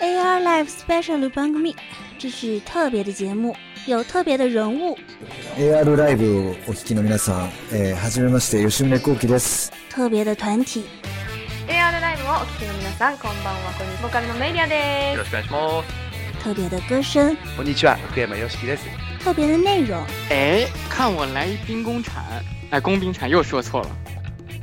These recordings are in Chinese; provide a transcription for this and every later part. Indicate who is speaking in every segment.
Speaker 1: AR Live Special b a n g Me，这是特别的节目，有特别的人物。
Speaker 2: AR Live をお聞きの皆さん、えー、はじめまして吉宗幸喜です。
Speaker 1: 特别的团体，
Speaker 3: AR ライブをお聞きの皆さんこんばんはこんにちはボーカルのメイリア
Speaker 4: よ
Speaker 3: で
Speaker 4: ろしくお願いしま
Speaker 1: 特别的歌声，
Speaker 4: す。こんにちは、福山よしきです。
Speaker 1: 特别的内容。
Speaker 5: 哎，看我来一兵工铲！哎，工兵铲又说错了。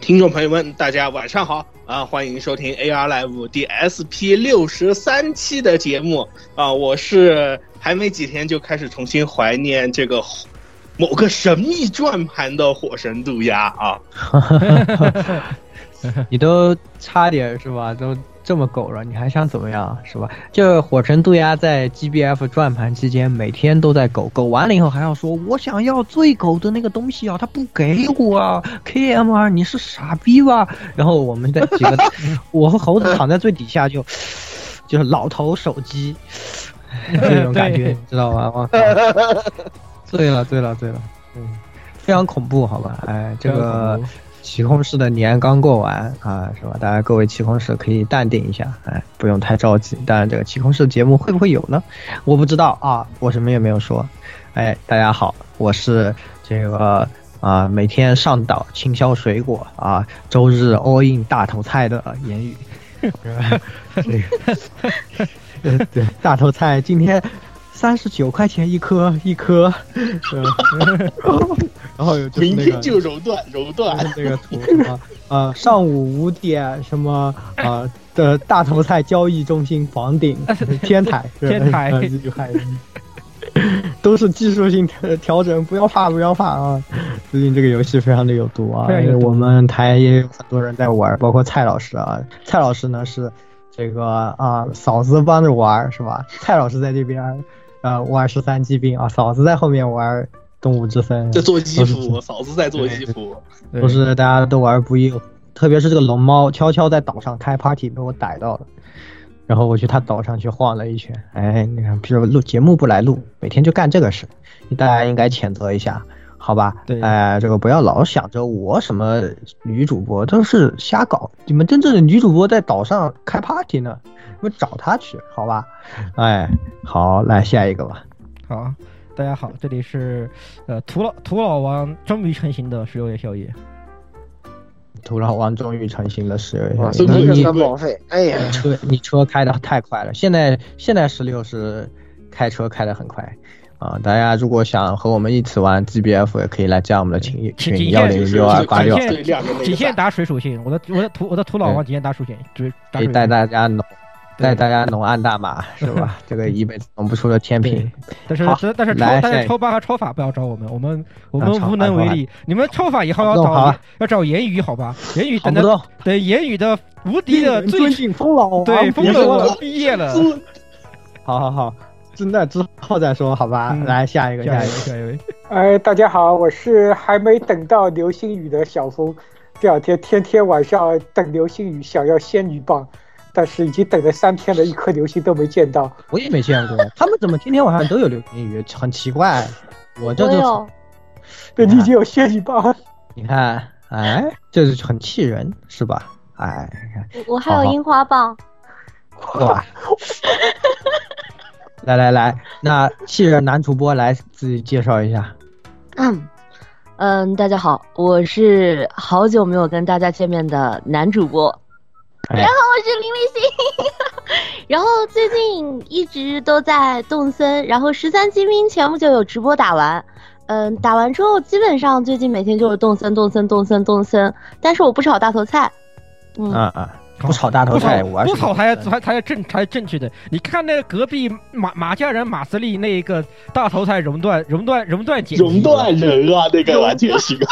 Speaker 6: 听众朋友们，大家晚上好啊！欢迎收听 AR Live 第 SP 六十三期的节目啊！我是还没几天就开始重新怀念这个某个神秘转盘的火神渡鸦啊！
Speaker 7: 你都差点是吧？都这么狗了，你还想怎么样是吧？就是火神渡鸦在 GBF 转盘期间，每天都在狗狗完了以后还要说我想要最狗的那个东西啊，他不给我啊，KMR 你是傻逼吧？然后我们在几个， 我和猴子躺在最底下就，就是老头手机，这种感觉你知道吗？我靠，醉了醉了醉了，嗯，非常恐怖好吧？哎，这个。起哄式的年刚过完啊，是吧？大家各位起哄式可以淡定一下，哎，不用太着急。当然，这个起哄式节目会不会有呢？我不知道啊，我什么也没有说。哎，大家好，我是这个啊，每天上岛清销水果啊，周日 all in 大头菜的言语。 这个，呃对，大头菜今天三十九块钱一颗，一颗。 呃然后有就是
Speaker 6: 明
Speaker 7: 那
Speaker 6: 天
Speaker 7: 个
Speaker 6: 就熔断，熔断。
Speaker 7: 那个图什么呃上午五点什么呃的大头菜交易中心房顶天台是吧
Speaker 8: 天台
Speaker 7: 呃这句话都是技术性调调整，不要怕不要怕啊！最近这个游戏非常的有毒啊
Speaker 8: 非常有，毒
Speaker 7: 我们台也有很多人在玩，包括蔡老师啊，蔡老师呢是这个啊嫂子帮着玩是吧？蔡老师在这边呃玩十三机兵啊，嫂子在后面玩动物之森，
Speaker 6: 在 做衣服，嫂子在做衣服。
Speaker 7: 都是大家都玩不易，特别是这个龙猫，悄悄在岛上开 party 被我逮到了，然后我去他岛上去晃了一圈，哎，你看，比如录节目不来录，每天就干这个事，大家应该谴责一下，好吧？
Speaker 8: 对
Speaker 7: 哎、这个不要老想着我什么女主播都是瞎搞，你们真正的女主播在岛上开 party 呢，你们找她去，好吧？哎，好，来下一个吧。
Speaker 8: 好，大家好，这里是呃土老土老王终于成型的十六夜宵夜。
Speaker 7: 土壤王终于成型了，十月
Speaker 9: 哇，
Speaker 6: 所
Speaker 9: 真
Speaker 6: 以你
Speaker 9: 是三宝费，哎呀，
Speaker 7: 车你车开的太快了，现在现在十六是开车开的很快啊、大家如果想和我们一起玩 GBF，也可以来加我们的群
Speaker 8: 请
Speaker 7: 群
Speaker 8: 请
Speaker 7: 幺
Speaker 8: 这
Speaker 7: 零
Speaker 8: 个
Speaker 7: 六二八六，
Speaker 8: 请
Speaker 6: 最亮的那个
Speaker 8: 仅限打水属性，我的我的土我的土老王
Speaker 7: 对
Speaker 8: 仅限打属性，只打
Speaker 7: 可
Speaker 8: 水
Speaker 7: 以
Speaker 8: 属
Speaker 7: 哎带
Speaker 8: 性。
Speaker 7: 大家农
Speaker 8: 对
Speaker 7: 带大家农暗大码是吧？这个一辈子农不出的天平
Speaker 8: 对，但是
Speaker 7: 好
Speaker 8: 但但是超
Speaker 7: 来
Speaker 8: 但
Speaker 7: 下
Speaker 8: 是
Speaker 7: 一个
Speaker 8: 超法和超法不要找我们，我们我
Speaker 7: 啊
Speaker 8: 们
Speaker 7: 超
Speaker 8: 无能为力。你们超法以后要
Speaker 7: 弄好
Speaker 8: 找
Speaker 7: 啊
Speaker 8: 要找言语好吧？言语
Speaker 7: 好
Speaker 8: 等
Speaker 7: 不
Speaker 8: 到
Speaker 7: 动，
Speaker 8: 等言语的无敌的最
Speaker 7: 尊敬风老王，
Speaker 8: 对
Speaker 7: 别
Speaker 8: 风
Speaker 7: 说
Speaker 8: 格
Speaker 7: 了
Speaker 8: 王毕业了。
Speaker 7: 好好好，真的之后再说好吧？
Speaker 8: 嗯
Speaker 7: 来下一个，
Speaker 8: 下一
Speaker 7: 下一
Speaker 8: 位，
Speaker 7: 个。
Speaker 8: 下一位，
Speaker 10: 哎，大家好，我是还没等到流星雨的小峰。这两天天天晚上等流星雨，想要仙女棒，但是已经等了三天了，一颗流星都没见到。
Speaker 7: 我也没见过，他们怎么天天晚上都有流星雨？很奇怪，我这就
Speaker 10: 对，你已经有仙女棒了，
Speaker 7: 你看，哎，这就是很气人，是吧？哎，
Speaker 3: 我
Speaker 7: 还有好好
Speaker 3: 樱花棒，
Speaker 7: 哇！ 来来来，那气人男主播来自己介绍一下。
Speaker 11: 嗯，嗯，大家好，我是好久没有跟大家见面的男主播，
Speaker 7: 哎
Speaker 11: 然后我是林立新， 然后最近一直都在动森，然后十三精兵前不久有直播打完，嗯，打完之后基本上最近每天就是动森动森动森动森，但是我不炒大头菜。嗯，
Speaker 7: 啊啊！不炒大头
Speaker 8: 不炒
Speaker 7: 菜，我
Speaker 8: 不炒才
Speaker 7: 嗯
Speaker 8: 才才是正才是正确的。你看那个隔壁马马家人马斯利那一个大头菜熔断熔断熔断姐，
Speaker 6: 熔断人啊，那个完全是 个。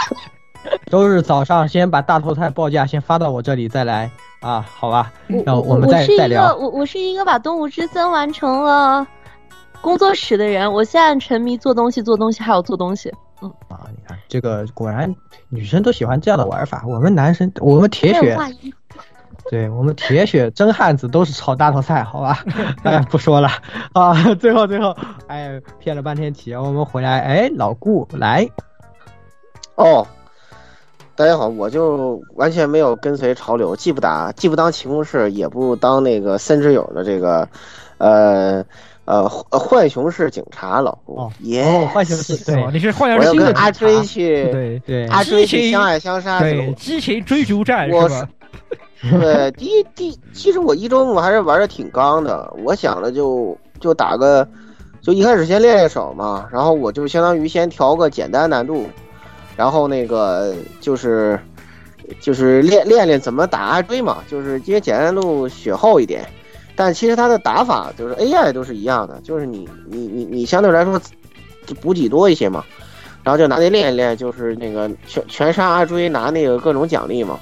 Speaker 7: 都是早上先把大头菜报价先发到我这里，再来啊，好吧？然后
Speaker 11: 我
Speaker 7: 们再
Speaker 11: 是一
Speaker 7: 再
Speaker 11: 个
Speaker 7: 聊。
Speaker 11: 我我是一个把《动物之森》完成了工作室的人，我现在沉迷做东西做东西还有做东西。嗯，
Speaker 7: 这个果然女生都喜欢这样的玩法，我们男生，我们铁
Speaker 11: 还有
Speaker 7: 血
Speaker 11: 画，衣服。
Speaker 7: 对我们铁血真汉子都是炒大头菜，好吧？哎，不说了啊，最后最后，哎，骗了半天题，我们回来，哎，老顾来，
Speaker 9: 哦，大家好，我就完全没有跟随潮流，既不打，既不当骑公式，也不当那个森之友的这个，呃呃，浣熊市警察老顾，耶、
Speaker 7: 哦，浣熊是对，
Speaker 8: 哦你是幻
Speaker 9: 我
Speaker 8: 想
Speaker 9: 要
Speaker 8: 新
Speaker 9: 跟
Speaker 8: 的
Speaker 9: 阿
Speaker 8: 警察
Speaker 9: 追去，
Speaker 8: 对
Speaker 7: 对
Speaker 9: 阿追
Speaker 8: 激
Speaker 9: 去
Speaker 8: 情
Speaker 9: 相爱相杀去
Speaker 8: 对
Speaker 9: 了。
Speaker 8: 激情追逐战
Speaker 9: 我
Speaker 8: 是吧？
Speaker 9: 对，第一第其实我一周目还是玩的挺刚的，我想着就就打个，就一开始先练练手嘛，然后我就相当于先调个简单难度，然后那个就是就是练练练怎么打阿追嘛，就是因为简单难度血厚一点，但其实它的打法就是 AI 都是一样的，就是你你你你相对来说就补给多一些嘛，然后就拿那练一练，就是那个全全杀阿追拿那个各种奖励嘛。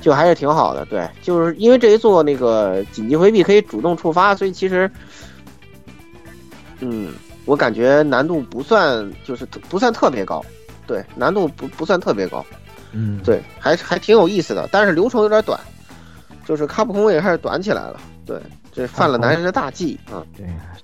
Speaker 9: 就还是挺好的。对，就是因为这一座那个紧急回避可以主动触发，所以其实，嗯，我感觉难度不算就是特不算特别高，对，难度不不算特别高，
Speaker 7: 嗯，
Speaker 9: 对，还还挺有意思的，但是流程有点短，就是卡普空也开始短起来了，对，这犯了男人的大忌啊。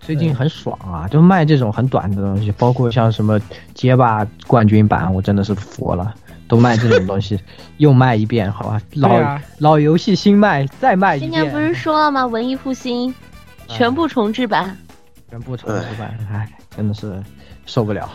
Speaker 7: 最近很爽啊，就卖这种很短的东西，包括像什么街霸冠军版，我真的是服了，都卖这种东西， 又卖一遍，好吧，老、
Speaker 8: 对啊
Speaker 7: 老游戏新卖，再卖一
Speaker 11: 今年
Speaker 7: 遍
Speaker 11: 不，是说了吗？文艺复兴，全部重置版。
Speaker 7: 全部重置版，哎，真的是受不了。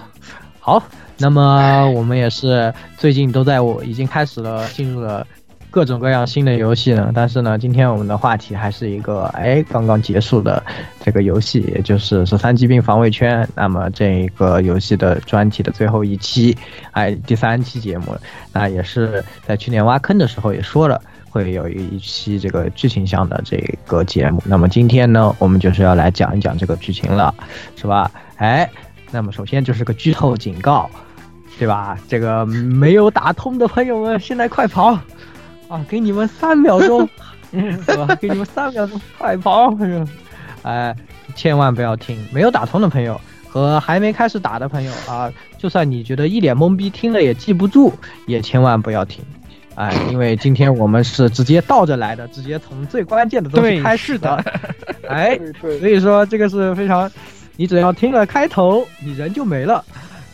Speaker 7: 好，那么我们也是最近都在我已经开始了，进入了各种各样新的游戏呢。但是呢，今天我们的话题还是一个哎刚刚结束的这个游戏，也就是《十三疾病防卫圈》。那么这个游戏的专题的最后一期，哎第三期节目，那也是在去年挖坑的时候也说了。会有一期这个剧情向的这个节目，那么今天呢，我们就是要来讲一讲这个剧情了，是吧？哎，那么首先就是个剧透警告，对吧？这个没有打通的朋友们，现在快跑啊！给你们三秒钟， 是吧？给你们三秒钟，快跑！是吧哎，千万不要听。没有打通的朋友和还没开始打的朋友啊，就算你觉得一脸懵逼，听了也记不住，也千万不要听。哎，因为今天我们是直接倒着来的，直接从最关键的东西
Speaker 8: 对
Speaker 7: 开始
Speaker 8: 是的。
Speaker 7: 哎，
Speaker 10: 对对，
Speaker 7: 所以说这个是非常，你只要听了开头，你人就没了。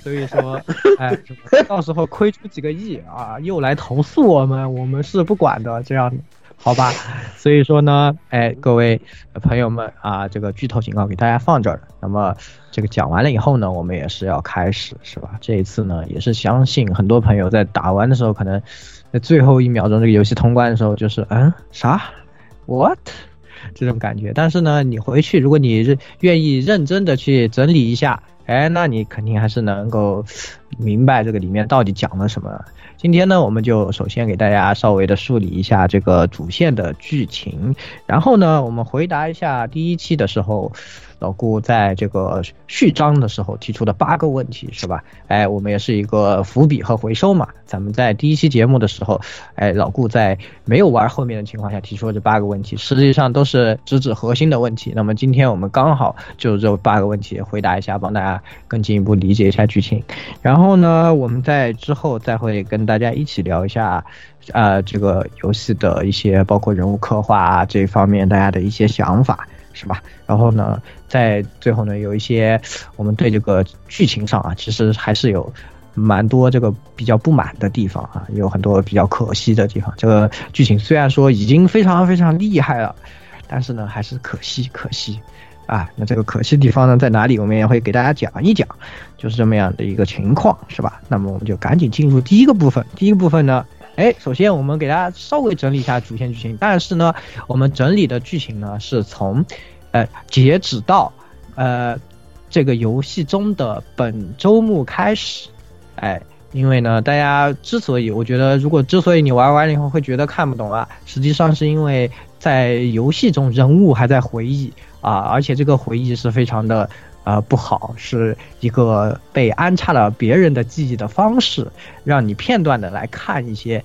Speaker 7: 所 以说，哎，什么到时候亏出几个亿啊，又来投诉我们，我们是不管的，这样，好吧？所以说呢，哎，各位朋友们啊，这个剧透警告给大家放这儿了。那么这个讲完了以后呢，我们也是要开始，是吧？这一次呢，也是相信很多朋友在打完的时候，可能在最后一秒钟这个游戏通关的时候，就是嗯啥，what？这种感觉。但是呢，你回去如果你认愿意认真的去整理一下，哎，那你肯定还是能够明白这个里面到底讲了什么。今天呢，我们就首先给大家稍微的梳理一下这个主线的剧情，然后呢，我们回答一下第一期的时候，老顾在这个序章的时候提出的八个问题，是吧？哎，我们也是一个伏笔和回收嘛。咱们在第一期节目的时候，哎，老顾在没有玩后面的情况下提出了这八个问题，实际上都是直指核心的问题。那么今天我们刚好就这八个问题回答一下，帮大家更进一步理解一下剧情。然后呢，我们在之后再会跟大家一起聊一下，呃，这个游戏的一些包括人物刻画啊这一方面大家的一些想法，是吧？然后呢，在最后呢，有一些我们对这个剧情上啊，其实还是有蛮多这个比较不满的地方啊，有很多比较可惜的地方。这个剧情虽然说已经非常非常厉害了，但是呢，还是可惜可惜。啊，那这个可惜的地方呢在哪里？我们也会给大家讲一讲，就是这么样的一个情况，是吧？那么我们就赶紧进入第一个部分。第一个部分呢，哎，首先我们给大家稍微整理一下主线剧情，但是呢，我们整理的剧情呢是从，呃，截止到，呃，这个游戏中的本周末开始哎，因为呢，大家之所以我觉得，如果之所以你玩完了以后会觉得看不懂啊，实际上是因为在游戏中人物还在回忆啊，而且这个回忆是非常的呃不好，是一个被安插了别人的记忆的方式，让你片段的来看一些。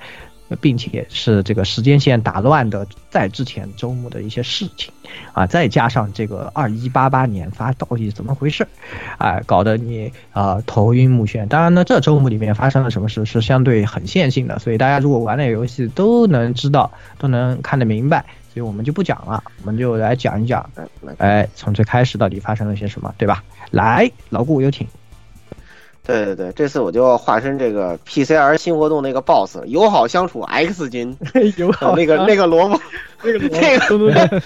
Speaker 7: 并且是这个时间线打乱的，在之前周末的一些事情，啊，再加上这个二一八八年发到底怎么回事，啊，搞得你啊、呃头晕目眩。当然呢，这周末里面发生了什么事是相对很线性的，所以大家如果玩了游戏都能知道，都能看得明白，所以我们就不讲了，我们就来讲一讲，哎，从最开始到底发生了些什么，对吧？来，老顾有请。
Speaker 12: 对对对，这次我就要化身这个 PCR 新活动那个 boss，友好相处 X 君，
Speaker 7: 友
Speaker 12: 好那个那个萝卜，
Speaker 7: 那个
Speaker 12: 那个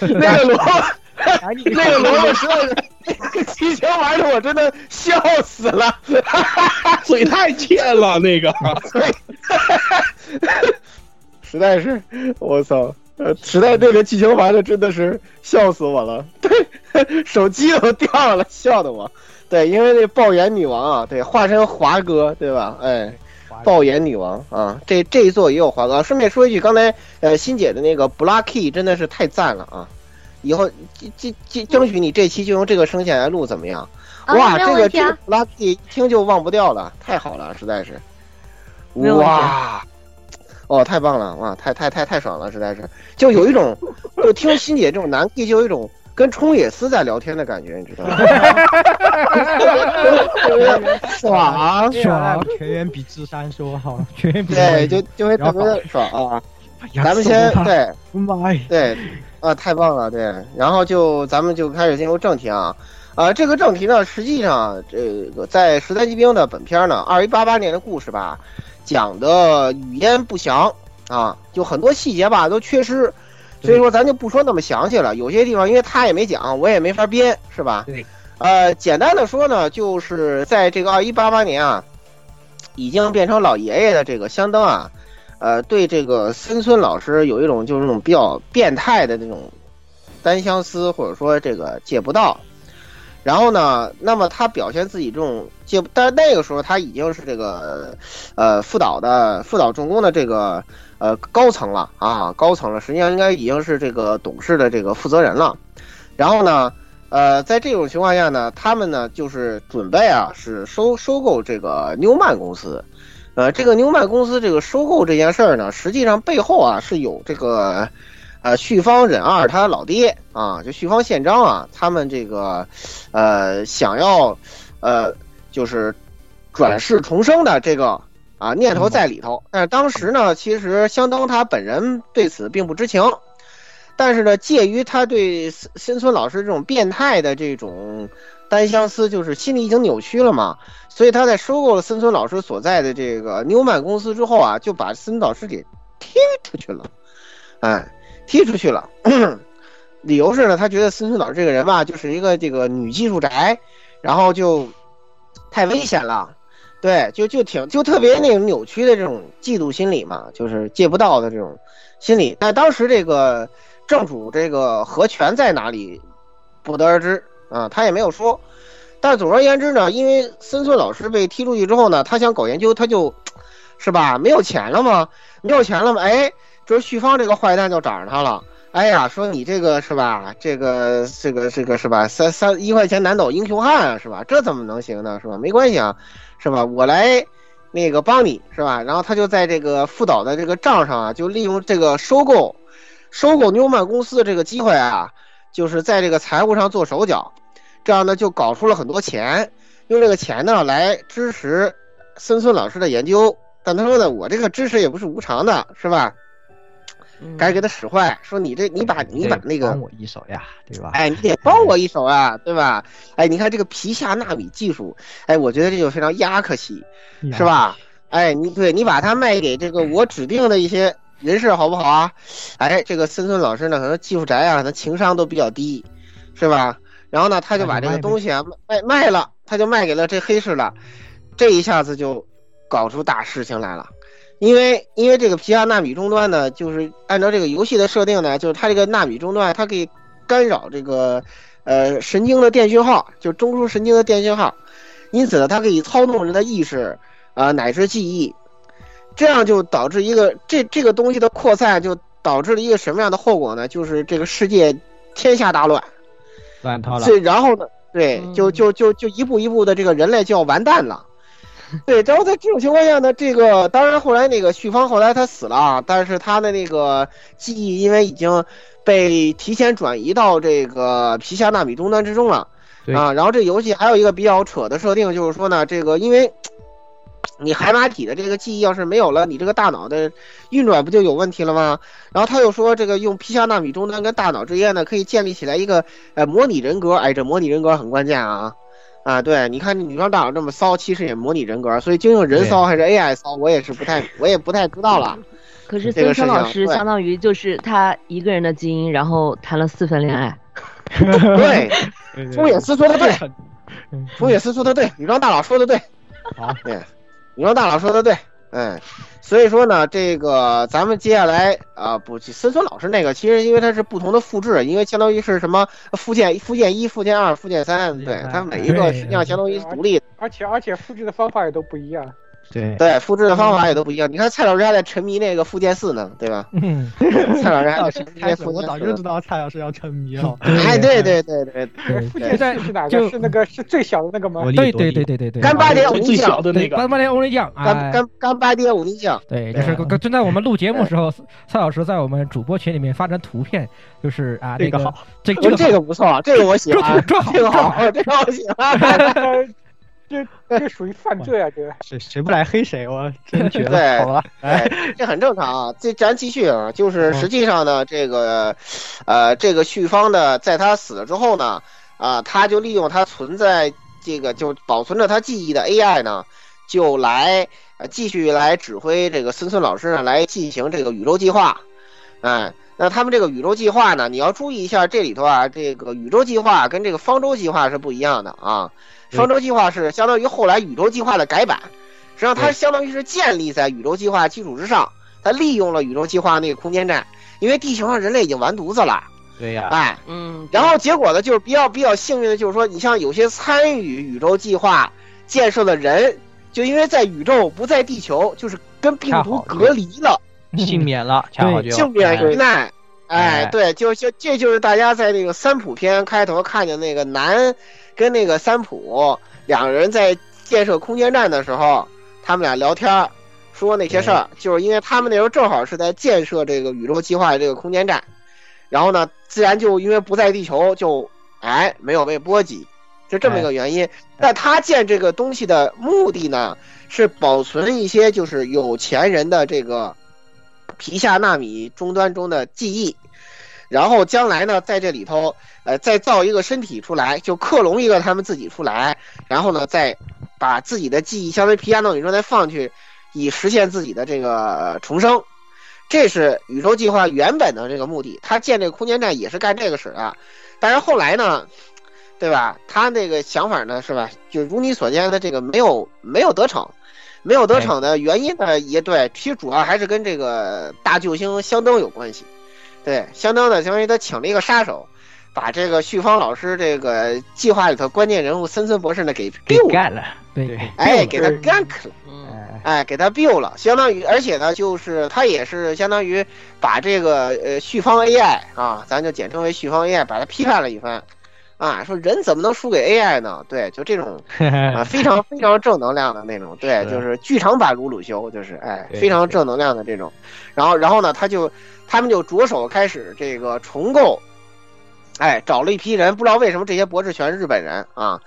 Speaker 12: 那个萝卜， 那个萝卜实在是，那个机枪玩的我真的笑死 了，
Speaker 6: 嘴太欠了那个，
Speaker 12: 实在是，我操！呃，实在那个气球玩的真的是笑死我了，对， 手机都掉了，笑的我。对，因为那爆炎女王啊，对，化身华哥，对吧？哎，爆炎女王啊，这这一座也有华哥。顺便说一句，刚才呃欣姐的那个 Blocky 真的是太赞了啊！以后这这这争取你这期就用这个声线来录，怎么样？
Speaker 13: 啊嗯
Speaker 12: 哇，
Speaker 13: 没有
Speaker 12: 这个
Speaker 13: 问题
Speaker 12: 这
Speaker 13: 啊
Speaker 12: 个 Blocky 一听就忘不掉了，太好了，实在是。
Speaker 13: 没有问题啊
Speaker 12: 哇，哦，太棒了，哇，太太太太爽了，实在是，就有一种，就听欣姐这种男 K 就有一种跟冲野司在聊天的感觉，你知道吗？ 爽
Speaker 7: 爽，啊全员比智商说好，全员比哎
Speaker 12: 对，就就会特别的爽啊。咱们先 对，
Speaker 7: 妈呀，
Speaker 12: 对，啊，太棒了，对，然后就咱们就开始进入正题啊，啊，这个正题呢，实际上这个在《十三机兵》的本片呢，二一八八年的故事吧，讲的语焉不详啊，就很多细节吧都缺失，所以说咱就不说那么详细了，有些地方因为他也没讲，我也没法编，是吧？
Speaker 7: 对，
Speaker 12: 呃，简单的说呢，就是在这个二一八八年啊，已经变成老爷爷的这个香灯啊，呃，对这个森村老师有一种就是那种比较变态的那种单相思，或者说这个借不到。然后呢，那么他表现自己这种借不，但那个时候他已经是这个呃副导的副导重工的这个呃高层了啊，高层了，实际上应该已经是这个董事的这个负责人了。然后呢，呃，在这种情况下呢，他们呢就是准备啊是收收购这个纽曼公司。呃，这个纽曼公司这个收购这件事儿呢，实际上背后啊是有这个，呃，旭方忍二他老爹啊，就旭方宪章啊，他们这个，呃，想要，呃，就是转世重生的这个啊念头在里头。但是当时呢，其实相当他本人对此并不知情，但是呢，介于他对森森村老师这种变态的这种单相思，就是心理已经扭曲了嘛。所以他在收购了森村老师所在的这个纽曼公司之后啊，就把森老师给踢出去了，哎，踢出去了。 理由是呢，他觉得森村老师这个人吧，就是一个这个女技术宅，然后就太危险了，对，就就挺就特别那种扭曲的这种嫉妒心理嘛，就是借不到的这种心理。但当时这个正主这个和权在哪里，不得而知啊，他也没有说。但总而言之呢，因为森村老师被踢出去之后呢，他想搞研究，他就，是吧？没有钱了嘛，没有钱了嘛，哎，这旭芳这个坏蛋就找上他了。哎呀，说你这个是吧？这个这个这个是吧？三三一块钱难倒英雄汉啊，是吧？这怎么能行呢？是吧？没关系啊，是吧？我来那个帮你是吧？然后他就在这个副导的这个账上啊，就利用这个收购收购纽曼公司的这个机会啊，就是在这个财务上做手脚。这样呢就搞出了很多钱，用这个钱呢来支持森村老师的研究。但他说呢，我这个支持也不是无偿的，是吧？
Speaker 7: 嗯
Speaker 12: 该给他使坏，说你这你把你把那个
Speaker 7: 帮，我一手呀，对吧？
Speaker 12: 哎，你得帮我一手啊，对吧？哎，你看这个皮下纳米技术，哎，我觉得这就非常压克西，是吧？哎，你对你把它卖给这个我指定的一些人士，好不好啊？哎，这个森村老师呢，可能技术宅啊，他情商都比较低，是吧？然后呢，他就把这个东西啊卖卖了，他就卖给了这黑市了，这一下子就搞出大事情来了。因为因为这个皮亚纳米终端呢，就是按照这个游戏的设定呢，就是它这个纳米终端，它可以干扰这个呃神经的电讯号，就中枢神经的电讯号，因此呢，它可以操纵人的意识，啊、乃至记忆，这样就导致一个这这个东西的扩散，就导致了一个什么样的后果呢？就是这个世界天下大乱。
Speaker 7: 乱套了
Speaker 12: 所。以然后呢，对，就就就就一步一步的，这个人类就要完蛋了。对，然后在这种情况下呢，这个当然后来那个旭芳后来他死了啊，但是他的那个记忆因为已经被提前转移到这个皮下纳米终端之中了
Speaker 7: 对
Speaker 12: 啊。然后这游戏还有一个比较扯的设定，就是说呢，这个因为你海马体的这个记忆要是没有了，你这个大脑的运转不就有问题了吗？然后他又说，这个用皮下纳米终端跟大脑之间呢，可以建立起来一个呃模拟人格。哎，这模拟人格很关键啊。啊，对，你看这女装大佬这么骚，其实也模拟人格，所以究竟人骚还是 AI 骚，我也是不太，我也不太知道了。
Speaker 14: 嗯可是
Speaker 12: 这个
Speaker 14: 森川
Speaker 12: 事情
Speaker 14: 老师
Speaker 12: 对
Speaker 14: 相当于就是他一个人的基因，然后谈了四份恋爱。
Speaker 12: 对，
Speaker 7: 对
Speaker 12: 风野思说的对，
Speaker 7: 嗯
Speaker 12: 风野思说的对，女装大佬说的对，
Speaker 7: 好，
Speaker 12: 对，女装大佬说的对，嗯，所以说呢，这个咱们接下来啊、不，森村老师那个其实因为它是不同的复制，因为相当于是什么附件附件一、附件二、附件三，对，它每一个实际上相当于是独立的。
Speaker 9: 而且而且复制的方法也都不一样。
Speaker 7: 对，
Speaker 12: 对，复制的
Speaker 15: 嗯
Speaker 12: 方法也都不一样。你看蔡老师还在沉迷那个附件四呢，对吧？
Speaker 8: 嗯，
Speaker 12: 蔡老师
Speaker 7: 蔡
Speaker 12: 还在
Speaker 7: 老师
Speaker 12: 沉迷那
Speaker 7: 开始，
Speaker 12: 附
Speaker 7: 我
Speaker 12: 件
Speaker 7: 早
Speaker 12: 四
Speaker 7: 就知
Speaker 12: 呢。
Speaker 7: 道蔡老师要沉迷了。
Speaker 12: 哎，对对对对，
Speaker 7: 对
Speaker 9: 附
Speaker 12: 对
Speaker 9: 件四是哪
Speaker 8: 就
Speaker 9: 个？是那个是最小的那个吗
Speaker 7: 我？
Speaker 8: 对对对对对对，
Speaker 12: 干巴爹五
Speaker 15: 最
Speaker 12: 零
Speaker 15: 小
Speaker 12: 酱，
Speaker 15: 的那个
Speaker 8: 干巴爹欧尼酱，哎
Speaker 12: 干干干巴爹五零酱，
Speaker 8: 对，就是
Speaker 12: 啊
Speaker 8: 刚刚就在我们录节目的时候，蔡老师在我们主播群里面发张图片，就是啊
Speaker 7: 这
Speaker 8: 那
Speaker 7: 个
Speaker 8: 个
Speaker 7: 好，
Speaker 8: 这
Speaker 12: 我
Speaker 8: 个
Speaker 12: 这个不错，这个我喜
Speaker 10: 啊
Speaker 12: 欢，
Speaker 8: 这好
Speaker 12: 这个好，这个我喜欢。
Speaker 9: 呃这这属于犯罪啊！这
Speaker 7: 谁谁不来黑谁，我真觉
Speaker 12: 对
Speaker 7: 得好吧。哎，
Speaker 12: 哎，这很正常啊。这咱继续啊，就是
Speaker 7: 嗯
Speaker 12: 实际上呢，这个，呃，这个旭芳呢，在他死了之后呢，啊、他就利用他存在这个就保存着他记忆的 AI 呢，就来呃继续来指挥这个森村老师呢来进行这个宇宙计划，哎。那他们这个宇宙计划呢？你要注意一下这里头啊，这个宇宙计划跟这个方舟计划是不一样的啊。方舟计划是相当于后来宇宙计划的改版，实际上它相当于是建立在宇宙计划基础之上，它利用了宇宙计划那个空间站，因为地球上人类已经完犊子了，
Speaker 7: 对呀，
Speaker 12: 哎，
Speaker 16: 嗯，
Speaker 12: 然后结果呢，就是比较比较幸运的，就是说，你像有些参与宇宙计划建设的人，就因为在宇宙不在地球，就是跟病毒隔离了，
Speaker 7: 幸免了，恰好就
Speaker 12: 幸免于
Speaker 7: 哎
Speaker 12: 难。哎
Speaker 7: 哎，
Speaker 12: 对，就就这就是大家在那个三浦篇开头看见那个南跟那个三浦两人在建设空间站的时候，他们俩聊天儿说那些事儿，就是因为他们那时候正好是在建设这个宇宙计划的这个空间站，然后呢，自然就因为不在地球就哎没有被波及，就这么一个原因。但他建这个东西的目的呢，是保存一些就是有钱人的这个皮下纳米终端中的记忆，然后将来呢，在这里头，呃，再造一个身体出来，就克隆一个他们自己出来，然后呢，再把自己的记忆相当于皮下纳米中再放去，以实现自己的这个、呃重生。这是宇宙计划原本的这个目的，他建这个空间站也是干这个使的，但是后来呢，对吧？他那个想法呢，是吧？就如你所见的这个没有没有得逞，没有得逞的原因呢，也对，其实主要还是跟这个大救星香灯有关系。对，香灯呢，相当于他请了一个杀手，把这个旭芳老师这个计划里头关键人物森森博士呢给
Speaker 7: 给
Speaker 12: 丢了，
Speaker 7: 干了。
Speaker 8: 对
Speaker 7: 对，
Speaker 12: 哎，给他 gank 了。
Speaker 16: 嗯
Speaker 7: 哎，
Speaker 12: 哎，给他 build 了，相当于，而且呢，就是他也是相当于把这个呃旭方 AI 啊，咱就简称为旭方 AI，把它批判了一番，啊，说人怎么能输给 AI 呢？对，就这种啊，非常非常正能量的那种，对，
Speaker 7: 是
Speaker 12: 就是剧场版鲁鲁修，就是哎，
Speaker 7: 对
Speaker 12: 非常正能量的这种。然后，然后呢，他就他们就着手开始这个重构，哎，找了一批人，不知道为什么这些博士全是日本人啊，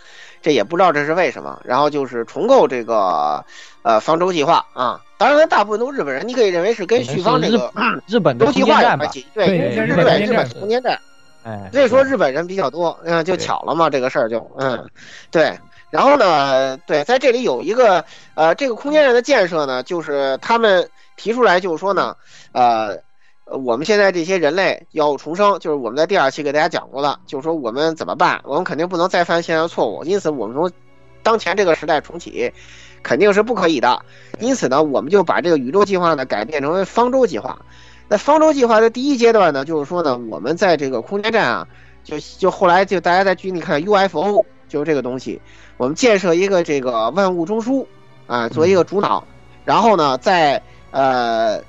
Speaker 12: 这也不知道这是为什么。然后就是重构这个呃方舟计划啊，当然大部分都日本人，你可以认为
Speaker 7: 啊
Speaker 12: 是跟旭方这个
Speaker 7: 日本的
Speaker 12: 舟
Speaker 7: 空
Speaker 12: 计
Speaker 7: 间
Speaker 12: 划有
Speaker 7: 站吧
Speaker 12: 关，系，对，
Speaker 8: 对
Speaker 12: 因为
Speaker 8: 日
Speaker 12: 日
Speaker 8: 本
Speaker 12: 本
Speaker 8: 空间
Speaker 12: 日本
Speaker 8: 站
Speaker 12: 空间站。
Speaker 7: 哎，
Speaker 12: 所以说日本人比较多，嗯、就
Speaker 7: 对
Speaker 12: 巧了嘛，这个事儿就，嗯，对。然后呢，对，在这里有一个，呃，这个空间站的建设呢，就是他们提出来，就是说呢，呃，我们现在这些人类要重生，就是我们在第二期给大家讲过了，就是说我们怎么办，我们肯定不能再犯现在的错误，因此我们从当前这个时代重启，肯定是不可以的。因此呢，我们就把这个宇宙计划呢改变成为方舟计划。那方舟计划的第一阶段呢，就是说呢，我们在这个空间站啊，就就后来就大家在剧里看 UFO，就是这个东西，我们建设一个这个万物中枢，啊，作为一个主脑，然后呢，在呃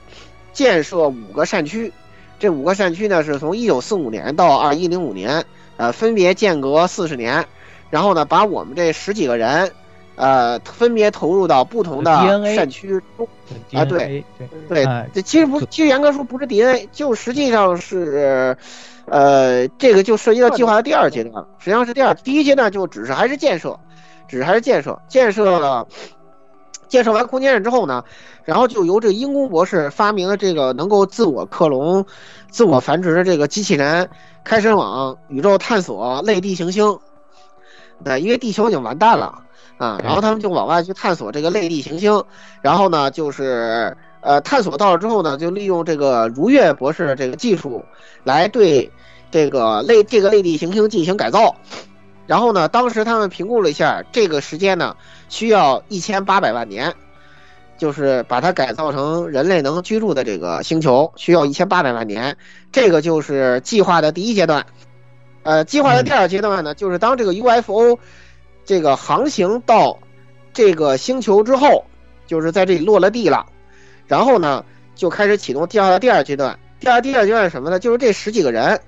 Speaker 12: 建设五个善区，这五个善区呢是从一九四五年到二一零五年，呃，分别间隔四十年，然后呢，把我们这十几个人，呃，分别投入到不同的
Speaker 7: DNA
Speaker 12: 善区中啊，对
Speaker 7: DNA 对
Speaker 12: 对
Speaker 7: 啊，
Speaker 12: 这其实不，其实严格说不是 DNA，就实际上是，呃，这个就涉及到计划的第二阶段了，实际上是第二，第一阶段就只是还是建设，只是还是建设，建设了，建设完空间站之后呢，然后就由这个英工博士发明了这个能够自我克隆、自我繁殖的这个机器人，开始往宇宙探索类地行星，对，因为地球已经完蛋了啊，然后他们就往外去探索这个类地行星，然后呢，就是呃，探索到了之后呢，就利用这个如月博士的这个技术，来对这个类这个类地行星进行改造。然后呢，当时他们评估了一下，这个时间呢需要一千八百万年，就是把它改造成人类能居住的这个星球，需要一千八百万年。这个就是计划的第一阶段。呃，计划的第二阶段呢，就是当这个 UFO 这个航行到这个星球之后，就是在这里落了地了，然后呢就开始启动第二第二阶段。第二第二阶段是什么呢？就是这十几个人，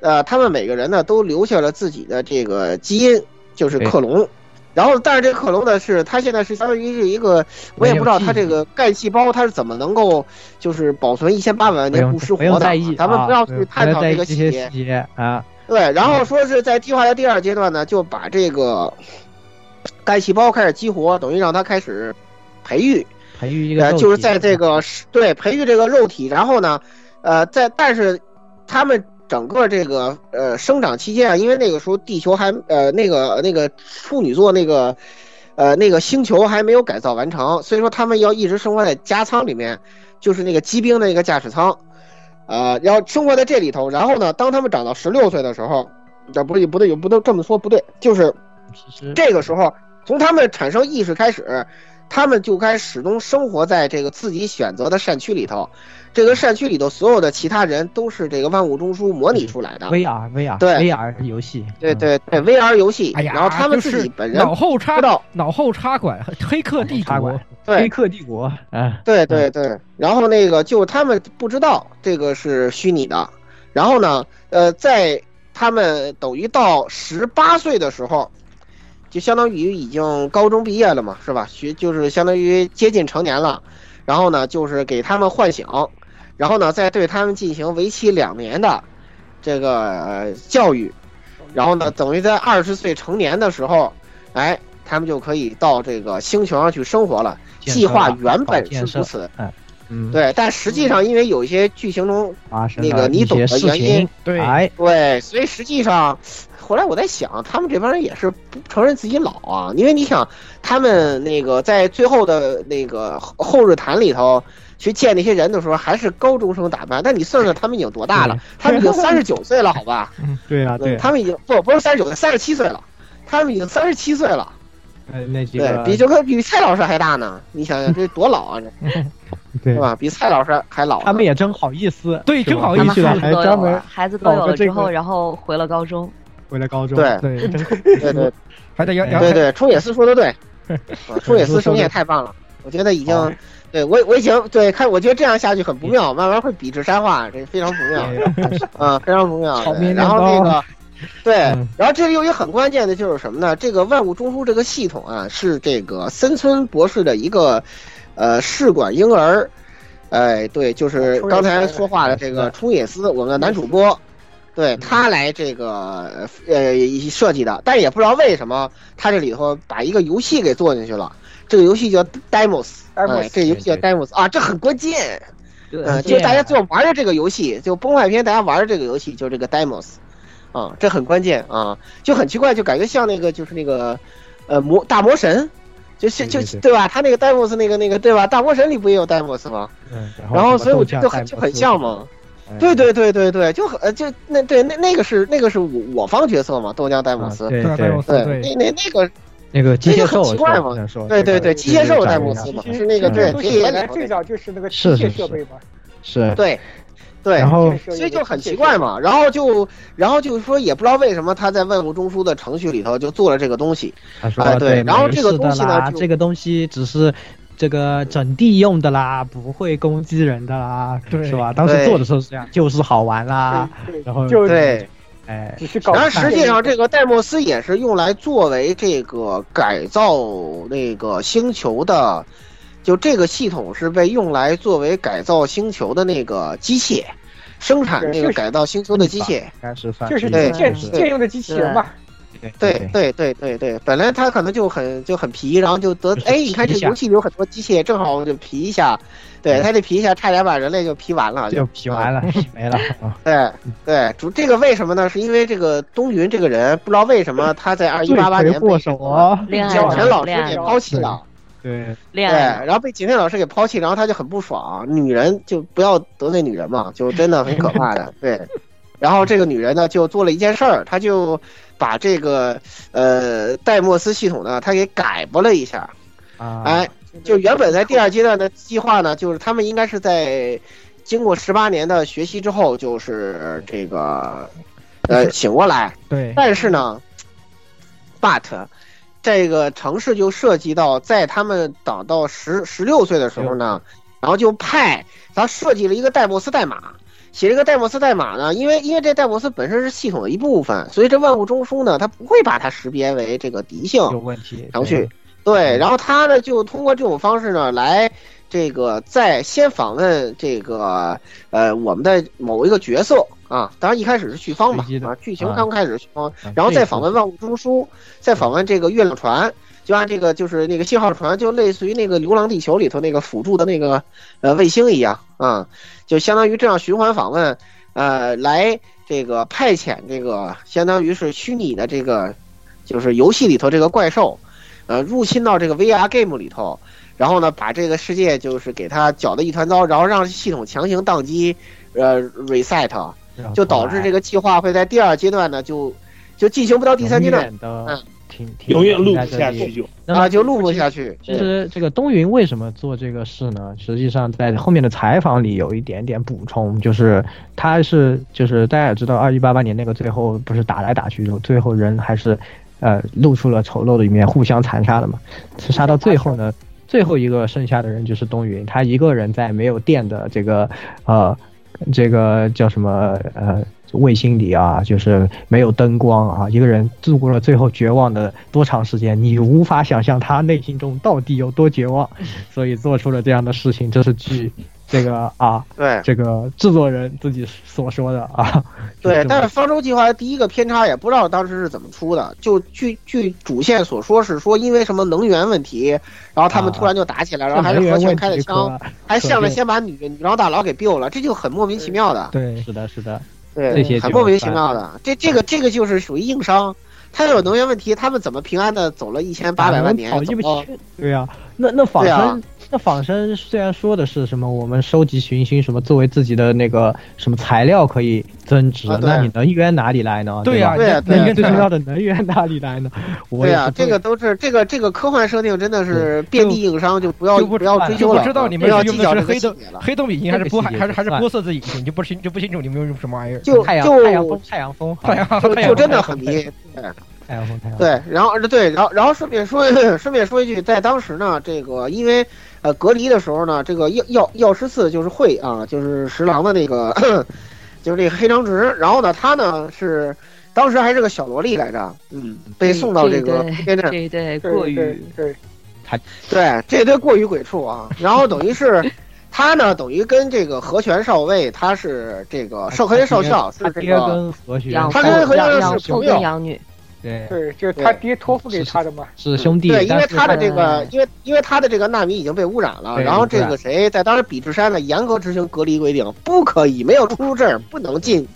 Speaker 12: 呃，他们每个人呢都留下了自己的这个基因，就是克隆。然后，但是这克隆呢是它现在是相当于是一个，我也不知道它这个干细胞它是怎么能够就是保存一千八百万
Speaker 7: 不
Speaker 12: 年
Speaker 7: 用
Speaker 12: 不失
Speaker 7: 不
Speaker 12: 活
Speaker 7: 用
Speaker 12: 的
Speaker 7: 在意，，
Speaker 12: 咱们
Speaker 7: 啊
Speaker 12: 不要
Speaker 7: 不
Speaker 12: 去
Speaker 7: 用
Speaker 12: 探
Speaker 7: 不
Speaker 12: 讨
Speaker 7: 用在
Speaker 12: 这
Speaker 7: 意
Speaker 12: 个
Speaker 7: 这
Speaker 12: 细
Speaker 7: 些
Speaker 12: 节
Speaker 7: 细。节啊。
Speaker 12: 对，然后说是在计划的第二阶段呢，就把这个干细胞开始激活，等于让它开始培育，
Speaker 7: 培育一个
Speaker 12: 呃，
Speaker 7: 肉
Speaker 12: 就是
Speaker 7: 体
Speaker 12: 在这个是对培育这个肉体，然后呢，呃，在但是他们整个这个呃生长期间啊，因为那个时候地球还呃那个那个处女座那个呃那个星球还没有改造完成，所以说他们要一直生活在加舱里面，就是那个机兵的那个驾驶舱，呃，然后生活在这里头，然后呢，当他们长到十六岁的时候，这不是不对，也不能这么说不对，就是
Speaker 7: 其实
Speaker 12: 这个时候，从他们产生意识开始，他们就该始终生活在这个自己选择的善区里头。这个善区里头所有的其他人都是这个万物中枢模拟出来的。
Speaker 7: VR VR
Speaker 12: 对
Speaker 7: VR 游戏，
Speaker 12: 对对对，VR 游戏，
Speaker 8: 哎呀，
Speaker 12: 然后他们自
Speaker 8: 就
Speaker 12: 己
Speaker 8: 是
Speaker 12: 本人
Speaker 8: 脑后插
Speaker 12: 知道，
Speaker 8: 脑后插管，黑客帝
Speaker 7: 插
Speaker 8: 国
Speaker 7: 管，黑
Speaker 12: 对
Speaker 7: 客帝国，啊，
Speaker 12: 对对对，然后那个就他们不知道这个是虚拟的，然后呢，呃，在他们等于到十八岁的时候，就相当于已经高中毕业了嘛，是吧？学就是相当于接近成年了，然后呢，就是给他们唤醒，然后呢，再对他们进行为期两年的这个、呃教育，然后呢，等于在二十岁成年的时候，哎，他们就可以到这个星球上去生活了。
Speaker 7: 建
Speaker 12: 计
Speaker 7: 设
Speaker 12: 划
Speaker 7: 了
Speaker 12: 原
Speaker 7: 搞
Speaker 12: 本
Speaker 7: 建
Speaker 12: 是
Speaker 7: 设
Speaker 12: 如此，
Speaker 7: 嗯，
Speaker 12: 对，但实际上因为有一些剧情中，
Speaker 7: 发生
Speaker 12: 那
Speaker 7: 了
Speaker 12: 个你
Speaker 7: 一
Speaker 12: 懂
Speaker 7: 些
Speaker 12: 的
Speaker 7: 事
Speaker 12: 原因
Speaker 7: 情，
Speaker 8: 对
Speaker 7: 哎，
Speaker 12: 对，所以实际上，后来我在想，他们这帮人也是不承认自己老啊，因为你想，他们那个在最后的那个后后日谈里头去见那些人的时候，还是高中生打扮，但你算算他们已经多大了？他们已经三 十九岁了，好吧？
Speaker 7: 对啊对啊，
Speaker 12: 他们已经不不是三十九岁，三十七岁了，他们已经三十七岁了。
Speaker 7: 呃那几
Speaker 12: 对
Speaker 7: 个
Speaker 12: 比就跟比蔡老师还大呢，你想想这多老啊，这
Speaker 7: 对
Speaker 12: 对吧？比蔡老师还老呢。
Speaker 7: 他们也真好意思，
Speaker 8: 对
Speaker 7: 是
Speaker 8: 真
Speaker 7: 吧
Speaker 8: 好
Speaker 7: 他
Speaker 8: 意
Speaker 7: 们
Speaker 8: 思
Speaker 7: 还
Speaker 17: 孩子都
Speaker 7: 专
Speaker 17: 有
Speaker 7: 门
Speaker 17: 了，孩子都有了之
Speaker 7: 搞
Speaker 17: 后，
Speaker 7: 个这个
Speaker 17: 然后回了高中，
Speaker 7: 回了高中，
Speaker 12: 对
Speaker 8: 对
Speaker 12: 对对
Speaker 8: 还在摇摇
Speaker 12: 对对，冲野司说的对，啊冲野司声线太棒了，我觉得已经，对我我已经对看，我觉得这样下去很不妙，慢慢会鄙视山化，这非常不妙，啊，非常不妙。
Speaker 7: 炒
Speaker 12: 对
Speaker 7: 面
Speaker 12: 然后
Speaker 7: 面
Speaker 12: 那
Speaker 7: 包啊
Speaker 12: 个，对
Speaker 7: 嗯，
Speaker 12: 然后这里有一个很关键的就是什么呢？这个万物中枢这个系统啊，是这个森村博士的一个，呃，试管婴儿。哎，对，就是
Speaker 18: 冲野
Speaker 12: 刚才
Speaker 18: 司
Speaker 12: 说话的这个冲野司，我们的男主
Speaker 17: 嗯
Speaker 12: 播，对他来这个呃设计的，但也不知道为什么他这里头把一个游戏给做进去了。这个游戏叫 Demos，哎，这个游戏叫 Demos 啊，这很关键。嗯，就大家最后玩的这个游戏，就崩坏篇，大家玩的这个游戏就是这个 Demos，啊，这很关键啊，就很奇怪，就感觉像那个就是那个，呃，魔大魔神，就是就
Speaker 7: 对对对
Speaker 12: 对吧？他那个 Demos 那个那个对吧？大魔神里不也有 Demos 吗？
Speaker 7: 嗯
Speaker 12: 然后所以我觉
Speaker 7: 就
Speaker 12: 得就很就很像嘛。
Speaker 7: 哎
Speaker 12: 对，
Speaker 7: 啊
Speaker 12: 对对对对，就很呃就那对那那个是那个是我我方角色嘛，豆浆戴
Speaker 7: 啊
Speaker 12: 姆斯，
Speaker 7: 对
Speaker 8: 对
Speaker 7: 对，
Speaker 8: 对
Speaker 12: 对，那那那个
Speaker 7: 那个机
Speaker 12: 这
Speaker 7: 械
Speaker 12: 就很
Speaker 7: 兽
Speaker 12: 奇
Speaker 7: 是
Speaker 12: 怪
Speaker 7: 吧
Speaker 12: 嘛
Speaker 7: 不能说
Speaker 12: 对对对，
Speaker 7: 这
Speaker 12: 机
Speaker 7: 个
Speaker 12: 械兽
Speaker 7: 长
Speaker 12: 戴
Speaker 7: 一
Speaker 12: 姆
Speaker 7: 样
Speaker 12: 斯嘛，
Speaker 18: 其实
Speaker 12: 是那个
Speaker 18: 这
Speaker 12: 对
Speaker 18: 个东
Speaker 12: 铁
Speaker 18: 西
Speaker 12: 眼
Speaker 18: 本
Speaker 12: 里
Speaker 18: 来
Speaker 12: 头
Speaker 18: 最
Speaker 12: 那个
Speaker 18: 早就是那个机
Speaker 7: 是是
Speaker 18: 械
Speaker 7: 是
Speaker 18: 设备嘛，
Speaker 7: 是
Speaker 12: 对，
Speaker 9: 对，
Speaker 7: 然后
Speaker 9: 所以就很奇怪嘛。然后就，然后就是说，也不知道为什么他在万物中枢的程序里头就做了这个东西。
Speaker 7: 他说、
Speaker 9: 哎对然后
Speaker 7: 没
Speaker 9: 这个
Speaker 7: 事的
Speaker 9: 东西呢
Speaker 7: 啦
Speaker 9: 就
Speaker 7: 这个东西只是这个整地用的啦，不会攻击人的啦，
Speaker 8: 对
Speaker 7: 是吧？当时
Speaker 9: 对
Speaker 7: 做的时候是这样，就是好玩啦，
Speaker 10: 对
Speaker 7: 然后
Speaker 10: 就
Speaker 9: 对，
Speaker 7: 哎，
Speaker 10: 只是搞。
Speaker 9: 然后实际上这个戴莫斯也是用来作为这个改造那个星球的，就这个系统是被用来作为改造星球的那个机械，生产这个改造星球的机械。
Speaker 7: 开始反
Speaker 10: 就是
Speaker 9: 对
Speaker 10: 借
Speaker 9: 是
Speaker 10: 借用的机器人嘛，
Speaker 9: 对对对对对，本来他可能就很就很皮，然后就得哎，你看这游戏里有很多机械，正好我就皮一下，对他这皮一下，差点把人类就皮完了，
Speaker 7: 就皮完了，没 了啊。
Speaker 9: 对对，主这个为什么呢？是因为这个东云这个人不知道为什么他在二一
Speaker 7: 罪
Speaker 9: 八八
Speaker 7: 魁
Speaker 9: 年被
Speaker 7: 祸首啊，
Speaker 11: 恋爱
Speaker 9: 景
Speaker 11: 脑
Speaker 9: 甜老师
Speaker 11: 恋爱
Speaker 9: 给
Speaker 11: 脑
Speaker 9: 抛弃了，
Speaker 7: 对，
Speaker 11: 恋爱
Speaker 9: 对，
Speaker 8: 嗯
Speaker 11: 脑
Speaker 9: 然后被景甜老师给抛弃，然后他就很不爽，女人就不要得罪女人嘛，就真的很可 怕的，对。然后这个女人呢，哎就做了一件事儿，她就把这个呃戴莫斯系统呢，她给改拨了一下，
Speaker 7: 啊，
Speaker 9: 哎，就原本在第二阶段的计划呢，就是他们应该是在经过十八年的学习之后，就是这个 呃醒过来。
Speaker 7: 对，
Speaker 9: 但是呢，but 这个城市就涉及到，在他们长到十十六岁的时候呢，
Speaker 8: 哎
Speaker 9: 然后就派他设计了一个戴莫斯代码。写这个戴莫斯代码呢，因为因为这戴莫斯本身是系统的一部分，所以这万物中枢呢，它不会把它识别为这个敌性，
Speaker 7: 有问题，
Speaker 9: 程序。嗯对，然后他呢就通过这种方式呢来这个再先访问这个呃我们的某一个角色啊，当然一开始是旭方嘛
Speaker 7: 随机的
Speaker 9: 啊，剧情
Speaker 7: 啊
Speaker 9: 刚开始是旭方，
Speaker 7: 对，
Speaker 9: 然后再访
Speaker 7: 这
Speaker 9: 问万物中枢，再访问这个月亮船，就按这个就是那个信号船，就类似于那个《流浪地球》里头那个辅助的那个呃卫星一样啊，就相当于这样循环访问，呃，来这个派遣这个相当于是虚拟的这个就是游戏里头这个怪兽，呃，入侵到这个 VR game 里头。然后呢，把这个世界就是给它搅得一团糟，然后让系统强行宕机，呃，reset，
Speaker 7: 个
Speaker 9: 就导致这
Speaker 7: 个
Speaker 9: 个计划会在第二阶段呢就就进行不到第三阶段，
Speaker 7: 的
Speaker 9: 嗯
Speaker 7: 停，停
Speaker 6: 永远录不下去。就。
Speaker 7: 那么
Speaker 9: 啊，就录不下去。
Speaker 7: 其实这个东云为什么做这个事呢？实际上在后面的采访里有一点点补充，就是他是就是大家也知道，二一八八年那个最后不是打来打去，最后人还是呃露出了丑陋的一面，互相残杀了嘛。刺杀到最后呢，最后一个剩下的人就是东云，他一个人在没有电的这个呃这个叫什么呃卫星里啊，就是没有灯光啊，一个人度过了最后绝望的多长时间，你无法想象他内心中到底有多绝 望，所以做出了这样的事情，这是据这个啊
Speaker 9: 对
Speaker 7: 这个制作人自己所说的啊。
Speaker 9: 对，
Speaker 7: 就这么
Speaker 9: 但是方舟计划第一个偏差也不知道当时是怎么出的，就据据主线所说是说因为什么能源问题，然后他们
Speaker 7: 啊
Speaker 9: 突然就打起来，然后还
Speaker 7: 这
Speaker 9: 是
Speaker 7: 没
Speaker 9: 合
Speaker 7: 人
Speaker 9: 拳
Speaker 7: 问
Speaker 9: 开了
Speaker 7: 题
Speaker 9: 枪，
Speaker 7: 可，
Speaker 9: 还上来
Speaker 7: 可
Speaker 9: 先把女女郎大佬给 biu 了，这就很莫名其妙的，
Speaker 8: 对，
Speaker 7: 是的，是的，这
Speaker 9: 对，
Speaker 7: 些
Speaker 9: 很
Speaker 7: 就
Speaker 9: 莫名其妙的。这这个这个就是属于硬伤，他有能源问题，他们怎么平安的走了一千八百万年
Speaker 7: 讨？
Speaker 9: 怎
Speaker 7: 厌不
Speaker 9: 么
Speaker 7: 起。对呀、那那仿
Speaker 9: 对
Speaker 7: 生、
Speaker 9: 啊
Speaker 7: 那仿生虽然说的是什么，我们收集寻星什么作为自己的那个什么材料可以增值，
Speaker 9: 啊对
Speaker 7: 那你能源哪里来呢？
Speaker 8: 对呀、
Speaker 7: 吧
Speaker 9: 对啊
Speaker 8: 那
Speaker 7: 那
Speaker 8: 那
Speaker 7: 你最
Speaker 8: 最
Speaker 7: 重
Speaker 8: 重
Speaker 7: 要
Speaker 8: 要
Speaker 7: 的能源哪里来呢？我
Speaker 9: 对
Speaker 7: 也
Speaker 9: 呀、
Speaker 7: 不
Speaker 9: 这个都是这个这个科幻设定真的是遍地硬伤，就不要
Speaker 8: 就不
Speaker 9: 不要追
Speaker 8: 就
Speaker 9: 究
Speaker 8: 不
Speaker 9: 了，
Speaker 8: 知道你们
Speaker 9: 不要
Speaker 8: 是
Speaker 9: 计
Speaker 8: 用
Speaker 9: 较
Speaker 8: 的
Speaker 9: 这
Speaker 8: 是
Speaker 9: 个
Speaker 8: 黑
Speaker 9: 细
Speaker 8: 灯
Speaker 9: 节了。
Speaker 8: 黑灯引擎还是波
Speaker 7: 这个细
Speaker 8: 还
Speaker 7: 节
Speaker 8: 还是还是
Speaker 7: 算
Speaker 8: 波色子引擎，就不清就不清楚你们用什么玩意儿。
Speaker 9: 就
Speaker 7: 太阳
Speaker 9: 就
Speaker 7: 太阳风太阳风，
Speaker 8: 太阳
Speaker 7: 就
Speaker 8: 太阳
Speaker 9: 就真的很
Speaker 7: 太
Speaker 9: 迷
Speaker 7: 阳。太阳风太阳风
Speaker 9: 对，然后对，然后然后顺便说顺便说一句， 在当时呢，这个因为呃隔离的时候呢，这个药药药师寺就是会啊，就是十郎的那个 就是这个黑长直，然后呢他呢是当时还是个小萝莉来着，嗯，被送到这个边镇
Speaker 11: 这，一对
Speaker 10: 对
Speaker 11: 过
Speaker 10: 对
Speaker 11: 于
Speaker 10: 对，
Speaker 9: 对，这对过于鬼畜啊。然后等于是他呢，等于跟这个和泉少尉，他是这个圣黑少校是
Speaker 7: 啊他
Speaker 9: 这
Speaker 7: 爹
Speaker 9: 个。
Speaker 7: 跟何学
Speaker 11: 养父
Speaker 9: 他跟何先
Speaker 11: 养
Speaker 9: 生是
Speaker 11: 养父
Speaker 9: 朋友
Speaker 11: 跟养女，
Speaker 7: 对
Speaker 10: 对，就是他爹托付给他的嘛。
Speaker 7: 是兄弟，
Speaker 9: 对，因
Speaker 7: 但
Speaker 9: 为
Speaker 7: 是
Speaker 9: 他的这个
Speaker 11: 嗯，
Speaker 9: 因为因为他的这个纳米已经被污染了，
Speaker 7: 对
Speaker 9: 然后这
Speaker 7: 污
Speaker 9: 个谁在当时比智山呢严格执行隔离规定，不可以没有出入证不能进，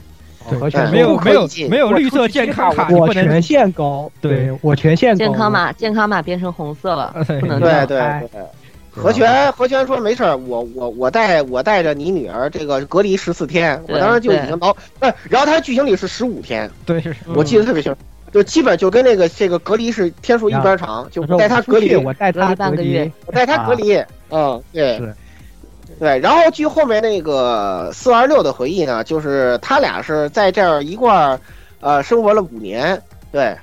Speaker 7: 何学
Speaker 8: 没有
Speaker 9: 不可
Speaker 8: 没有
Speaker 9: 以进
Speaker 8: 没有绿色健康卡，你
Speaker 7: 我
Speaker 8: 不能
Speaker 7: 权。限高，
Speaker 8: 对
Speaker 7: 对我权限高，
Speaker 11: 健康码健康码变成红色了，
Speaker 8: 呃对
Speaker 11: 不能
Speaker 9: 对
Speaker 11: 动
Speaker 9: 对
Speaker 7: 哎
Speaker 9: 对。何泉何泉说没事儿，我我我带我带着你女儿这个隔离十四天，我
Speaker 11: 对
Speaker 9: 当时就已
Speaker 11: 对
Speaker 9: 经熬，呃，然后他剧情里是十五天，
Speaker 8: 对，是
Speaker 9: 我
Speaker 7: 嗯
Speaker 9: 记得特别清，就基本就跟那个这个隔离是天数一边长，就
Speaker 7: 我说
Speaker 9: 带他
Speaker 7: 嗯我出
Speaker 9: 隔
Speaker 7: 去
Speaker 9: 离，
Speaker 7: 我带
Speaker 11: 隔
Speaker 7: 他啊
Speaker 11: 离半个月
Speaker 9: 我带他隔离，嗯，对
Speaker 7: 是，
Speaker 9: 对，然后据后面那个四二六的回忆呢，就是他俩是在这儿一块儿，呃，生活了五年，对，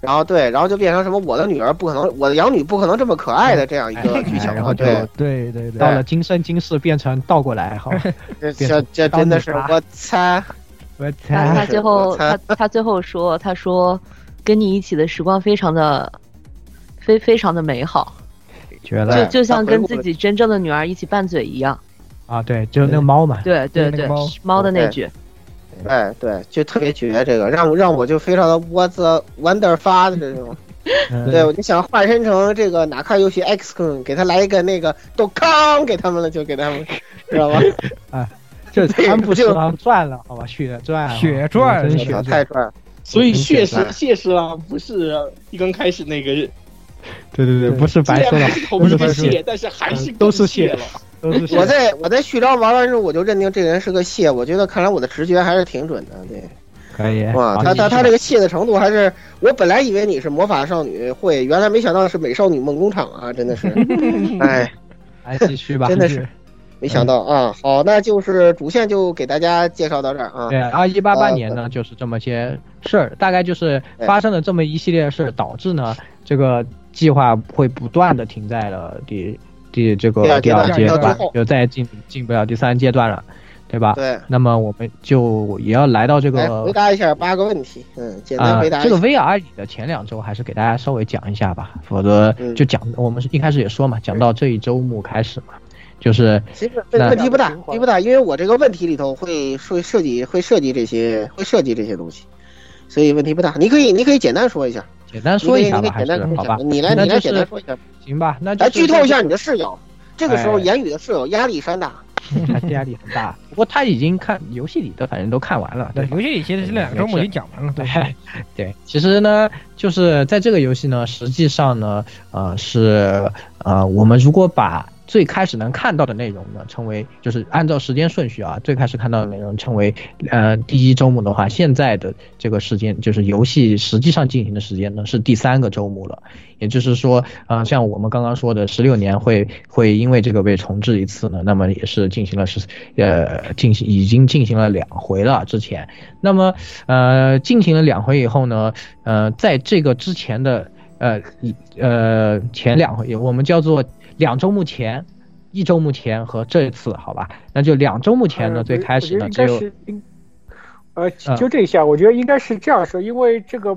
Speaker 9: 然后对，然后就变成什么我的女儿不可能，我的养女不可能这么可爱的这样一个剧情了，
Speaker 7: 哎然后就
Speaker 9: 对，
Speaker 7: 对对对，哎到了今生今世变成倒过 来，好，
Speaker 9: 这
Speaker 7: 变
Speaker 9: 这
Speaker 7: 成
Speaker 9: 这真的是
Speaker 7: 当你
Speaker 9: 我猜，
Speaker 7: 我啊
Speaker 11: 他他
Speaker 7: 猜，
Speaker 11: 最后他他最后说，他说跟你一起的时光非常的非非常的美好，
Speaker 7: 绝
Speaker 11: 就
Speaker 7: 了
Speaker 11: 就像跟自己真正的女儿一起拌嘴一样。
Speaker 7: 啊！对，就是那个猫嘛，
Speaker 11: 对对
Speaker 7: 那
Speaker 11: 对
Speaker 7: 个猫，
Speaker 11: 猫的那句，
Speaker 9: 哎，对，就特别绝这个，让让我就非常的 what the wonder 发的这种，
Speaker 7: 嗯
Speaker 9: 对，我就想化身成这个哪卡游戏 X 君，给他来一个那个豆康给他们了，就给他们，知道吗？
Speaker 7: 就安部十郎赚了，好吧，血赚了，
Speaker 8: 血赚
Speaker 7: 真
Speaker 8: 了
Speaker 7: 血赚，
Speaker 9: 啊太赚了，
Speaker 6: 所以血
Speaker 9: 嗯
Speaker 6: 石血石啊，不是一刚开始那个，虽
Speaker 7: 对对
Speaker 8: 对
Speaker 7: 对，不是白说的
Speaker 6: 然还，是头部
Speaker 7: 不
Speaker 6: 是
Speaker 7: 是
Speaker 6: 血，但是还是
Speaker 7: 嗯都是
Speaker 6: 血
Speaker 7: 血
Speaker 6: 了。
Speaker 7: 都是血
Speaker 9: 我在我在序章玩完之后，我就认定这个人是个蟹。我觉得看来我的直觉还是挺准的。对，
Speaker 7: 可以
Speaker 9: 哇，
Speaker 7: 哎好
Speaker 9: 他
Speaker 7: 继
Speaker 9: 他
Speaker 7: 续
Speaker 9: 他这个蟹的程度还是，我本来以为你是魔法少女会，原来没想到是美少女梦工厂啊，真的是，哎，
Speaker 7: 来继续吧，
Speaker 9: 真的
Speaker 7: 继续
Speaker 9: 是没想到啊。好，那就是主线就给大家介绍到这儿啊。
Speaker 7: 对，二一八八
Speaker 9: 呃
Speaker 7: 年呢，就是这么些事儿，大概就是
Speaker 9: 对
Speaker 7: 发生了这么一系列的事儿，导致呢这个计划会不断的停在了第第这
Speaker 9: 第二
Speaker 7: 个第
Speaker 9: 阶
Speaker 7: 二
Speaker 9: 段
Speaker 7: 阶
Speaker 8: 到
Speaker 7: 段
Speaker 9: 最后，
Speaker 7: 就再进进不了第三阶段了，对吧？
Speaker 9: 对，
Speaker 7: 那么我们就也要来到这
Speaker 9: 来
Speaker 7: 个
Speaker 9: 回答一下八个问题，嗯，简单
Speaker 7: 啊、
Speaker 9: 回答一
Speaker 7: 这
Speaker 9: 下
Speaker 7: 个 VR 里的前两周还是给大家稍微讲一下吧，否则
Speaker 9: 嗯
Speaker 7: 就讲、我们是一开始也说嘛，讲到这一周目开始嘛，就是
Speaker 9: 其实问
Speaker 7: 那
Speaker 9: 问题不大，问题不大，因为我这个问题里头会会设计会设计这些会设计这些东西，所以问题不大。你可以你可以简单说一下，
Speaker 7: 简单说一下
Speaker 9: 你可以
Speaker 7: 吧，
Speaker 9: 你可以简单说一
Speaker 7: 还是好
Speaker 9: 下
Speaker 7: 吧？
Speaker 9: 你来
Speaker 7: 那
Speaker 9: 你来
Speaker 7: 就
Speaker 9: 简单
Speaker 7: 是
Speaker 9: 说一下，
Speaker 7: 行吧，那就
Speaker 9: 来
Speaker 7: 是
Speaker 9: 剧透一下你的室友。这个时候，
Speaker 7: 哎
Speaker 9: 言语的室友压力山大，
Speaker 7: 还是压力很大。不过他已经看游戏里的，反正都看完了，
Speaker 8: 对
Speaker 7: 对，
Speaker 8: 游戏里其实这两个周末已经讲完 了，对，
Speaker 7: 对，其实呢，就是在这个游戏呢，实际上呢，呃，是呃，我们如果把最开始能看到的内容呢，称为就是按照时间顺序啊，最开始看到的内容称为呃第一周目的话，现在的这个时间就是游戏实际上进行的时间呢是第三个周目了，也就是说，呃，像我们刚刚说的十六年会会因为这个被重置一次呢，那么也是进行了十呃进行已经进行了两回了之前，那么呃，进行了两回以后呢，呃，在这个之前的呃一呃前两回，我们叫做两周目前、一周目前和这次，好吧？那就两周目前呢，
Speaker 10: 呃
Speaker 7: 最
Speaker 10: 我
Speaker 7: 开始
Speaker 10: 我
Speaker 7: 呢
Speaker 10: 觉得
Speaker 7: 只
Speaker 10: 应该
Speaker 7: 有
Speaker 10: 是应呃，
Speaker 7: 嗯
Speaker 10: 纠正一下，我觉得应该是这样说，因为这个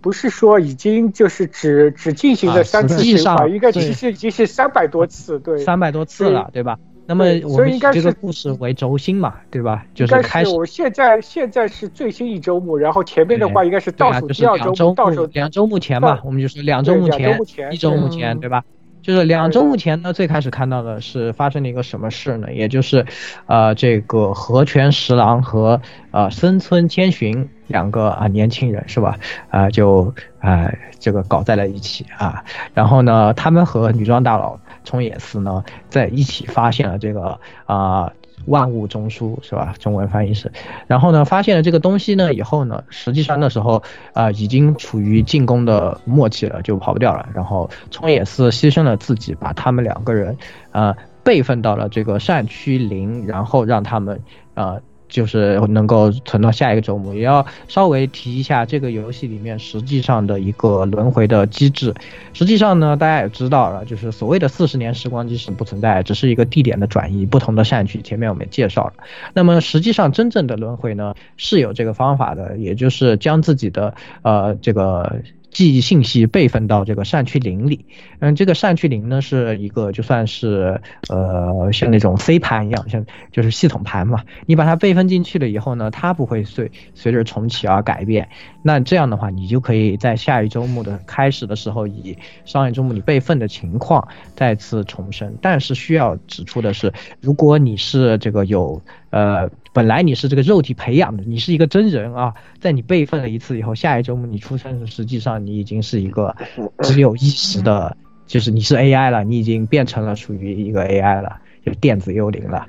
Speaker 10: 不是说已经就是只只进行
Speaker 7: 啊
Speaker 10: 了三
Speaker 7: 实
Speaker 10: 次
Speaker 7: 际
Speaker 10: 循环，
Speaker 7: 上
Speaker 10: 应该其
Speaker 7: 对
Speaker 10: 实已经是三百多次，对，
Speaker 7: 三百多次了，对吧？那么
Speaker 10: 对
Speaker 7: 我
Speaker 10: 所以
Speaker 7: 们以
Speaker 10: 应该
Speaker 7: 这个
Speaker 10: 是
Speaker 7: 故事为轴心嘛，对吧？就
Speaker 10: 应
Speaker 7: 是
Speaker 10: 该
Speaker 7: 开
Speaker 10: 是
Speaker 7: 始
Speaker 10: 我现在现在是最新一周目，然后前面的
Speaker 7: 对
Speaker 10: 话应该是
Speaker 7: 对
Speaker 10: 倒
Speaker 7: 啊，
Speaker 10: 数
Speaker 7: 就是
Speaker 10: 第二周
Speaker 7: 两周
Speaker 10: 目，倒数
Speaker 7: 目两周目前嘛
Speaker 10: 倒，
Speaker 7: 我们就说两周
Speaker 10: 对
Speaker 7: 目
Speaker 10: 两
Speaker 7: 前
Speaker 10: 周目前嗯
Speaker 7: 一周目
Speaker 10: 对
Speaker 7: 前，对吧？就是两周目前呢，最开始看到的是发生了一个什么事呢？也就是，呃，这个河泉十郎和呃森村千寻两个啊、年轻人是吧？啊、就啊、这个搞在了一起啊。然后呢，他们和女装大佬冲野寺呢在一起发现了这个啊、万物中枢是吧？中文翻译是。然后呢，发现了这个东西呢以后呢，实际上那时候啊、呃已经处于进攻的末期了，就跑不掉了。然后冲野寺牺牲了自己，把他们两个人呃备份到了这个善区林，然后让他们呃。就是能够存到下一个周末，也要稍微提一下这个游戏里面实际上的一个轮回的机制。实际上呢，大家也知道了，就是所谓的四十年时光机是不存在，只是一个地点的转移，不同的善区。前面我们也介绍了。那么实际上真正的轮回呢是有这个方法的，也就是将自己的呃这个记忆信息备份到这个善区林里。嗯，这个善区林呢是一个就算是呃像那种 C 盘一样，像就是系统盘嘛。你把它备份进去了以后呢，它不会随随着重启而改变。那这样的话，你就可以在下一周末的开始的时候，以上一周末你备份的情况再次重申。但是需要指出的是，如果你是这个有呃，本来你是这个肉体培养的，你是一个真人啊，在你备份了一次以后，下一周末你出生时，实际上你已经是一个只有意识的，就是你是 AI 了，你已经变成了属于一个 AI 了，就是电子幽灵了。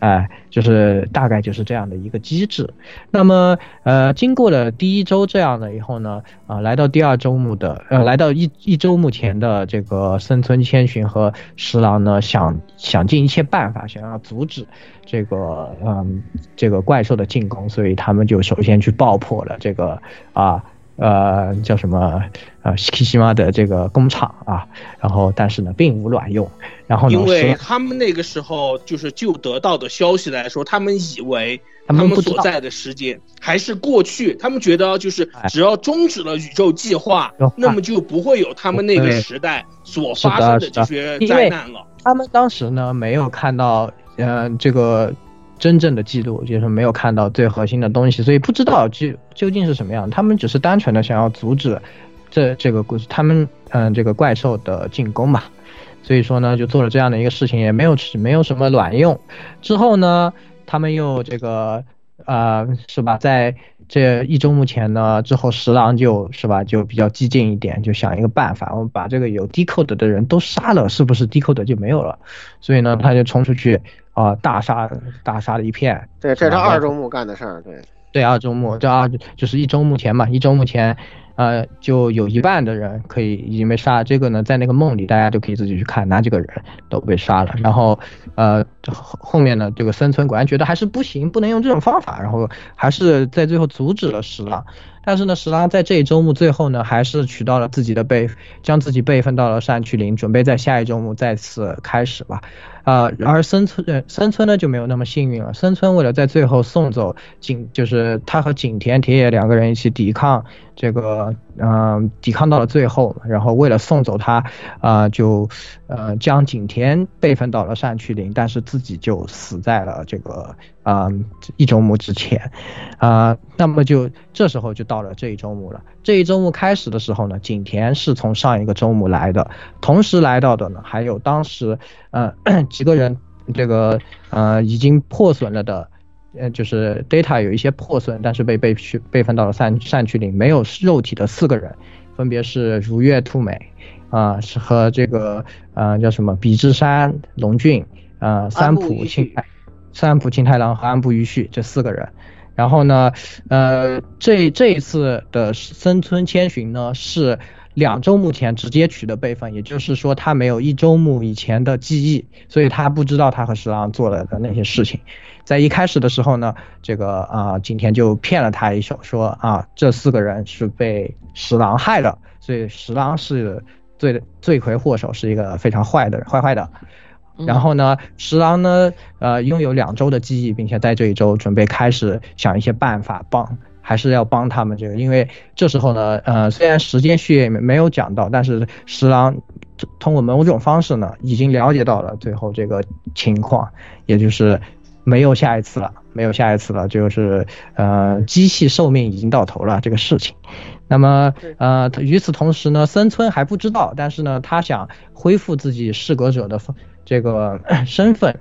Speaker 7: 哎、就是大概就是这样的一个机制。那么呃，经过了第一周这样的以后呢，啊、来到第二周目的呃，来到一一周目前的这个生村千寻和十郎呢，想想尽一切办法，想要阻止这个嗯这个怪兽的进攻，所以他们就首先去爆破了这个啊。呃，叫什么？呃，西西妈的这个工厂啊，然后但是呢，并无卵用。然后呢，
Speaker 6: 因
Speaker 7: 十
Speaker 6: 为
Speaker 7: 郎
Speaker 6: 他们那个时候就是就得到的消息来说，他们以为
Speaker 7: 他们不知道
Speaker 6: 所在的时间还是过去，他们觉得就是只要终止了宇宙计划
Speaker 7: 哎，
Speaker 6: 那么就不会有他们那个
Speaker 7: 对
Speaker 6: 时代所发生
Speaker 7: 是
Speaker 6: 这
Speaker 7: 的是
Speaker 6: 些
Speaker 7: 的因
Speaker 6: 灾
Speaker 7: 为
Speaker 6: 难了。
Speaker 7: 他们当时呢没有看到，呃，这个真正的记录，就是没有看到最核心的东西，所以不知道究究竟是什么样。他们只是单纯的想要阻止这这个故事，他们嗯、呃这个怪兽的进攻嘛。所以说呢，就做了这样的一个事情，也没有没有什么卵用。之后呢，他们又这个呃，是吧，在这一周目前呢，之后十郎就是吧，就比较激进一点，就想一个办法，我们把这个有 decode 的人都杀了，是不是 decode 就没有了？所以呢，他就冲出去啊、大杀大杀了一片。
Speaker 9: 对，这是
Speaker 7: 然后
Speaker 9: 二周目干的事儿，对，
Speaker 7: 对，二周目，这二就是一周目前嘛，一周目前，呃，就有一半的人可以已经被杀了。这个呢，在那个梦里，大家就可以自己去看哪几个人都被杀了。然后，呃，后后面呢，这个生存果然觉得还是不行，不能用这种方法，然后还是在最后阻止了十郎。但是呢，十郎在这一周目最后呢，还是取到了自己的备，将自己备份到了山区林，准备在下一周目再次开始吧。啊，而森村呃森村呢就没有那么幸运了。森村为了在最后送走景，就是他和景田铁也两个人一起抵抗这个，嗯、抵抗到了最后，然后为了送走他，啊、就呃将景田备份到了善区林，但是自己就死在了这个啊、一周目之前，啊、那么就这时候就到了这一周目了。这一周目开始的时候呢，景田是从上一个周目来的，同时来到的呢还有当时呃 几个人这个呃已经破损了的。呃，就是 data 有一些破损，但是被被去备份到了善善区里，没有肉体的四个人，分别是如月兔美，啊、是和这个呃叫什么比之山龙俊，呃三
Speaker 9: 安部
Speaker 7: 浦
Speaker 9: 一
Speaker 7: 清
Speaker 9: 绪
Speaker 7: 太，三浦清太郎和安部裕绪这四个人。然后呢，呃，这这一次的森村千寻呢是两周目前直接取得备份，也就是说他没有一周目以前的记忆，所以他不知道他和十郎做了的那些事情。在一开始的时候呢，这个啊、景田就骗了他一手，说啊这四个人是被十郎害了，所以十郎是罪罪魁祸首，是一个非常坏的人，坏坏的。
Speaker 11: 嗯
Speaker 12: 嗯
Speaker 7: 然后呢，十郎呢，呃，拥有两周的记忆，并且在这一周准备开始想一些办法帮，还是要帮他们这个，因为这时候呢，呃，虽然时间序列没没有讲到，但是十郎通过某种方式呢，已经了解到了最后这个情况，也就是没有下一次了，没有下一次了，就是呃，机器寿命已经到头了这个事情。那么，呃，与此同时呢，森村还不知道，但是呢，他想恢复自己适格者的这个 身份，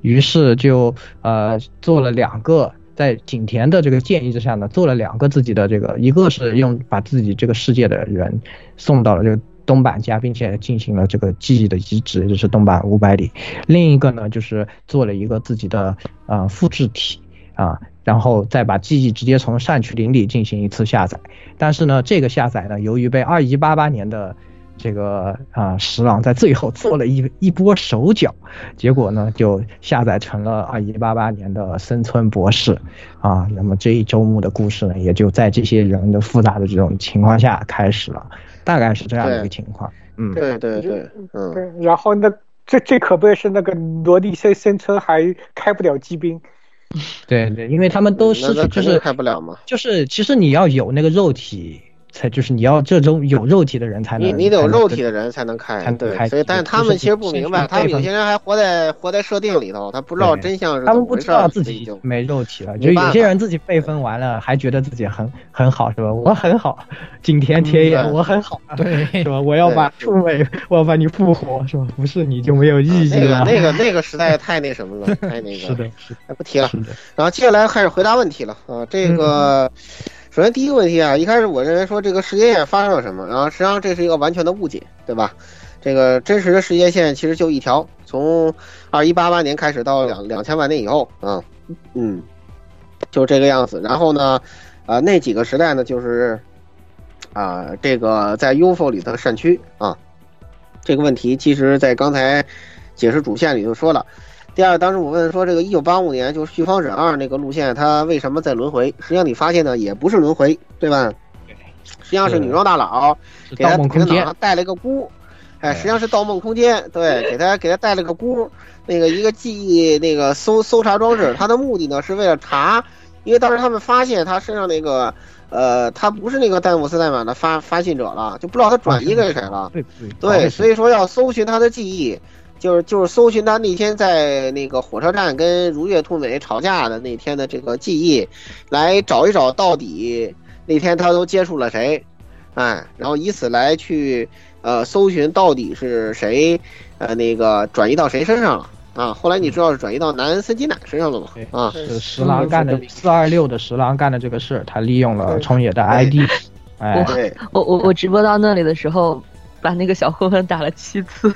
Speaker 7: 于是就呃做了两个，在景田的这个建议之下呢，做了两个自己的这个，一个是用把自己这个世界的人送到了这个东坂家，并且进行了这个记忆的移植，也就是东坂五百里；另一个呢，就是做了一个自己的呃复制体啊。然后再把记忆直接从善区林里进行一次下载，但是呢，这个下载呢，由于被二一八八年的这个啊石朗在最后做了一一波手脚，结果呢就下载成了二一八八年的森村博士啊。那么这一周目的故事呢，也就在这些人的复杂的这种情况下开始了，大概是这样的一个
Speaker 9: 对
Speaker 7: 情况。嗯，
Speaker 9: 对对对，嗯，
Speaker 10: 对，然后那最最可悲的是那个罗丽森森村还开不了机 兵，
Speaker 7: 对对，因为他们都
Speaker 9: 嗯那那
Speaker 7: 失去，就
Speaker 9: 肯定
Speaker 7: 是
Speaker 9: 开不了嘛，
Speaker 7: 就是，其实你要有那个肉体，才就是你要这种有肉体的人才能，
Speaker 9: 你你得有
Speaker 7: 才能
Speaker 9: 肉
Speaker 7: 跟
Speaker 9: 体的人才能
Speaker 7: 才
Speaker 9: 开，
Speaker 7: 能
Speaker 9: 对，
Speaker 7: 开
Speaker 9: 所以但
Speaker 7: 对
Speaker 9: 是他
Speaker 7: 就是
Speaker 9: 们
Speaker 7: 你
Speaker 9: 其实不
Speaker 7: 身
Speaker 9: 明白，
Speaker 7: 上
Speaker 9: 他们
Speaker 7: 备
Speaker 9: 有
Speaker 7: 份
Speaker 9: 些人还活在活在设定里头，他不知道
Speaker 7: 对
Speaker 9: 真相是
Speaker 7: 他
Speaker 9: 怎
Speaker 7: 们
Speaker 9: 么
Speaker 7: 不
Speaker 9: 回
Speaker 7: 知
Speaker 9: 事儿，
Speaker 7: 道自
Speaker 9: 所以
Speaker 7: 己
Speaker 9: 就
Speaker 7: 没肉体了，
Speaker 9: 没
Speaker 7: 就有
Speaker 9: 办
Speaker 7: 些
Speaker 9: 法
Speaker 7: 人自己备分完了，还觉得自己很很好，是吧？我很好，景田铁也，
Speaker 9: 嗯对
Speaker 7: 我很好，
Speaker 8: 对
Speaker 7: 是吧？我要把
Speaker 9: 对
Speaker 7: 触美，我要把你复活，是吧？不是你就没有意
Speaker 9: 啊
Speaker 7: 义
Speaker 9: 那个
Speaker 7: 了。
Speaker 9: 那个那个时代太那什么了，太那个，
Speaker 7: 是的，是
Speaker 9: 哎，不提了。
Speaker 7: 是的，
Speaker 9: 然后接下来开始回答问题了啊，这个首先第一个问题啊，一开始我认为说这个世界发生了什么，然后实际上这是一个完全的误解，对吧？这个真实的世界线其实就一条，从二一八八年开始到两两千万年以后啊，嗯，就这个样子。然后呢，啊、那几个时代呢，就是啊、这个在 UFO 里的扇区啊，这个问题其实在刚才解释主线里就说了。第二，当时我问说，这个一九八五年就是《旭方忍二》那个路线，它为什么在轮回？实际上你发现呢，也不是轮回，对吧？实际上是女装大佬
Speaker 7: 是
Speaker 9: 给他
Speaker 7: 盗梦
Speaker 9: 给他
Speaker 7: 空间
Speaker 9: 脑上带了个箍，哎，实际上是《盗梦空间》对，给他给他带了个箍，那个一个记忆那个搜搜查装置，它的目的呢是为了查，因为当时他们发现他身上那个呃，他不是那个戴姆斯代码的发发信者了，就不知道他转移给谁了。
Speaker 7: 对
Speaker 9: 对，所
Speaker 7: 以
Speaker 9: 以说要搜寻他的记忆，就是就是搜寻他那天在那个火车站跟如月兔美吵架的那天的这个记忆，来找一找到底那天他都接触了谁，哎，然后以此来去呃搜寻到底是谁呃那个转移到谁身上了啊。后来你知道是转移到南森基乃身上了嘛？啊，
Speaker 7: 嗯是十郎干
Speaker 9: 嗯
Speaker 7: 的四二六的十郎干的这个事儿，他利用了冲野的 ID，哎，
Speaker 9: 对。
Speaker 11: 我我我直播到那里的时候，把那个小混混打了七次。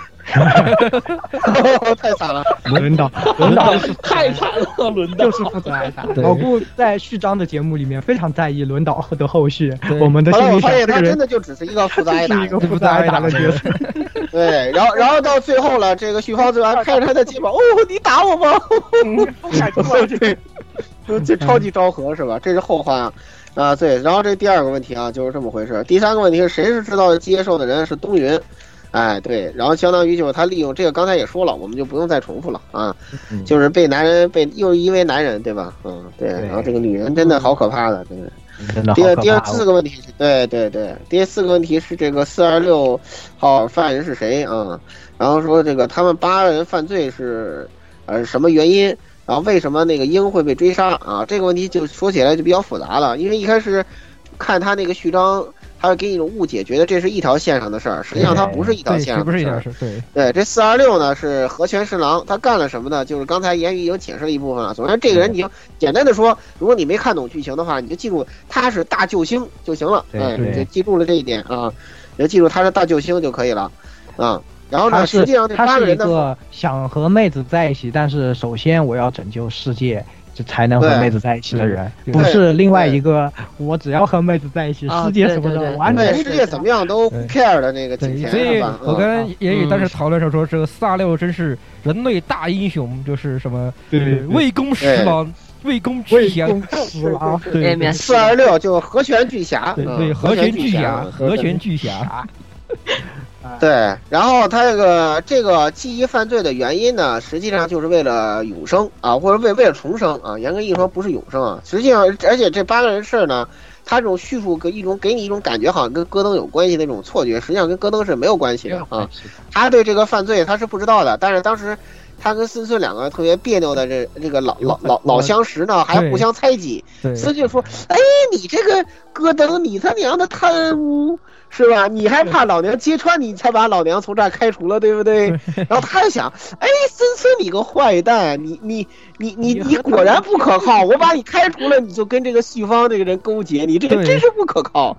Speaker 9: 哦太惨了，
Speaker 7: 轮到 轮到
Speaker 6: 太惨
Speaker 7: 哎
Speaker 6: 了，轮到
Speaker 7: 就是负责挨打。
Speaker 2: 对
Speaker 7: 老顾在序章的节目里面非常在意轮岛的后续，我们的
Speaker 9: 后来
Speaker 7: 心
Speaker 9: 我
Speaker 7: 理小
Speaker 9: 发现他
Speaker 7: 人
Speaker 9: 真的就只是一个负责挨 打
Speaker 7: 是一
Speaker 9: 的
Speaker 7: 个负责挨打的角色。
Speaker 9: 对，然后然后到最后了，这个旭芳最后还拍着他的肩膀，哦，你打我吗？嗯
Speaker 6: 不敢说这
Speaker 9: 这这超级昭和是吧？这是后话啊，啊对。然后这第二个问题啊，就是这么回事。第三个问题是谁是制造接受的人？是东云，哎对。然后相当于就是他利用这个，刚才也说了，我们就不用再重复了啊。
Speaker 2: 嗯
Speaker 9: 就是被男人被又因为男人对吧？嗯对。
Speaker 7: 对
Speaker 9: 然后这个女人真的好可怕的，真的。
Speaker 7: 真的
Speaker 9: 第二第二
Speaker 8: 哦
Speaker 9: 四个问题是，对对对，第四个问题是这个四二六号犯人是谁啊？然后说这个他们八人犯罪是呃什么原因？然后为什么那个鹰会被追杀啊？这个问题就说起来就比较复杂了，因为一开始看他那个序章，他会给你一种误解，觉得这是一条线上的事儿，实际上它不是一条
Speaker 8: 对，
Speaker 9: 线
Speaker 8: 是
Speaker 9: 上
Speaker 8: 不
Speaker 9: 的
Speaker 8: 是一
Speaker 9: 事儿
Speaker 8: 点。事？对，
Speaker 9: 对，这四二六呢是和泉侍郎，他干了什么呢？就是刚才言语已经解释了一部分了。总之，这个人你就简单的说，如果你没看懂剧情的话，你就记住他是大救星就行了。
Speaker 7: 对
Speaker 9: 哎，
Speaker 7: 对
Speaker 9: 你就记住了这一点啊，你就记住他是大救星就可以了。啊，然后
Speaker 7: 他
Speaker 9: 呢，
Speaker 7: 是
Speaker 9: 实际上这八
Speaker 7: 他
Speaker 9: 个
Speaker 7: 是一
Speaker 9: 人的
Speaker 7: 个想和妹子在一起，但是首先我要拯救世界，这才能和
Speaker 9: 对
Speaker 7: 妹子在一起的人，
Speaker 8: 对
Speaker 7: 不是另外一个我只要和妹子在一起，
Speaker 11: 啊
Speaker 7: 世界什么
Speaker 11: 对对
Speaker 7: 的
Speaker 11: 对
Speaker 7: 完全
Speaker 9: 对
Speaker 7: 不
Speaker 9: 世界怎么样都
Speaker 8: 对
Speaker 9: who care 的那个景
Speaker 8: 对，
Speaker 9: 甜
Speaker 8: 所以
Speaker 9: 是吧？
Speaker 8: 我
Speaker 9: 嗯
Speaker 8: 跟言语当时
Speaker 11: 嗯
Speaker 8: 讨论的时候说，这个四二六真是人类大英雄，就是什么
Speaker 7: 对对
Speaker 8: 呃魏
Speaker 9: 啊
Speaker 8: 公十郎、魏公
Speaker 7: 魏
Speaker 8: 巨侠，
Speaker 7: 公十郎
Speaker 8: 对
Speaker 11: 哎
Speaker 8: 对
Speaker 11: 呀
Speaker 8: 对
Speaker 9: 四二六就和弦巨侠，
Speaker 8: 对
Speaker 9: 嗯
Speaker 8: 对，和弦巨侠，和
Speaker 9: 弦
Speaker 8: 弦巨侠，
Speaker 9: 对，然后他这个这个记忆犯罪的原因呢，实际上就是为了永生啊，或者为为了重生啊。严格意义说不是永生啊，实际上而且这八个人事儿呢，他这种叙述给一种给你一种感觉，好像跟戈登有关系的那种错觉，实际上跟戈登是没有关系的啊。他对这个犯罪他是不知道的，但是当时他跟思寸两个特别别扭的这这个老老老老相识呢，还互相猜忌。
Speaker 8: 对
Speaker 9: 思俊说：“哎，你这个戈登，你他娘的贪污是吧？你还怕老娘揭穿你，才把老娘从这儿开除了，对不对？”然后他还想：“哎，思寸，你个坏蛋，你你你你你果然不可靠，我把你开除了，你就跟这个旭芳这个人勾结，你这个
Speaker 8: 对
Speaker 9: 真是不可靠。”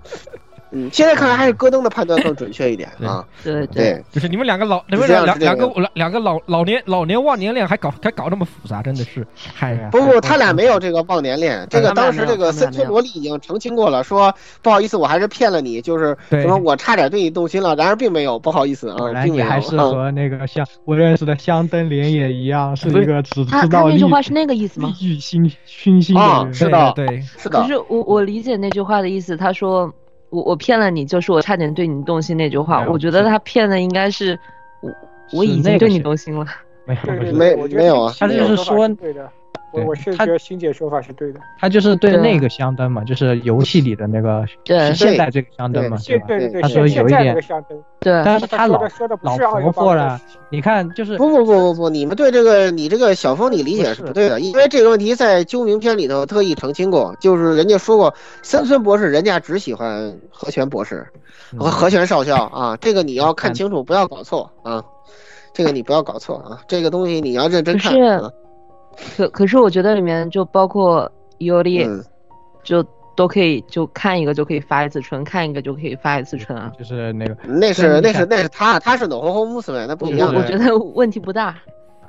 Speaker 9: 嗯，现在看来还是戈登的判断更准确一点啊。
Speaker 11: 对
Speaker 9: 对，，
Speaker 8: 就是你们两个老，你们
Speaker 9: 这样
Speaker 8: 两两
Speaker 9: 是这
Speaker 8: 两
Speaker 9: 样
Speaker 8: 个两两个老老年老年忘年恋还搞还搞那么复杂，真的是，
Speaker 7: 哎
Speaker 8: 嗨 呀，
Speaker 9: 不不，他俩没有这个忘年恋。这个
Speaker 11: 他们俩
Speaker 9: 当
Speaker 11: 没
Speaker 9: 时
Speaker 11: 有
Speaker 9: 这
Speaker 11: 他
Speaker 9: 个
Speaker 11: 们俩
Speaker 9: 森村萝莉已经澄清过了，说不好意思，我还是骗了你，就是
Speaker 8: 对
Speaker 9: 什么我差点对你动心了，然而并没有，不好意思
Speaker 7: 果
Speaker 9: 啊，
Speaker 7: 然
Speaker 9: 并没
Speaker 7: 你
Speaker 9: 有。
Speaker 7: 还是
Speaker 9: 嗯
Speaker 7: 和那个像我认识的香灯莲也一样，是一个只
Speaker 11: 他他
Speaker 7: 知道
Speaker 11: 那
Speaker 7: 利
Speaker 11: 句话是那个意思吗？
Speaker 7: 利欲熏熏心的
Speaker 9: 啊，
Speaker 7: 人。
Speaker 9: 是的，
Speaker 8: 对对，
Speaker 9: 是
Speaker 11: 可
Speaker 9: 的
Speaker 11: 是，我我理解那句话的意思，他说我我骗了你，就是我差点对你动心那句话。
Speaker 7: 没有
Speaker 11: 我觉得他骗的应该是我我
Speaker 7: 是
Speaker 11: 已
Speaker 7: 那
Speaker 11: 经
Speaker 7: 个
Speaker 11: 对你
Speaker 7: 谁
Speaker 11: 动 心了。
Speaker 7: 没有
Speaker 10: 对对
Speaker 7: 没有
Speaker 10: 对，
Speaker 9: 没
Speaker 10: 我觉得
Speaker 9: 没有啊
Speaker 10: 这个
Speaker 7: 他就是
Speaker 10: 说
Speaker 7: 说
Speaker 10: 法对的，我
Speaker 7: 对
Speaker 10: 我是
Speaker 7: 他
Speaker 10: 觉得欣姐说法是对的。
Speaker 7: 他就是对
Speaker 9: 啊
Speaker 11: 对
Speaker 7: 那个香灯嘛，就是游戏里的那个，
Speaker 11: 对
Speaker 7: 是现在这个香灯嘛，
Speaker 10: 对
Speaker 7: 对吧？
Speaker 10: 对对，
Speaker 7: 他说
Speaker 10: 现现
Speaker 7: 有一
Speaker 10: 在那
Speaker 7: 点
Speaker 10: 个相灯，
Speaker 11: 对，
Speaker 7: 但是他
Speaker 10: 说
Speaker 7: 老
Speaker 10: 的说的不
Speaker 7: 老
Speaker 10: 是二
Speaker 7: 婆
Speaker 10: 月
Speaker 7: 婆
Speaker 10: 八的
Speaker 7: 了
Speaker 10: 事情，
Speaker 7: 你看就是
Speaker 9: 不不不不不，你们对这个你这个小峰你理解是
Speaker 7: 不是
Speaker 9: 不对的，因为这个问题在《鸠名篇》里头特意澄清过，就是人家说过，森村博士人家只喜欢和泉博士
Speaker 7: 嗯
Speaker 9: 和和泉少校啊，这个你要看清楚，不要搞错啊，这个你不要搞错啊，这个东西你要认真看
Speaker 11: 可是
Speaker 9: 啊，
Speaker 11: 可可是我觉得里面就包括尤利，
Speaker 9: 嗯。
Speaker 11: 就都可以就看一个就可以发一次春，看一个就可以发一次春啊。
Speaker 7: 就是那个，
Speaker 9: 那是
Speaker 7: 但
Speaker 9: 那是那是他他是暖烘烘木斯文，那不
Speaker 11: 我
Speaker 9: 一样。
Speaker 11: 我觉得问题不大。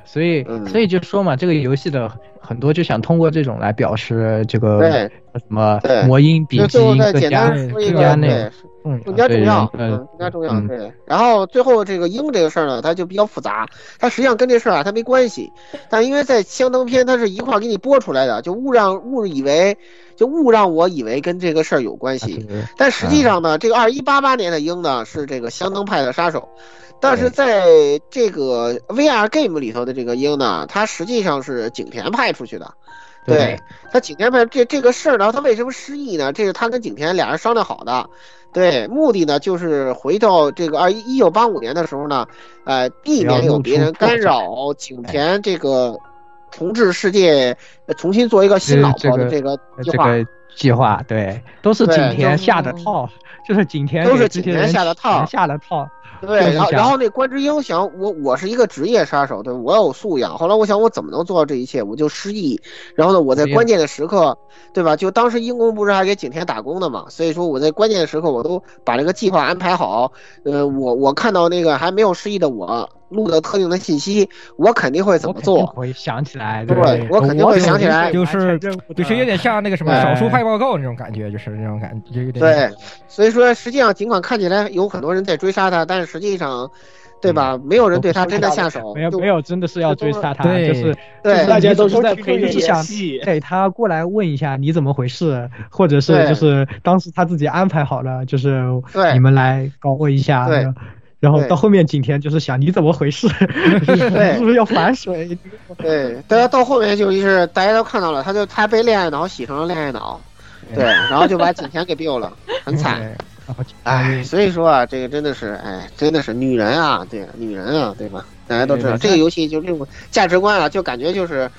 Speaker 7: 所以
Speaker 9: 嗯
Speaker 7: 所以就说嘛，这个游戏的很多就想通过这种来表示这个
Speaker 9: 对
Speaker 7: 什么
Speaker 9: 对
Speaker 7: 魔音比
Speaker 9: 就
Speaker 7: 基
Speaker 9: 最后
Speaker 7: 因
Speaker 9: 再
Speaker 7: 更
Speaker 9: 简
Speaker 7: 加
Speaker 9: 单说一
Speaker 7: 更
Speaker 9: 个，
Speaker 7: 加那
Speaker 9: 对
Speaker 7: 个，重
Speaker 9: 更加重要，嗯，
Speaker 7: 呃
Speaker 9: 更加重要，
Speaker 7: 嗯
Speaker 9: 对。然后最后这个鹰这个事儿呢，它就比较复杂，它实际上跟这事儿啊它没关系，但因为在相当篇它是一块儿给你播出来的，就误让误以为，就误让我以为跟这个事儿有关
Speaker 7: 啊
Speaker 9: 系，但实际上呢，这个二一八八年的鹰呢是这个相当派的杀手。但是在这个 VR game 里头的这个鹰呢，它实际上是景田派出去的，对他景田派这这个事儿呢，他为什么失忆呢？这是他跟景田俩人商量好的，对，目的呢就是回到这个二一一九八五年的时候呢，呃，避免有别人干扰景田这个重置世界，呃重新做一个新老婆的这个计
Speaker 7: 这
Speaker 9: 划。
Speaker 7: 个计划，对，都是
Speaker 9: 对
Speaker 7: 景田下的套， 就是景田
Speaker 9: 都是
Speaker 7: 给这
Speaker 9: 景
Speaker 7: 些
Speaker 9: 田
Speaker 7: 人
Speaker 9: 下的套
Speaker 7: 下的套，
Speaker 9: 对，然后
Speaker 7: 就是想
Speaker 9: 然后那关之英想我我是一个职业杀手，对我有素养。后来我想我怎么能做到这一切，我就失忆。然后呢，我在
Speaker 7: 对呀
Speaker 9: 关键的时刻，对吧？就当时英公不是还给景田打工的嘛，所以说我在关键的时刻我都把这个计划安排好。呃，我我看到那个还没有失忆的我录的特定的信息，我肯定会怎
Speaker 7: 我
Speaker 9: 么
Speaker 7: 肯定
Speaker 9: 做。
Speaker 7: 会想起来，
Speaker 9: 对
Speaker 7: 对，
Speaker 9: 我肯定会想起来嗯
Speaker 7: 我
Speaker 8: 就是
Speaker 7: 完成任务的
Speaker 8: 就是有点像那个什么
Speaker 7: 哎
Speaker 8: 少数派报告那种感觉，就是那种感觉，有点
Speaker 9: 对，所以说实际上尽管看起来有很多人在追杀他，但是实际上，对吧？
Speaker 7: 嗯
Speaker 9: 没有人对他真的下手。
Speaker 7: 没有
Speaker 9: 就
Speaker 7: 没有，真的是要追杀他，
Speaker 8: 对
Speaker 7: 就是
Speaker 9: 对
Speaker 7: 就是
Speaker 6: 大家都是
Speaker 7: 你
Speaker 6: 在
Speaker 7: 只
Speaker 6: 陪你
Speaker 7: 是
Speaker 6: 演
Speaker 7: 想
Speaker 6: 戏
Speaker 7: 给他过来问一下你怎么回事，或者是
Speaker 9: 对
Speaker 7: 就是当时他自己安排好了，就是
Speaker 9: 对
Speaker 7: 你们来搞我一下，
Speaker 9: 对
Speaker 7: 然后
Speaker 9: 对
Speaker 7: 到后面景田就是想你怎么回 事，
Speaker 9: 对
Speaker 7: 是不是要反水？
Speaker 9: 对，大家到后面就是大家都看到了，他就他被恋爱脑洗成了恋爱脑，对，然后就把景甜给 biu 了，很惨。哎，所以说啊，这个真的是，哎，真的是女人啊，对，女人啊，对吧？大家都知道，
Speaker 7: 对
Speaker 9: 这个游戏就这种价值观啊，就感觉就是，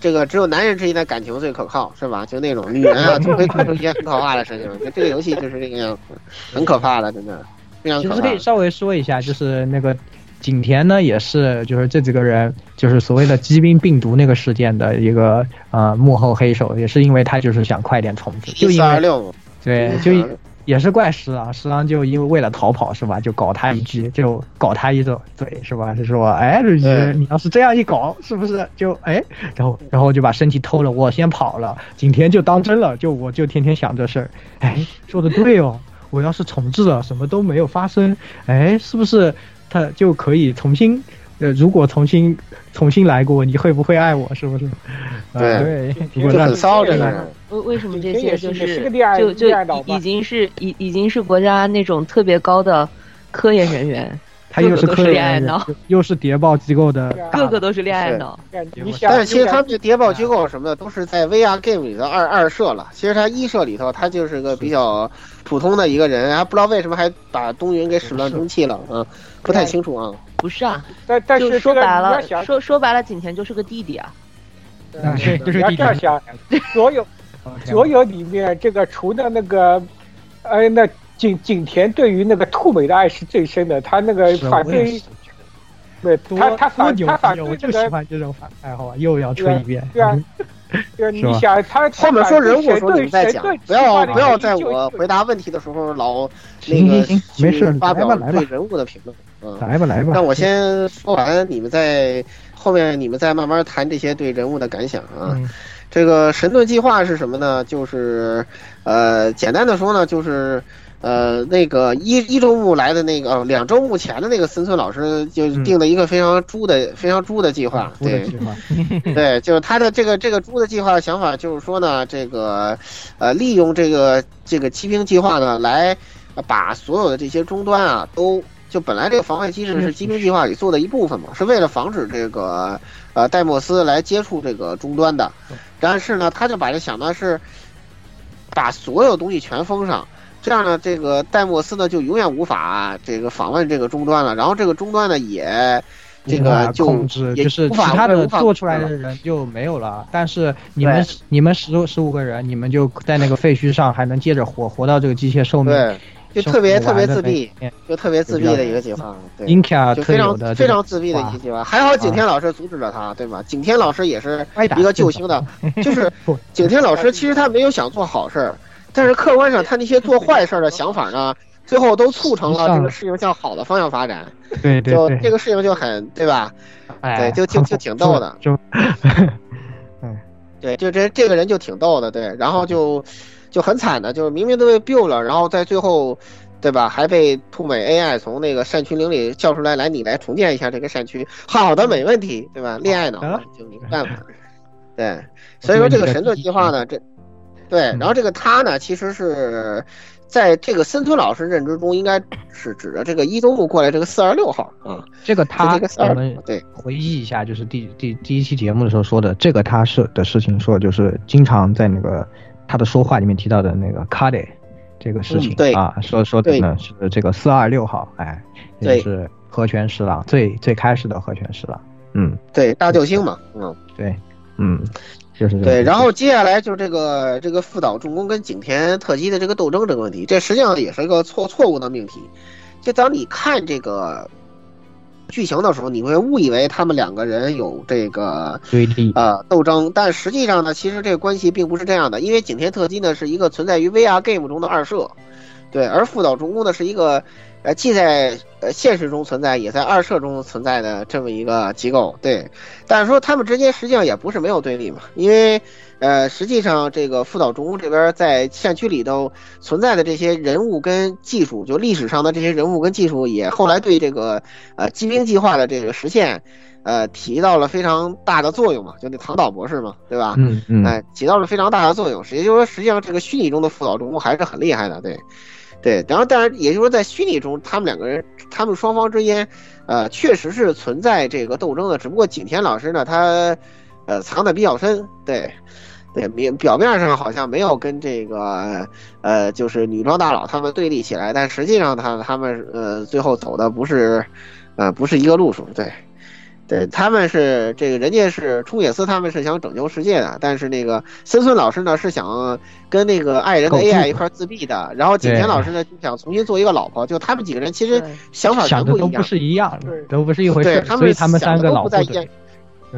Speaker 9: 这个只有男人之间的感情最可靠，是吧？就那种女人 啊，总会做出一些很可怕的事情。就这个游戏就是这个样子，很可怕的，真的非常
Speaker 7: 其
Speaker 9: 可
Speaker 7: 实
Speaker 9: 怕
Speaker 7: 可以。稍微说一下，就是那个景田呢，也是就是这几个人，就是所谓的疾病病毒那个事件的一个呃幕后黑手，也是因为他就是想快点重置，就
Speaker 9: 一
Speaker 7: 因
Speaker 9: 四二
Speaker 7: 为
Speaker 9: 六，
Speaker 7: 对，就也是怪十郎，十郎就因为为了逃跑是吧，就搞他一
Speaker 9: 嗯
Speaker 7: 句，就搞他一嘴嘴是吧？就说哎，这
Speaker 9: 对
Speaker 7: 你要是这样一搞，是不是就哎，然后然后就把身体偷了，我先跑了。景田就当真了，就我就天天想这事儿，哎，说的对哦，我要是重置了，什么都没有发生，哎，是不是他就可以重新？呃，如果重新重新来过，你会不会爱我？是不是？呃对，如果
Speaker 9: 就
Speaker 7: 让
Speaker 9: 很骚这个人。
Speaker 11: 为为什么这
Speaker 10: 这
Speaker 11: 些
Speaker 10: 也
Speaker 11: 就是
Speaker 10: 也是个恋爱
Speaker 11: 就就
Speaker 10: 恋爱脑吧
Speaker 11: 已已经是已已经是国家那种特别高的科研人员，
Speaker 7: 他又
Speaker 11: 个
Speaker 7: 是
Speaker 11: 个都
Speaker 7: 科
Speaker 11: 是
Speaker 7: 研
Speaker 11: 恋爱
Speaker 7: 人
Speaker 11: 脑，
Speaker 7: 又又是谍报机构的大
Speaker 11: 个个都是恋爱
Speaker 9: 是
Speaker 11: 脑。
Speaker 7: 哎
Speaker 10: 你想，
Speaker 9: 但是其实他
Speaker 10: 他
Speaker 9: 们的谍报机构什么的都是在 VR game 里的二二社了。其实他一社里头，他就是个比较普通的一个人，还不知道为什么还把东云给始乱终弃了啊，不太清楚啊。
Speaker 11: 不是啊，
Speaker 10: 但但
Speaker 11: 就是说
Speaker 10: 这个
Speaker 11: 白
Speaker 10: 你要
Speaker 11: 了，
Speaker 10: 想
Speaker 11: 说说白了，景甜就是个弟弟啊。
Speaker 8: 嗯对，
Speaker 7: 哎
Speaker 8: 就是
Speaker 10: 你要
Speaker 8: 地
Speaker 10: 这样
Speaker 8: 铁。
Speaker 10: 想， 所有所有里面这个除了那个，呃，那景景田对于那个兔美的爱是最深的，他那个
Speaker 7: 是啊
Speaker 10: 反
Speaker 7: 我也
Speaker 10: 对
Speaker 7: 是，
Speaker 10: 对
Speaker 7: 多
Speaker 10: 他他
Speaker 7: 多
Speaker 10: 反
Speaker 7: 牛
Speaker 10: 他反
Speaker 7: 逼啊我
Speaker 10: 对
Speaker 7: 就
Speaker 10: 这
Speaker 7: 喜
Speaker 10: 个，
Speaker 7: 欢这种反派，好吧？啊又要吹一遍，嗯
Speaker 10: 对啊，对啊，
Speaker 7: 是吧
Speaker 10: 你想他
Speaker 9: 后面说人物
Speaker 10: 谁
Speaker 9: 的时候你
Speaker 10: 对
Speaker 9: 们再
Speaker 10: 谁
Speaker 9: 讲
Speaker 10: 对，
Speaker 9: 不
Speaker 10: 奇葩
Speaker 9: 要
Speaker 10: 的
Speaker 9: 不要
Speaker 10: 人
Speaker 9: 在
Speaker 10: 就
Speaker 9: 我
Speaker 10: 就
Speaker 9: 回答问题的时候 老那
Speaker 7: 行
Speaker 9: 个
Speaker 7: 行行，没事
Speaker 9: 去，发
Speaker 7: 来吧
Speaker 9: 表
Speaker 7: 来
Speaker 9: 对
Speaker 7: 吧，
Speaker 9: 人物的评论。嗯，
Speaker 7: 来吧来吧。
Speaker 9: 那我先说完，你们再后面你们再慢慢谈这些对人物的感想啊。
Speaker 7: 嗯，
Speaker 9: 这个神盾计划是什么呢？就是，呃，简单的说呢，就是，呃，那个一一周目来的那个，呃，两周目前的那个森村老师就是定了一个非常猪的、非常猪的计划，
Speaker 7: 我嗯的
Speaker 9: 啊对
Speaker 7: 计划，
Speaker 9: 对，就是他的这个这个猪的计划的想法就是说呢，这个，呃，利用这个这个骑兵计划呢，来呃把所有的这些终端啊都。就本来这个防卫机制
Speaker 7: 嗯
Speaker 9: 是骑兵计划里做的一部分嘛，是为了防止这个呃戴莫斯来接触这个终端的，但是呢，他就把这想的是，把所有东西全封上，这样呢，这个戴莫斯呢就永远无法这个访问这个终端了，然后这个终端呢也这
Speaker 7: 无法
Speaker 9: 个就
Speaker 7: 控制，
Speaker 9: 也
Speaker 7: 就是
Speaker 9: 无
Speaker 7: 其
Speaker 9: 法
Speaker 7: 他的
Speaker 9: 无法嗯
Speaker 7: 做出来的人就没有了，但是你们你们十十五个人，你们就在那个废墟上还能接着活，活到这个机械寿命，
Speaker 9: 对，就特别
Speaker 7: 寿
Speaker 9: 特别
Speaker 7: 命完的
Speaker 9: 自闭，
Speaker 7: 那一天。
Speaker 9: 就特别自闭的一个计划，对
Speaker 7: 英。卡尔
Speaker 9: 就
Speaker 7: 啊特
Speaker 9: 非
Speaker 7: 有
Speaker 9: 常
Speaker 7: 的
Speaker 9: 非
Speaker 7: 这个
Speaker 9: 常自闭的一个计划，
Speaker 7: 啊
Speaker 9: 还好景天老师阻止了他，对吧？景天老师也是
Speaker 7: 歪打
Speaker 9: 一个救星的，就是景天老师其实他没有想做好事儿，但是客观上，他那些做坏事儿的想法呢，最后都促成了这个事情向好的方向发展。
Speaker 7: 对对
Speaker 9: 就
Speaker 7: 对
Speaker 9: 这个事情就很对吧？
Speaker 7: 哎
Speaker 9: 对， 就就就挺逗的。
Speaker 7: 就
Speaker 9: 对，就这这个人就挺逗的，对，然后就就很惨的，就是明明都被 biu 了，然后在最后，对吧，还被兔美 AI 从那个善区灵里叫出来，来你来重建一下这个善区，好的，没问题，对吧？恋爱脑嘛就没办法，对，所以说这个神作计划呢，这对，然后这个他呢，其实是在这个森村老师认知中，应该是指着这个一周目过来这个四二六号啊，
Speaker 7: 这个他
Speaker 9: 这个，事
Speaker 7: 我
Speaker 9: 儿
Speaker 7: 们
Speaker 9: 对
Speaker 7: 回忆一下，就是第第第一期节目的时候说的，这个他是的事情，说的就是经常在那个他的说话里面提到的那个卡 a 这个事情、
Speaker 9: 嗯对
Speaker 7: 啊，说说的呢
Speaker 9: 对
Speaker 7: 是这个四二六号，哎，也
Speaker 9: 对
Speaker 7: 就是和泉十郎最最开始的和泉十郎，嗯，
Speaker 9: 对，大救星嘛，嗯。
Speaker 7: 对，嗯，就是这个
Speaker 9: 对，然后接下来就是这个这个副岛重工跟景田特基的这个斗争这个问题，这实际上也是一个错错误的命题。就当你看这个剧情的时候，你会误以为他们两个人有这个
Speaker 7: 对立，
Speaker 9: 呃斗争，但实际上呢，其实这个关系并不是这样的，因为景田特基呢是一个存在于 VR game 中的二社，对，而副岛重工呢是一个呃既在呃现实中存在，也在二社中存在的这么一个机构，对，但是说他们之间实际上也不是没有对立嘛，因为呃实际上这个副岛重工这边在战区里头存在的这些人物跟技术，就历史上的这些人物跟技术，也后来对这个呃机兵计划的这个实现。呃，起到了非常大的作用嘛，就那唐岛博士嘛，对吧？
Speaker 7: 嗯嗯，
Speaker 9: 哎，起到了非常大的作用。也就是说，实际上这个虚拟中的副岛中公还是很厉害的，对，对。然后，当然，也就是说，在虚拟中，他们两个人，他们双方之间，呃，确实是存在这个斗争的。只不过景田老师呢，他，呃，藏的比较深，对。对，表表面上好像没有跟这个，呃，就是女装大佬他们对立起来，但实际上他他们呃最后走的不是，呃不是一个路数，对，对，他们是这个，人家是冲野司，他们是想拯救世界的，但是那个森村老师呢是想跟那个爱人的
Speaker 7: 搞自
Speaker 9: AI 一块儿自闭的，然后景
Speaker 7: 对
Speaker 9: 田老师呢就想重新做一个老婆，就他们几个人其实想法全
Speaker 7: 想的
Speaker 9: 部
Speaker 7: 都
Speaker 9: 一
Speaker 7: 不
Speaker 9: 样，
Speaker 7: 是一样的
Speaker 10: 对，
Speaker 7: 都不是一回事
Speaker 9: 对
Speaker 7: 儿，
Speaker 9: 他
Speaker 7: 所以
Speaker 9: 们
Speaker 7: 他们
Speaker 9: 想
Speaker 7: 三
Speaker 9: 的
Speaker 7: 个
Speaker 9: 都
Speaker 7: 老
Speaker 9: 不在一
Speaker 7: 对
Speaker 9: 样，，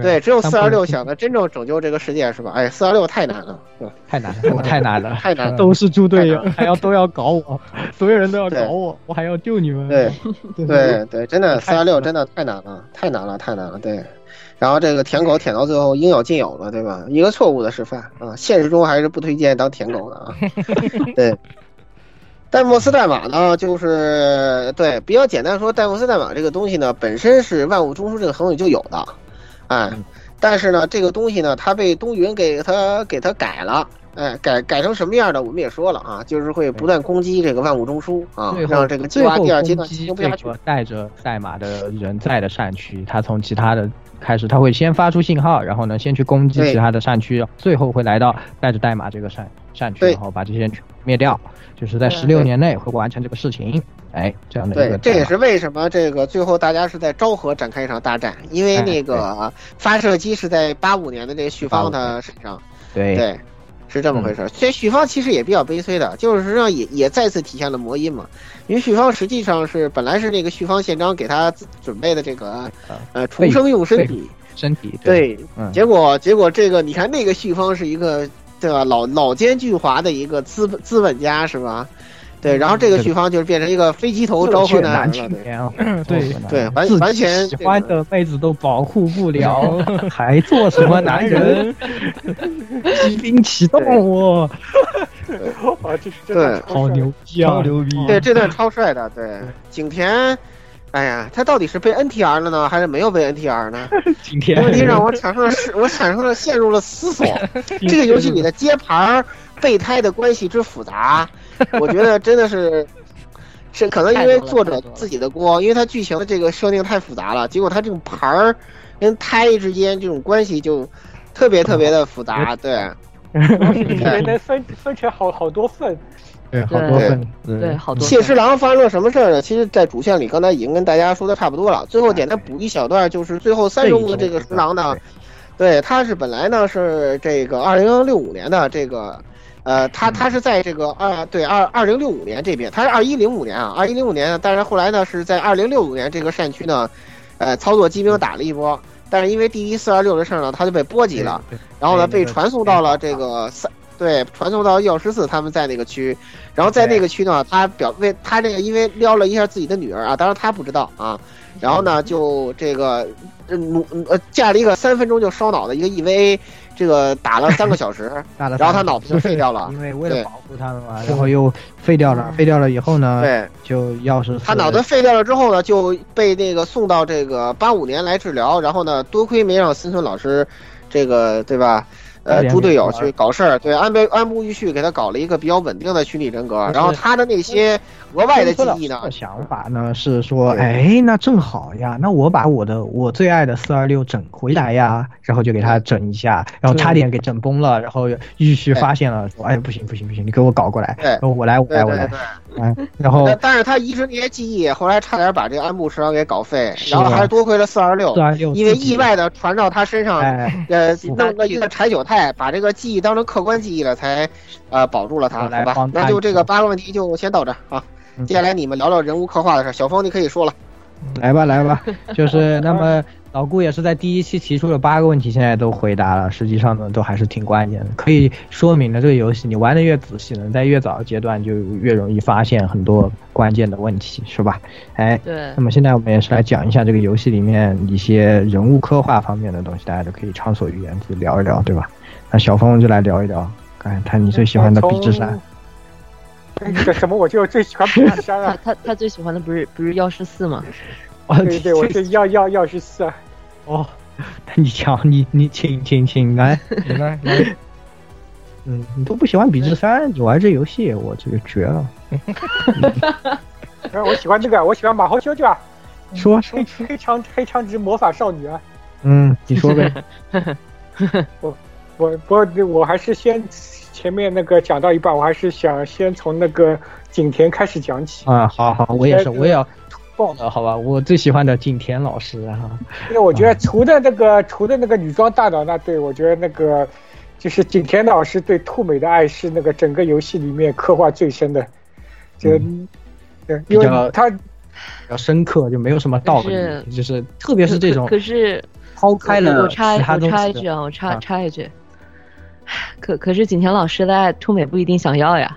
Speaker 9: 对，只有
Speaker 7: 三
Speaker 9: 四
Speaker 7: 不
Speaker 9: 二六
Speaker 7: 一
Speaker 9: 想的真正拯救这个世界是吧？哎，四二六太难了，对吧
Speaker 7: 太难了，我太难了，
Speaker 9: 太难了
Speaker 7: 都是猪队友
Speaker 9: 太难，
Speaker 7: 还要都要搞 我，所有人都要搞我，我还要救你们。
Speaker 9: 对。
Speaker 7: 对
Speaker 9: 对对，真的四
Speaker 7: 太
Speaker 9: 幺
Speaker 7: 难
Speaker 9: 六
Speaker 7: 了
Speaker 9: 真的太难了，太难了，太难了。对，然后这个舔狗舔到最后应有尽有了，对吧？一个错误的示范啊，现实中还是不推荐当舔狗的 啊。对。戴莫斯代码呢，就是对比较简单说，戴莫斯代码这个东西呢，本身是万物中枢这个恒宇就有的，哎，
Speaker 7: 嗯
Speaker 9: 但是呢，这个东西呢，它被东云给它给它改了，哎，改改成什么样的，我们也说了啊，就是会不断攻击这个万物中枢啊
Speaker 7: 最，后
Speaker 9: 让这个计
Speaker 7: 最
Speaker 9: 划
Speaker 7: 后
Speaker 9: 第二阶
Speaker 7: 攻
Speaker 9: 段进
Speaker 7: 击
Speaker 9: 行不
Speaker 7: 这
Speaker 9: 下去。
Speaker 7: 个带着代码的人在的善区，他从其他的开始，他会先发出信号，然后呢，先去攻击
Speaker 9: 对
Speaker 7: 其他的善区，最后会来到带着代码这个善善区，
Speaker 9: 对
Speaker 7: 然后把这些人全部灭掉，就是在十六年内会完成这个事情。哎，这样的一
Speaker 9: 对
Speaker 7: 个，
Speaker 9: 这
Speaker 7: 代
Speaker 9: 也
Speaker 7: 码
Speaker 9: 是为什么这个最后大家是在昭和展开一场大战，因为
Speaker 7: 哎
Speaker 9: 那个发射机是在八五年的这个旭
Speaker 7: 85
Speaker 9: 方他身上，
Speaker 7: 对嗯
Speaker 9: 对，是这么回事儿。所以旭方其实也比较悲催的，就是实际上也也再次体现了魔音嘛，因为旭方实际上是本来是那个旭方宪章给他自准备的这个
Speaker 7: 呃
Speaker 9: 呃重生用身体，
Speaker 7: 身体
Speaker 9: 对，
Speaker 7: 嗯
Speaker 9: 结果结果这个你看那个旭方是一个对吧老老奸巨猾的一个资本资本家是吧？对，然后这个
Speaker 7: 嗯对
Speaker 9: 旭方就是变成一个飞机头昭
Speaker 7: 热血
Speaker 9: 和
Speaker 7: 男
Speaker 9: 男人
Speaker 7: 青
Speaker 9: 了，对。
Speaker 7: 年啊，
Speaker 8: 对
Speaker 9: 对完
Speaker 7: 自
Speaker 9: 完
Speaker 7: 己
Speaker 9: 全
Speaker 7: 喜
Speaker 9: 这
Speaker 7: 欢
Speaker 9: 个
Speaker 7: 的妹子都保护不了，嗯 还做什么男 人？机兵启动我，
Speaker 10: 啊，这真的
Speaker 9: 对
Speaker 7: 好牛逼啊！
Speaker 8: 超牛逼！
Speaker 9: 对，这段超帅的，对，景甜，哎呀，他到底是被 NTR 了呢，还是没有被 NTR 呢？
Speaker 7: 今
Speaker 9: 这
Speaker 7: 天
Speaker 9: 个问题让我产生了是，我产生了陷入了思索。这个游戏里的接盘儿、备胎的关系之复杂，我觉得真的是。是可能因为作者自己的锅，因为他剧情的这个设定太复杂了，结果他这种盘儿跟胎之间这种关系就特别特别的复杂，对，
Speaker 10: 里面能分分成好好多份，
Speaker 7: 对好
Speaker 11: 对
Speaker 7: 过分，
Speaker 11: 对，好多
Speaker 9: 谢师郎发生了什么事儿呢？其实，在主线里，刚才已经跟大家说的差不多了。最后简单补一小段，就是哎最后三周目的这个师郎呢，对，他是本来呢是这个二零六五年的这个，呃，他他是在这个二对二二零六五年这边，他是二一零五年啊，二一零五年呢，但是后来呢是在二零六五年这个善区呢，呃，操作机兵打了一波，但是因为第一四二六的事儿呢，他就被波及了，然后呢被传送到了这个三对，传送到幺十四，他们在那个区，然后在那个区呢，他表为他这个因为撩了一下自己的女儿啊，当然他不知道啊，然后呢就这个呃努呃架了一个三分钟就烧脑的一个 EVA，这个打了三个小时，
Speaker 7: 打了三个
Speaker 9: 然后他脑子就废掉了，
Speaker 7: 因为为
Speaker 9: 对嗯
Speaker 7: 了保护他们嘛，然后又废掉了，废掉了以后呢，
Speaker 9: 对，
Speaker 7: 就钥匙
Speaker 9: 他脑袋废掉了之后呢，就被那个送到这个八五年来治疗，然后呢，多亏没让森村老师，这个对吧？
Speaker 7: 哎
Speaker 9: 呃，
Speaker 7: 呀
Speaker 9: 猪队友
Speaker 7: 没玩
Speaker 9: 去搞事儿，对，按部按部就绪给他搞了一个比较稳定的虚拟人格，然后他的那些额外的记忆呢，
Speaker 7: 想法呢是说，哎，那正好呀，那我把我的我最爱的四二六整回来呀，然后就给他整一下，然后差点给整崩了，然后玉旭发现了，说，哎，不行不行不行，你给我搞过来，然后我来我
Speaker 9: 对
Speaker 7: 来我
Speaker 9: 对
Speaker 7: 来
Speaker 9: 对，，
Speaker 7: 哎，然后
Speaker 9: 但但是他移植那些记忆，后来差点把这个安部时长给搞废，
Speaker 7: 是
Speaker 9: 然后还
Speaker 7: 啊
Speaker 9: 是多亏了四二六，
Speaker 7: 426
Speaker 9: 因为
Speaker 7: 自己
Speaker 9: 意外的传到他身上，
Speaker 7: 哎
Speaker 9: 呃，弄了一个柴九太，把这个记忆当成客观记忆了，才呃保住了他，
Speaker 7: 我来
Speaker 9: 好吧
Speaker 7: 帮？他
Speaker 9: 那就这个八个问题就先到这儿啊。
Speaker 7: 嗯
Speaker 9: 接下来你们聊聊人物刻画的事儿，小峰你可以说了。
Speaker 7: 来吧来吧，就是那么老顾也是在第一期提出了八个问题，现在都回答了，实际上呢都还是挺关键的，可以说明了这个游戏你玩的越仔细呢，在越早的阶段就越容易发现很多关键的问题，是吧？哎，
Speaker 12: 对
Speaker 7: 那么现在我们也是来讲一下这个游戏里面一些人物刻画方面的东西，大家都可以畅所欲言，自己聊一聊，对吧？那小峰就来聊一聊，看他你最喜欢的
Speaker 10: 从
Speaker 7: 笔之山。
Speaker 10: 那个什么，我就最喜 欢比之山
Speaker 12: 他
Speaker 10: 啊！
Speaker 12: 他他最喜欢的不是不是幺十四吗？
Speaker 10: 对对，我是要要要十四啊！
Speaker 7: 哦， 你讲，你你请请请来，
Speaker 8: 你来来，
Speaker 7: 嗯，你都不喜欢比之山，你玩这游戏，我这个绝了。
Speaker 10: 我喜欢这个，我喜欢马猴修这儿，
Speaker 12: 嗯
Speaker 7: 说
Speaker 10: 黑黑长黑长直魔法少女啊！
Speaker 7: 嗯，你说 呗。
Speaker 10: 我我我我还是先前面那个讲到一半，我还是想先从那个景田开始讲起。
Speaker 7: 啊，好好，我也是，
Speaker 10: 这个
Speaker 7: 我也要爆的好吧？我最喜欢的景田老师啊，
Speaker 12: 嗯
Speaker 10: 因为我觉得除了那个除了那个女装大佬那对，我觉得那个就是景田老师对兔美的爱是那个整个游戏里面刻画最深的，就、对，因
Speaker 7: 嗯比较
Speaker 10: 为他
Speaker 7: 比较深刻，就没有什么道理，就是特别是这种，
Speaker 12: 可可是
Speaker 7: 抛开
Speaker 12: 我
Speaker 7: 了
Speaker 12: 我
Speaker 7: 其
Speaker 12: 插
Speaker 7: 他
Speaker 12: 我
Speaker 7: 东
Speaker 12: 插一
Speaker 7: 西
Speaker 12: 句
Speaker 7: 的，
Speaker 12: 啊，我插插一句，可可是景甜老师的爱，兔美不一定想要呀。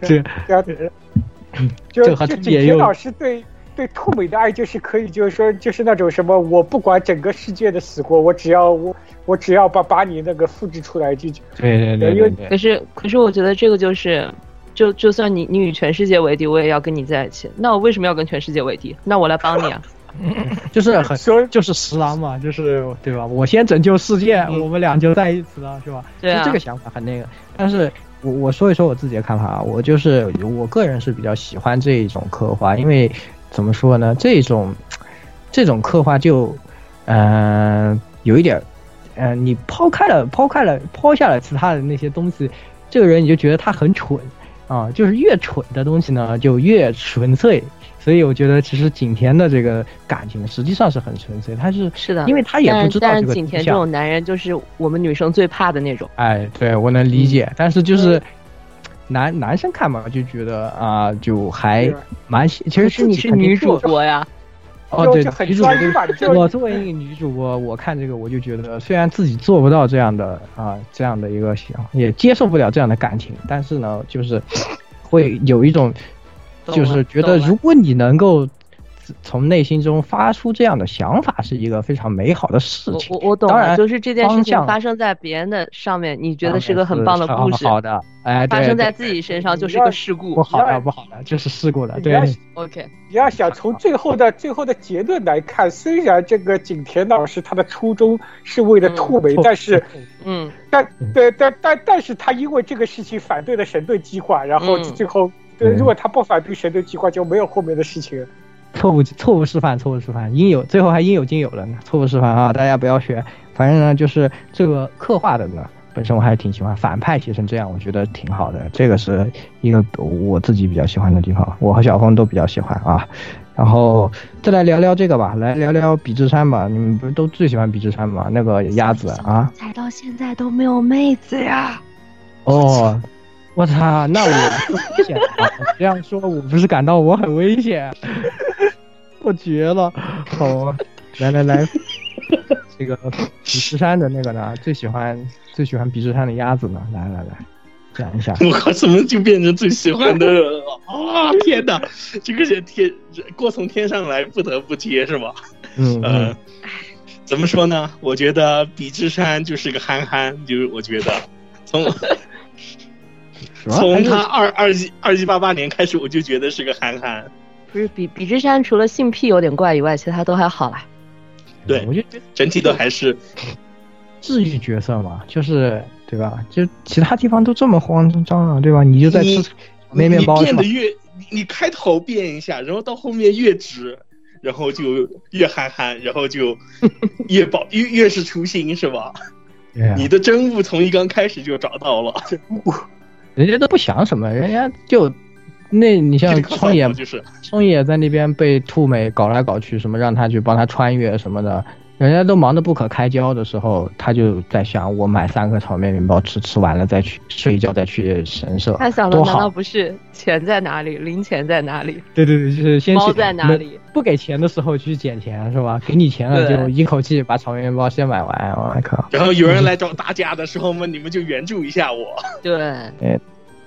Speaker 7: 这
Speaker 10: 对啊，就
Speaker 7: 这和
Speaker 10: 就
Speaker 7: 这
Speaker 10: 景
Speaker 7: 也
Speaker 10: 田
Speaker 7: 有
Speaker 10: 老师对对兔美的爱就是可以，就是说就是那种什么，我不管整个世界的死活，我只要我我只要把把你那个复制出来就就
Speaker 7: 对对
Speaker 10: 对因为对
Speaker 12: 可是可是我觉得这个就是，就就算你你与全世界为敌，我也要跟你在一起。那我为什么要跟全世界为敌？那我来帮你 啊。
Speaker 7: 就是很就是十郎嘛，就是对吧？我先拯救世界，我们俩就在一起了，是吧？
Speaker 12: 对啊
Speaker 7: 就这个想法很那个，但是我我说一说我自己的看法啊，我就是我个人是比较喜欢这一种刻画，因为怎么说呢，这种这种刻画就嗯、呃有一点儿，呃，你抛开了抛开了抛下了其他的那些东西，这个人你就觉得他很蠢啊，就是越蠢的东西呢就越纯粹。所以我觉得，其实景甜的这个感情实际上是很纯粹，他是
Speaker 12: 是的，
Speaker 7: 因为他也
Speaker 12: 但
Speaker 7: 不知道
Speaker 12: 但
Speaker 7: 这
Speaker 12: 是
Speaker 7: 个
Speaker 12: 景甜
Speaker 7: 真
Speaker 12: 这
Speaker 7: 相
Speaker 12: 种男人就是我们女生最怕的那种。
Speaker 7: 哎，对我能理
Speaker 12: 嗯
Speaker 7: 解，但是就是男男生看嘛，就觉得啊、就还蛮喜其实
Speaker 12: 可是你
Speaker 7: 自己
Speaker 12: 是
Speaker 7: 肯定
Speaker 12: 女主
Speaker 7: 做
Speaker 12: 播呀。
Speaker 7: 哦，
Speaker 12: 就
Speaker 7: 对
Speaker 12: 就，很
Speaker 7: 女主
Speaker 12: 专一吧
Speaker 7: 播
Speaker 12: 就
Speaker 7: 我作为一个女主播，我看这个我就觉得，虽然自己做不到这样的啊、这样的一个想，也接受不了这样的感情，但是呢，就是会有一种，
Speaker 12: 懂
Speaker 7: 就
Speaker 12: 了
Speaker 7: 是觉
Speaker 12: 懂
Speaker 7: 得
Speaker 12: 了
Speaker 7: 如果你能够自从内心中发出这样的想法，是一个非常美好的事情。
Speaker 12: 我我懂
Speaker 7: 当
Speaker 12: 了，
Speaker 7: 然
Speaker 12: 就是这件事
Speaker 7: 方
Speaker 12: 情
Speaker 7: 向
Speaker 12: 发生在别人的上面，你觉得是个很
Speaker 7: 是啊
Speaker 12: 棒的故事，
Speaker 7: 好好的，哎，
Speaker 12: 发
Speaker 7: 对
Speaker 12: 生在
Speaker 7: 对
Speaker 12: 自己身上就是一个事故。
Speaker 7: 不好的，不好的，这是事故的，对。
Speaker 12: OK，
Speaker 10: 你要想从最后的最后的结论来看，虽然这个景田老师他的初衷是为了兔美，但 是
Speaker 12: 嗯，
Speaker 10: 但对但但但是他因为这个事情反对了神盾计划，然后
Speaker 12: 嗯
Speaker 10: 最后、对，如果他不反对神盾计划，就没有后面的事 情了。
Speaker 7: 错误错误示范，错误示范，应有最后还应有尽有了呢。错误示范啊，大家不要学。反正呢，就是这个刻画的呢，本身我还是挺喜欢。反派写成这样，我觉得挺好的，这个是一个我自己比较喜欢的地方，我和小峰都比较喜欢啊。然后再来聊聊这个吧，来聊聊比之山吧。你们不是都最喜欢比之山吗？那个鸭子啊，
Speaker 11: 才到现在都没有妹子呀。
Speaker 7: 哦，我操，那我危险啊！这样说，我不是感到我很危 险，我绝了。好啊，来来来，这个比之山的那个呢，最喜欢最喜欢比之山的鸭子呢，来来来，讲一下。
Speaker 6: 我靠，怎么就变成最喜 欢的人了？啊，天哪，这个是天锅从天上来，不得不贴是吧？
Speaker 7: 嗯
Speaker 6: 呃，怎么说呢？我觉得比之山就是个憨憨，就是我觉得 从
Speaker 7: 么
Speaker 6: 从他二二一二一八八年开始，我就觉得是个憨憨。
Speaker 12: 不是比比之山除了性癖有点怪以外，其他都还好啦。
Speaker 6: 对，
Speaker 7: 嗯我觉
Speaker 6: 得整体都还是
Speaker 7: 治愈角色嘛，就是对吧？就其他地方都这么慌张了，对吧？你就在吃
Speaker 6: 你
Speaker 7: 面面包是
Speaker 6: 你变
Speaker 7: 吧
Speaker 6: 得？越你你开头变一下，然后到后面越直，然后就越憨憨，然后就越保越越是初心是吧？
Speaker 7: 对啊
Speaker 6: 你的真物从一刚开始就找到了，
Speaker 7: 人家都不想什么，人家就那你 像冲野，
Speaker 6: 就是
Speaker 7: 冲野在那边被兔美搞来搞去，什么让他去帮他穿越什么的，人家都忙得不可开交的时候，他就在想，我买三个炒面面包吃，吃完了再去睡一觉，再去神社，
Speaker 12: 他想的
Speaker 7: 多
Speaker 12: 难道
Speaker 7: 好。啊
Speaker 12: 不是钱在哪里，零钱在哪里？
Speaker 7: 对对对，就是先去
Speaker 12: 猫在哪里？
Speaker 7: 不给钱的时候去捡钱是吧？给你钱了
Speaker 12: 对
Speaker 7: 就一口气把炒面面包先买完，我靠！
Speaker 6: 然后有人来找打架的时候嘛，你们就援助一下我。
Speaker 12: 对，
Speaker 10: 呃
Speaker 7: 哎，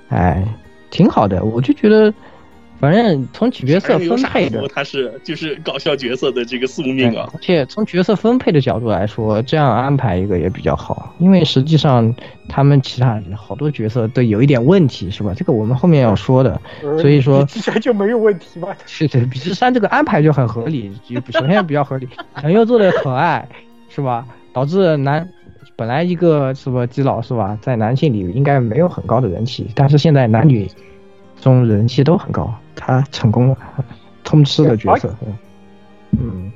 Speaker 7: 哎，挺好的，我就觉得，反正从角色
Speaker 6: 反正有
Speaker 7: 分
Speaker 6: 傻
Speaker 7: 配的
Speaker 6: 乎，，他是就是搞笑角色的这个宿命啊
Speaker 7: 而。且从角色分配的角度来说，这样安排一个也比较好，因为实际上他们其他好多角色都有一点问题，是吧？这个我们后面要说的，所以说。
Speaker 10: 这就没有问题吧？
Speaker 7: 是的，比之山这个安排就很合理，就首先比较合理，朋友做的可爱，是吧？导致男本来一个什么基佬是吧，在男性里应该没有很高的人气，但是现在男女中人气都很高，他成功了，通吃的角色，
Speaker 8: 啊
Speaker 7: 嗯，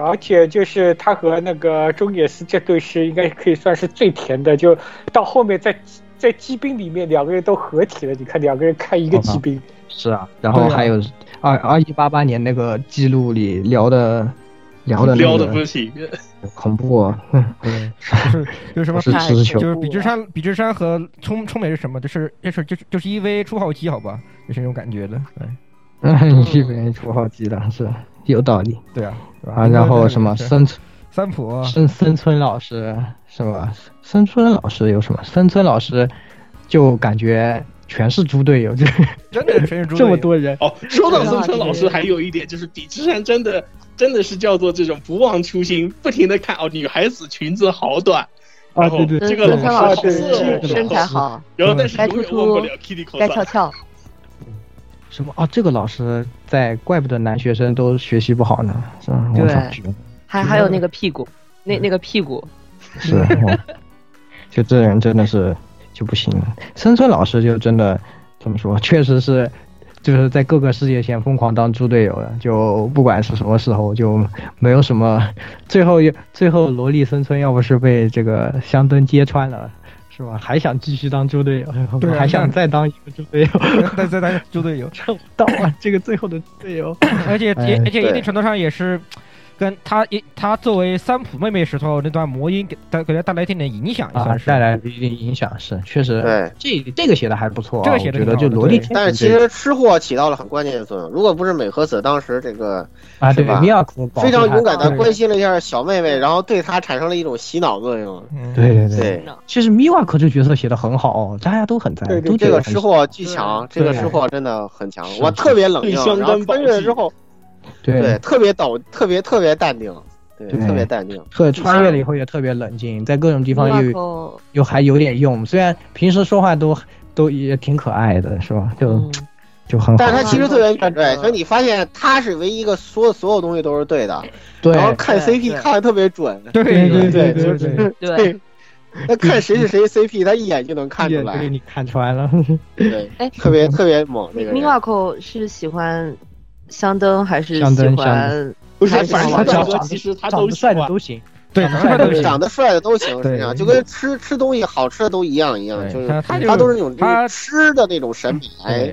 Speaker 10: 而且就是呃他和那个中野寺这对是应该可以算是最甜的，就到后面在在机兵里面两个人都合体了，你看两个人看一个机兵，
Speaker 7: 是啊，然后还有二二一八八年那个记录里聊的聊的、那
Speaker 6: 撩
Speaker 7: 个、
Speaker 6: 的不行，
Speaker 7: 恐怖、啊，
Speaker 8: 有什么
Speaker 7: 我是直球
Speaker 8: 就是 比之山、比之山和冲冲美是什么？就是就是就是就是 EV 出号机，好吧，就是那种感觉的。对
Speaker 7: 嗯，日本人出好机了，是有道理。
Speaker 8: 对啊，对吧
Speaker 7: 啊，然后什么
Speaker 8: 是
Speaker 7: 生存
Speaker 8: 三浦
Speaker 7: 生森村老师是吧？森村老师有什么？森村老师就感觉全是猪队友， 就
Speaker 8: 真的全是猪队友
Speaker 7: 这么多人
Speaker 6: 哦，说到
Speaker 7: 啊
Speaker 6: 森村老师，还有一点就是，比之山真的真的是叫做这种不忘初心，不停的看哦，女孩子裙子好短，
Speaker 7: 啊
Speaker 6: 然后
Speaker 7: 对对
Speaker 6: 这个
Speaker 7: 对
Speaker 6: 嗯老师好色
Speaker 7: 对对
Speaker 6: 哦
Speaker 7: 对，
Speaker 12: 身材好，
Speaker 6: 然后但是
Speaker 12: 该
Speaker 6: 永
Speaker 12: 突
Speaker 6: 远忘不
Speaker 12: 突
Speaker 6: 了 Kitty，口啊
Speaker 12: 该翘翘。
Speaker 7: 什么啊？这个老师在，怪不得男学生都学习不好呢，是吧？我
Speaker 12: 对
Speaker 7: 操，绝
Speaker 12: 还还有那个屁股，那那个 屁股，
Speaker 7: 是， 我就这人真的是就不行了。森村老师就真的怎么说，确实是就是在各个世界线疯狂当猪队友了，就不管是什么时候，就没有什么最后又最后萝莉森村要不是被这个香灯揭穿了。是吧？还想继续当猪队友，
Speaker 8: 对啊
Speaker 7: 还想再当一个猪队友，
Speaker 8: 再再当猪队友，
Speaker 7: 看不到啊！这个最后的猪队友，
Speaker 8: 而且
Speaker 7: 哎
Speaker 8: 也而且一
Speaker 7: 对
Speaker 8: 定程度上也是。跟他一，他作为三浦妹妹时候那段魔音给带给他带来一点点影响，也
Speaker 7: 啊
Speaker 8: 算，是。
Speaker 7: 带来一定影响是，确实。
Speaker 9: 对，
Speaker 7: 这这个写的还不错啊，
Speaker 8: 这个写得
Speaker 7: 我
Speaker 8: 挺好
Speaker 7: 觉得就
Speaker 8: 的
Speaker 7: 萝莉天使这一，
Speaker 9: 但是其实吃货起到了很关键的作用。如果不是美和子当时这个
Speaker 7: 啊，
Speaker 9: 是
Speaker 7: 对
Speaker 9: 吧，
Speaker 7: 米娅可保护
Speaker 9: 非常勇敢
Speaker 7: 她
Speaker 9: 的关心了一下小妹妹，然后对她产生了一种洗脑作用。
Speaker 7: 对对对
Speaker 9: 对，
Speaker 7: 嗯其实米瓦可这角色写的很好哦，大家都很赞，
Speaker 9: 这
Speaker 7: 都觉得
Speaker 9: 个
Speaker 7: 很
Speaker 9: 吃货巨强，这
Speaker 7: 对
Speaker 9: 个吃货真的很强，
Speaker 7: 是
Speaker 9: 我
Speaker 7: 是
Speaker 9: 特别冷静
Speaker 7: 对，相
Speaker 9: 然后
Speaker 7: 当
Speaker 9: 穿越了之后，对，
Speaker 7: 对
Speaker 9: 特别倒，特别特别淡定，对，
Speaker 7: 对
Speaker 9: 特别淡定。
Speaker 7: 特穿越了以后也特别冷静，在各种地方
Speaker 9: 米瓦
Speaker 7: 又
Speaker 9: 可
Speaker 7: 又还有点用，虽然平时说话都都也挺可爱的，是吧？
Speaker 12: 嗯
Speaker 7: 就就
Speaker 9: 嗯
Speaker 7: 很好，
Speaker 9: 但是他其实特别敏锐，所以你发现他是唯一一个所有所有东西都是对的，
Speaker 7: 对
Speaker 9: 然后看
Speaker 7: 对
Speaker 9: CP 看的特别准，
Speaker 7: 对对对对
Speaker 9: 就是
Speaker 7: 对对
Speaker 9: 对，那看谁是谁 CP，他一眼就能看出
Speaker 7: 也被
Speaker 9: 来，
Speaker 7: 你看 穿了，
Speaker 9: 对，
Speaker 12: 哎
Speaker 9: 特别特别猛那个
Speaker 12: m i
Speaker 9: 人
Speaker 12: r。a c l 是喜欢香灯还是
Speaker 7: 香
Speaker 12: 喜
Speaker 7: 灯香
Speaker 12: 欢
Speaker 7: 灯？不是
Speaker 12: 还喜欢
Speaker 7: 反正
Speaker 12: 王
Speaker 7: 他
Speaker 12: 道
Speaker 7: 长得
Speaker 12: 其
Speaker 6: 实他
Speaker 7: 长得帅的都行，
Speaker 8: 对，
Speaker 9: 长得帅的都行，实际上
Speaker 7: 对
Speaker 9: 就跟吃吃东西好吃的都一样一样，就是
Speaker 8: 他他就是
Speaker 9: 都是那种
Speaker 8: 他
Speaker 9: 就是吃的那种审美来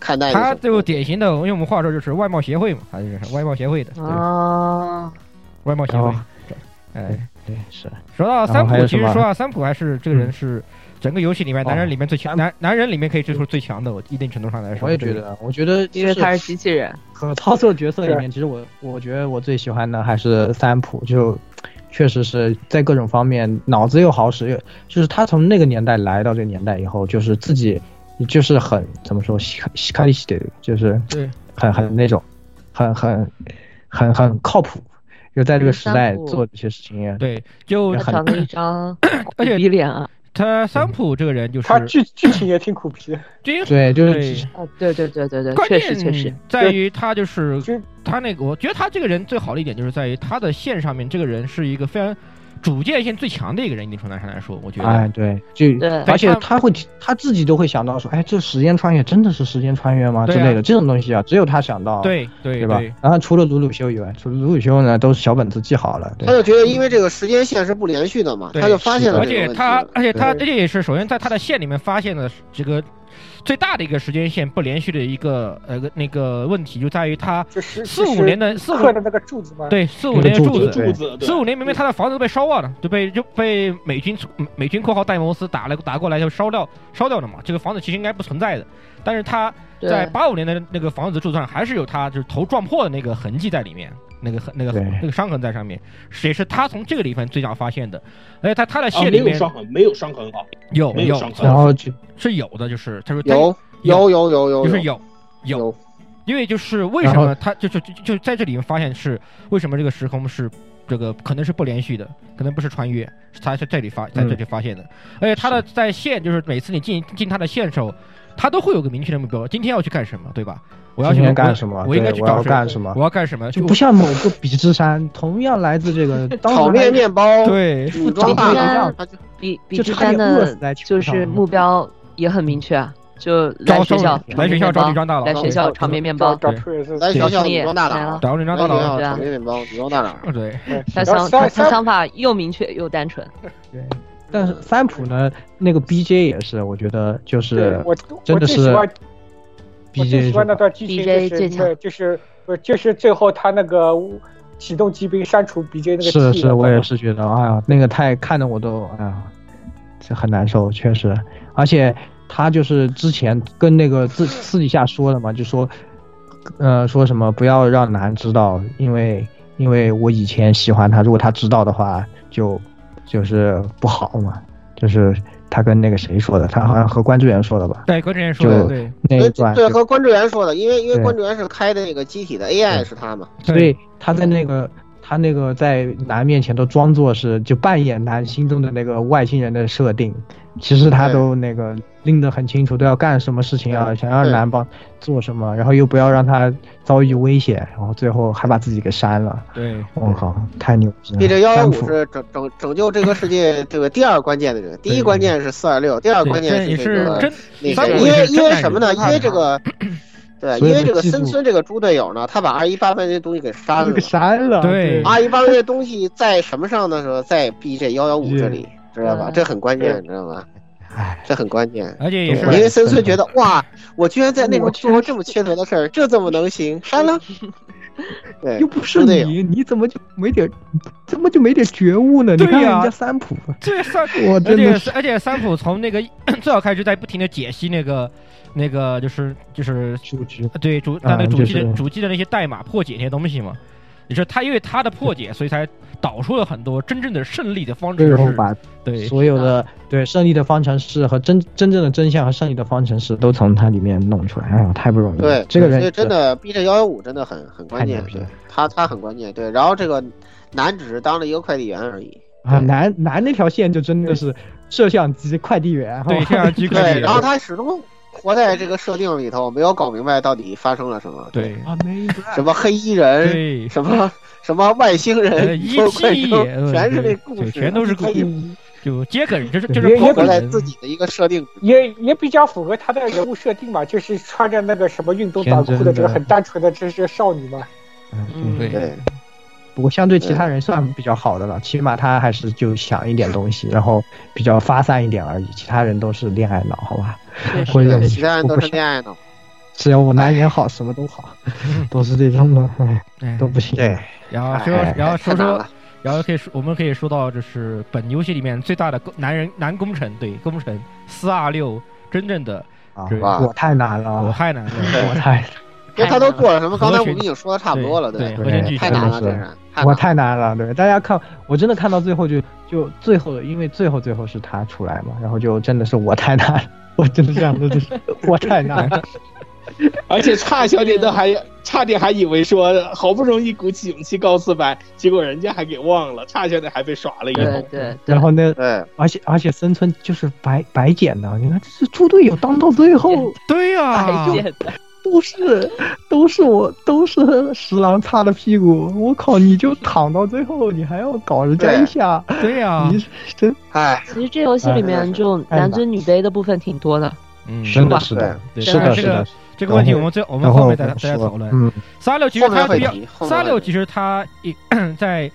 Speaker 9: 看待的
Speaker 8: 他
Speaker 9: 事。
Speaker 8: 就典型的，用我们话说就是啊外贸协会嘛，他就是外贸协会的。
Speaker 12: 哦，
Speaker 8: 外贸协会
Speaker 7: 哦。
Speaker 8: 哎，
Speaker 7: 对是。
Speaker 8: 说到
Speaker 7: 然
Speaker 8: 三
Speaker 7: 后还有
Speaker 8: 浦，其实
Speaker 7: 什么
Speaker 8: 说到三浦还是这个人是整个游戏里哎面男
Speaker 7: 哦
Speaker 8: 人里面最强，男男人里面可以最出最强的，我一定程度上来说。
Speaker 7: 我也觉得，我觉得
Speaker 12: 因为他是机器人。
Speaker 7: 可操作角色里面，其实我我觉得我最喜欢的还是三浦，就确实是在各种方面脑子又好使，就是他从那个年代来到这个年代以后，就是自己就是很怎么说，西卡西卡利西的，就是
Speaker 8: 对
Speaker 7: 很很那种，很很很很靠谱，就在这个时代做这些事情也
Speaker 8: 对，就
Speaker 7: 也很
Speaker 12: 长了一张
Speaker 8: 而且
Speaker 12: 逼脸 啊！
Speaker 8: 他桑普这个人就是
Speaker 10: 他剧剧情也挺苦皮的，
Speaker 7: 对就是
Speaker 12: 啊，对对对对对，
Speaker 8: 关
Speaker 12: 确
Speaker 8: 键
Speaker 12: 实确实，
Speaker 8: 在于他就是他那个，我觉得他这个人最好的一点就是在于他的线上面，这个人是一个非常主见性最强的一个人，一定程度上来说，我觉得。
Speaker 7: 哎，对，就
Speaker 12: 对
Speaker 7: 而且
Speaker 8: 但
Speaker 7: 他会他自己都会想到说，哎，这时间穿越真的是时间穿越吗？
Speaker 8: 对
Speaker 7: 之
Speaker 8: 啊
Speaker 7: 类的这种东西啊，只有他想到，
Speaker 8: 对对
Speaker 7: 对吧
Speaker 8: 对？
Speaker 7: 然后除了鲁鲁修以外，除了鲁鲁修呢，都是小本子记好了，对
Speaker 9: 他就觉得因为这个时间线是不连续的嘛，
Speaker 8: 对
Speaker 9: 他就发现了
Speaker 8: 而
Speaker 9: 这个
Speaker 8: 且
Speaker 9: 问题
Speaker 8: 他
Speaker 9: 了。，
Speaker 8: 而且他，而且也是首先在他的线里面发现了这个最大的一个时间线不连续的一个呃那个问题，就在于他
Speaker 10: 就是
Speaker 8: 四五年的
Speaker 10: 就是
Speaker 8: 四五
Speaker 10: 刻的那个柱子嘛，
Speaker 8: 对四五年的
Speaker 7: 柱
Speaker 8: 柱
Speaker 7: 子
Speaker 8: 子，
Speaker 6: 子
Speaker 8: 四五年明明他的房子都被烧掉了，就被就被美军美军（括号戴蒙斯）打了打过来就烧掉烧掉了嘛。这个房子其实应该不存在的，但是他在
Speaker 12: 对
Speaker 8: 八五年的那个房子柱子上还是有他就是头撞破的那个痕迹在里面。那个痕、那个痕、
Speaker 7: 对
Speaker 8: 那个伤痕在上面，也是他从这个地方最早发现的。而且他他的
Speaker 6: 啊，
Speaker 8: 线
Speaker 6: 没
Speaker 8: 里
Speaker 6: 有
Speaker 8: 面
Speaker 6: 伤痕，没有伤痕啊，
Speaker 8: 有
Speaker 6: 没有
Speaker 8: 有
Speaker 6: 伤，痕
Speaker 7: 然后就。
Speaker 8: 是有的，就是他说但
Speaker 9: 有有有有有
Speaker 8: 就是有有
Speaker 9: 有，
Speaker 8: 因为就是为
Speaker 7: 然
Speaker 8: 什
Speaker 7: 后
Speaker 8: 么呃他就就就就在这里面发现是为什么这个时空是这个可能是不连续的，可能不是穿越，是他在这里发在
Speaker 7: 嗯
Speaker 8: 这里发现的，而且他的在线就是每次你进进他的线的时候，他都会有个明确的目标，今天要去干什么，对吧？我要去
Speaker 7: 今天
Speaker 8: 我
Speaker 7: 干什么
Speaker 8: 我应该
Speaker 7: 对
Speaker 8: 去
Speaker 7: 我要
Speaker 8: 找谁
Speaker 7: 干什么
Speaker 8: 我要干什么？
Speaker 7: 就不像某个笔之山，同样来自这个当时
Speaker 9: 炒面面包，
Speaker 8: 对
Speaker 9: 女装大
Speaker 12: 张
Speaker 9: 妈，他就
Speaker 12: 比比
Speaker 7: 就
Speaker 12: 之
Speaker 7: 差
Speaker 12: 山
Speaker 7: 点饿死
Speaker 12: 的
Speaker 7: 在，球
Speaker 12: 就是
Speaker 7: 场
Speaker 12: 目标也很明确啊，就来
Speaker 8: 招
Speaker 12: 学
Speaker 8: 生
Speaker 12: 校
Speaker 8: 来学校找女装大佬，啊
Speaker 12: 来学校炒面面
Speaker 10: 找
Speaker 12: 包，
Speaker 10: 找
Speaker 8: 对
Speaker 10: 出也是
Speaker 9: 来学校女装大
Speaker 12: 来了
Speaker 9: 佬，哎
Speaker 8: 找女装
Speaker 9: 来
Speaker 8: 大
Speaker 9: 学
Speaker 8: 佬，
Speaker 9: 校
Speaker 12: 对啊
Speaker 9: 炒面面包，女装大佬。啊
Speaker 8: 对，
Speaker 10: 对
Speaker 12: 他
Speaker 10: 然后
Speaker 12: 想他
Speaker 10: 三
Speaker 12: 他
Speaker 10: 三
Speaker 12: 想法又明确又单纯，
Speaker 7: 对，但是三浦呢，那个 BJ 也是，我觉得就
Speaker 10: 对
Speaker 7: 是
Speaker 10: 我
Speaker 7: 真的
Speaker 10: 我最喜
Speaker 7: 是
Speaker 10: 欢我最
Speaker 7: BJ
Speaker 10: 喜欢那
Speaker 7: 是吧
Speaker 10: 段剧情
Speaker 12: BJ
Speaker 10: 就是
Speaker 12: 最
Speaker 10: 那就是不就是最后他那个启动机兵删除 BJ 那个
Speaker 7: 是
Speaker 10: 气
Speaker 7: 是，
Speaker 10: 了
Speaker 7: 我也是觉得，哎呀，那个太看的我都，哎呀，这很难受，确实。而且他就是之前跟那个自私底下说的嘛，就说，呃，说什么不要让男知道，因为因为我以前喜欢他，如果他知道的话，就就是不好嘛。就是他跟那个谁说的，他好像和关志远说的吧，
Speaker 8: 对，关之前说的
Speaker 7: 就
Speaker 8: 对，
Speaker 7: 那一段
Speaker 9: 对对，
Speaker 7: 就
Speaker 9: 和关志源说的，因为因为
Speaker 7: 对
Speaker 9: 关志源是开的那个机体的 AI
Speaker 7: 对
Speaker 9: 是他嘛，
Speaker 7: 所以他在那个他那个在男面前都装作是就扮演男心中的那个外星人的设定，其实他都那个拎得很清楚，都要干什么事情啊，
Speaker 9: 对
Speaker 7: 想让男帮做什么，然后又不要让他遭遇危险，然后最后还把自己给删了。
Speaker 8: 对
Speaker 7: 我靠，太牛逼了！
Speaker 9: B J 幺幺
Speaker 7: 嗯三
Speaker 9: 五
Speaker 7: 浦
Speaker 9: 是拯拯拯救这个世界这个第二关键的人，第一关键是四二六，第二
Speaker 8: 对，
Speaker 9: 关键
Speaker 8: 也
Speaker 9: 这
Speaker 8: 是
Speaker 9: 个
Speaker 8: 真
Speaker 9: 那
Speaker 8: 三
Speaker 9: 个，
Speaker 8: 浦
Speaker 9: 因为
Speaker 8: 是真
Speaker 9: 因为
Speaker 8: 男
Speaker 9: 什么
Speaker 8: 人
Speaker 9: 呢？因为这个，对，
Speaker 7: 所以
Speaker 9: 因为这
Speaker 7: 就
Speaker 9: 个
Speaker 7: 记住
Speaker 9: 森村这个猪队友呢，他把二一八班这东西给删
Speaker 7: 这
Speaker 9: 了
Speaker 7: 个。删了，
Speaker 8: 对
Speaker 9: 二一八班这东西在什么上呢？说在 B J 幺幺五这里，知道吧？
Speaker 12: 嗯
Speaker 9: 这很关键，知道吧？
Speaker 7: 哎，
Speaker 9: 这很关键。
Speaker 8: 而且也是
Speaker 9: 因为森村觉得哇，我居然在那个做过这么缺德的事儿，这怎么能行？删了。对
Speaker 7: 又，不是
Speaker 9: 对
Speaker 7: 你，你怎么就没点，怎么就没点觉悟呢？
Speaker 8: 对
Speaker 7: 你
Speaker 8: 呀
Speaker 7: 看人家三浦，
Speaker 8: 这三
Speaker 7: 我
Speaker 8: 而
Speaker 7: 真的
Speaker 8: 且
Speaker 7: 是
Speaker 8: 而且三浦从那个 最早开始就在不停的解析那个那个就是就是
Speaker 7: 数据
Speaker 8: 对主他那
Speaker 7: 嗯
Speaker 8: 主
Speaker 7: 就
Speaker 8: 机的、
Speaker 7: 是
Speaker 8: 主机的那些代码破解那些东西嘛。你说他因为他的破解，所以才导出了很多真正的胜利的方程
Speaker 7: 最后
Speaker 8: 式。
Speaker 7: 把
Speaker 8: 对
Speaker 7: 所有的对胜利的方程式和真真正的真相和胜利的方程式都从它里面弄出来，哎呀，太不容易了。
Speaker 9: 对，
Speaker 7: 这个人
Speaker 9: 所以真的 B J 幺幺五真的很很关
Speaker 7: 太
Speaker 9: 键
Speaker 7: 牛，逼
Speaker 9: 对
Speaker 7: 了
Speaker 9: 他他很关键，对。然后这个男只是当了一个快递员而已，
Speaker 7: 啊，男男那条线就真的是摄像机、快递员，
Speaker 8: 对，这样击 溃
Speaker 9: 对。
Speaker 8: 你
Speaker 9: 然后他始终活在这个设定里头，没有搞明白到底发生了什么，
Speaker 8: 对
Speaker 7: 啊，没
Speaker 9: 什么黑衣人，
Speaker 8: 对
Speaker 9: 什么什么外星
Speaker 8: 呃
Speaker 9: 人，
Speaker 8: 一
Speaker 9: 都快
Speaker 8: 季
Speaker 9: 都
Speaker 8: 呃
Speaker 9: 全是
Speaker 8: 对
Speaker 9: 那故
Speaker 8: 对
Speaker 9: 事，
Speaker 8: 全都是故
Speaker 9: 他
Speaker 8: 事就接梗，这是这
Speaker 7: 也
Speaker 8: 是
Speaker 7: 也
Speaker 8: 抛
Speaker 9: 活在
Speaker 8: 梗。
Speaker 9: 自己的一个设定
Speaker 10: 也也比较符合他的人物设定嘛，就是穿着那个什么运动短裤的
Speaker 7: 天真的
Speaker 10: 这个很单纯的这是少女嘛，
Speaker 7: 嗯，
Speaker 8: 嗯，
Speaker 7: 对。
Speaker 8: 对
Speaker 9: 对。
Speaker 7: 不过相对其他人算比较好的了，起码他还是就想一点东西，然后比较发散一点而已。其他人都是恋爱脑，好吧？
Speaker 12: 确
Speaker 7: 我
Speaker 12: 实
Speaker 7: 有
Speaker 9: 对，其他人
Speaker 7: 我
Speaker 9: 都
Speaker 7: 不
Speaker 9: 是
Speaker 7: 想
Speaker 9: 恋爱脑。
Speaker 7: 只要我男人好，什么都好，都是这种的，哎，
Speaker 8: 哎
Speaker 7: 都不行。
Speaker 2: 对，
Speaker 8: 然后说，
Speaker 7: 哎
Speaker 8: 然后
Speaker 9: 太
Speaker 8: 说
Speaker 9: 难
Speaker 8: 说
Speaker 9: 了，
Speaker 8: 然后可以说，我们可以说到，就是本游戏里面最大的工男人男工程，对工程四二六真正的
Speaker 7: 啊
Speaker 8: 对，
Speaker 10: 啊
Speaker 7: 我太难了，
Speaker 8: 我太难了。
Speaker 7: 我太
Speaker 9: 因为他都做了什么？刚才我
Speaker 7: 和
Speaker 9: 们
Speaker 7: 弦
Speaker 9: 已经说的差不多了，
Speaker 8: 对和弦
Speaker 9: 对，
Speaker 8: 剧
Speaker 9: 太
Speaker 8: 情
Speaker 9: 难
Speaker 8: 都
Speaker 9: 了，
Speaker 8: 是
Speaker 9: 真是。
Speaker 7: 我太难了，对，大家看，我真的看到最后就就最后的，因为最后最后是他出来嘛，然后就真的是我太难了，我真的这样子，就是我太难了。
Speaker 6: 而且差小姐都还差点还以为说好不容易鼓起勇气告四白，结果人家还给忘了，差小姐还被耍了一通。
Speaker 12: 对
Speaker 7: 然后那
Speaker 9: 对，
Speaker 7: 而且而且森村就是白白捡的，你看这是猪队友当到最后，
Speaker 8: 对呀、
Speaker 12: 啊
Speaker 7: 白捡都是都是我都是十郎擦的屁股，我靠，你就躺到最后，你还要搞人家一下，
Speaker 8: 对呀、
Speaker 7: 你是真
Speaker 9: 哎，
Speaker 12: 其实这游戏里面这种男尊女卑的部分挺多的，
Speaker 8: 嗯，
Speaker 12: 是吧？
Speaker 7: 是的，
Speaker 8: 对
Speaker 7: 是的，
Speaker 8: 这
Speaker 7: 是
Speaker 8: 个
Speaker 7: 的。
Speaker 8: 这个问题我们最我们后面再
Speaker 7: 然后
Speaker 8: 再来讨论。
Speaker 7: 嗯，
Speaker 8: 三六其实它
Speaker 9: 后面会
Speaker 8: 比较
Speaker 9: 提后，面会
Speaker 8: 三六
Speaker 9: 提
Speaker 8: 其实它一 在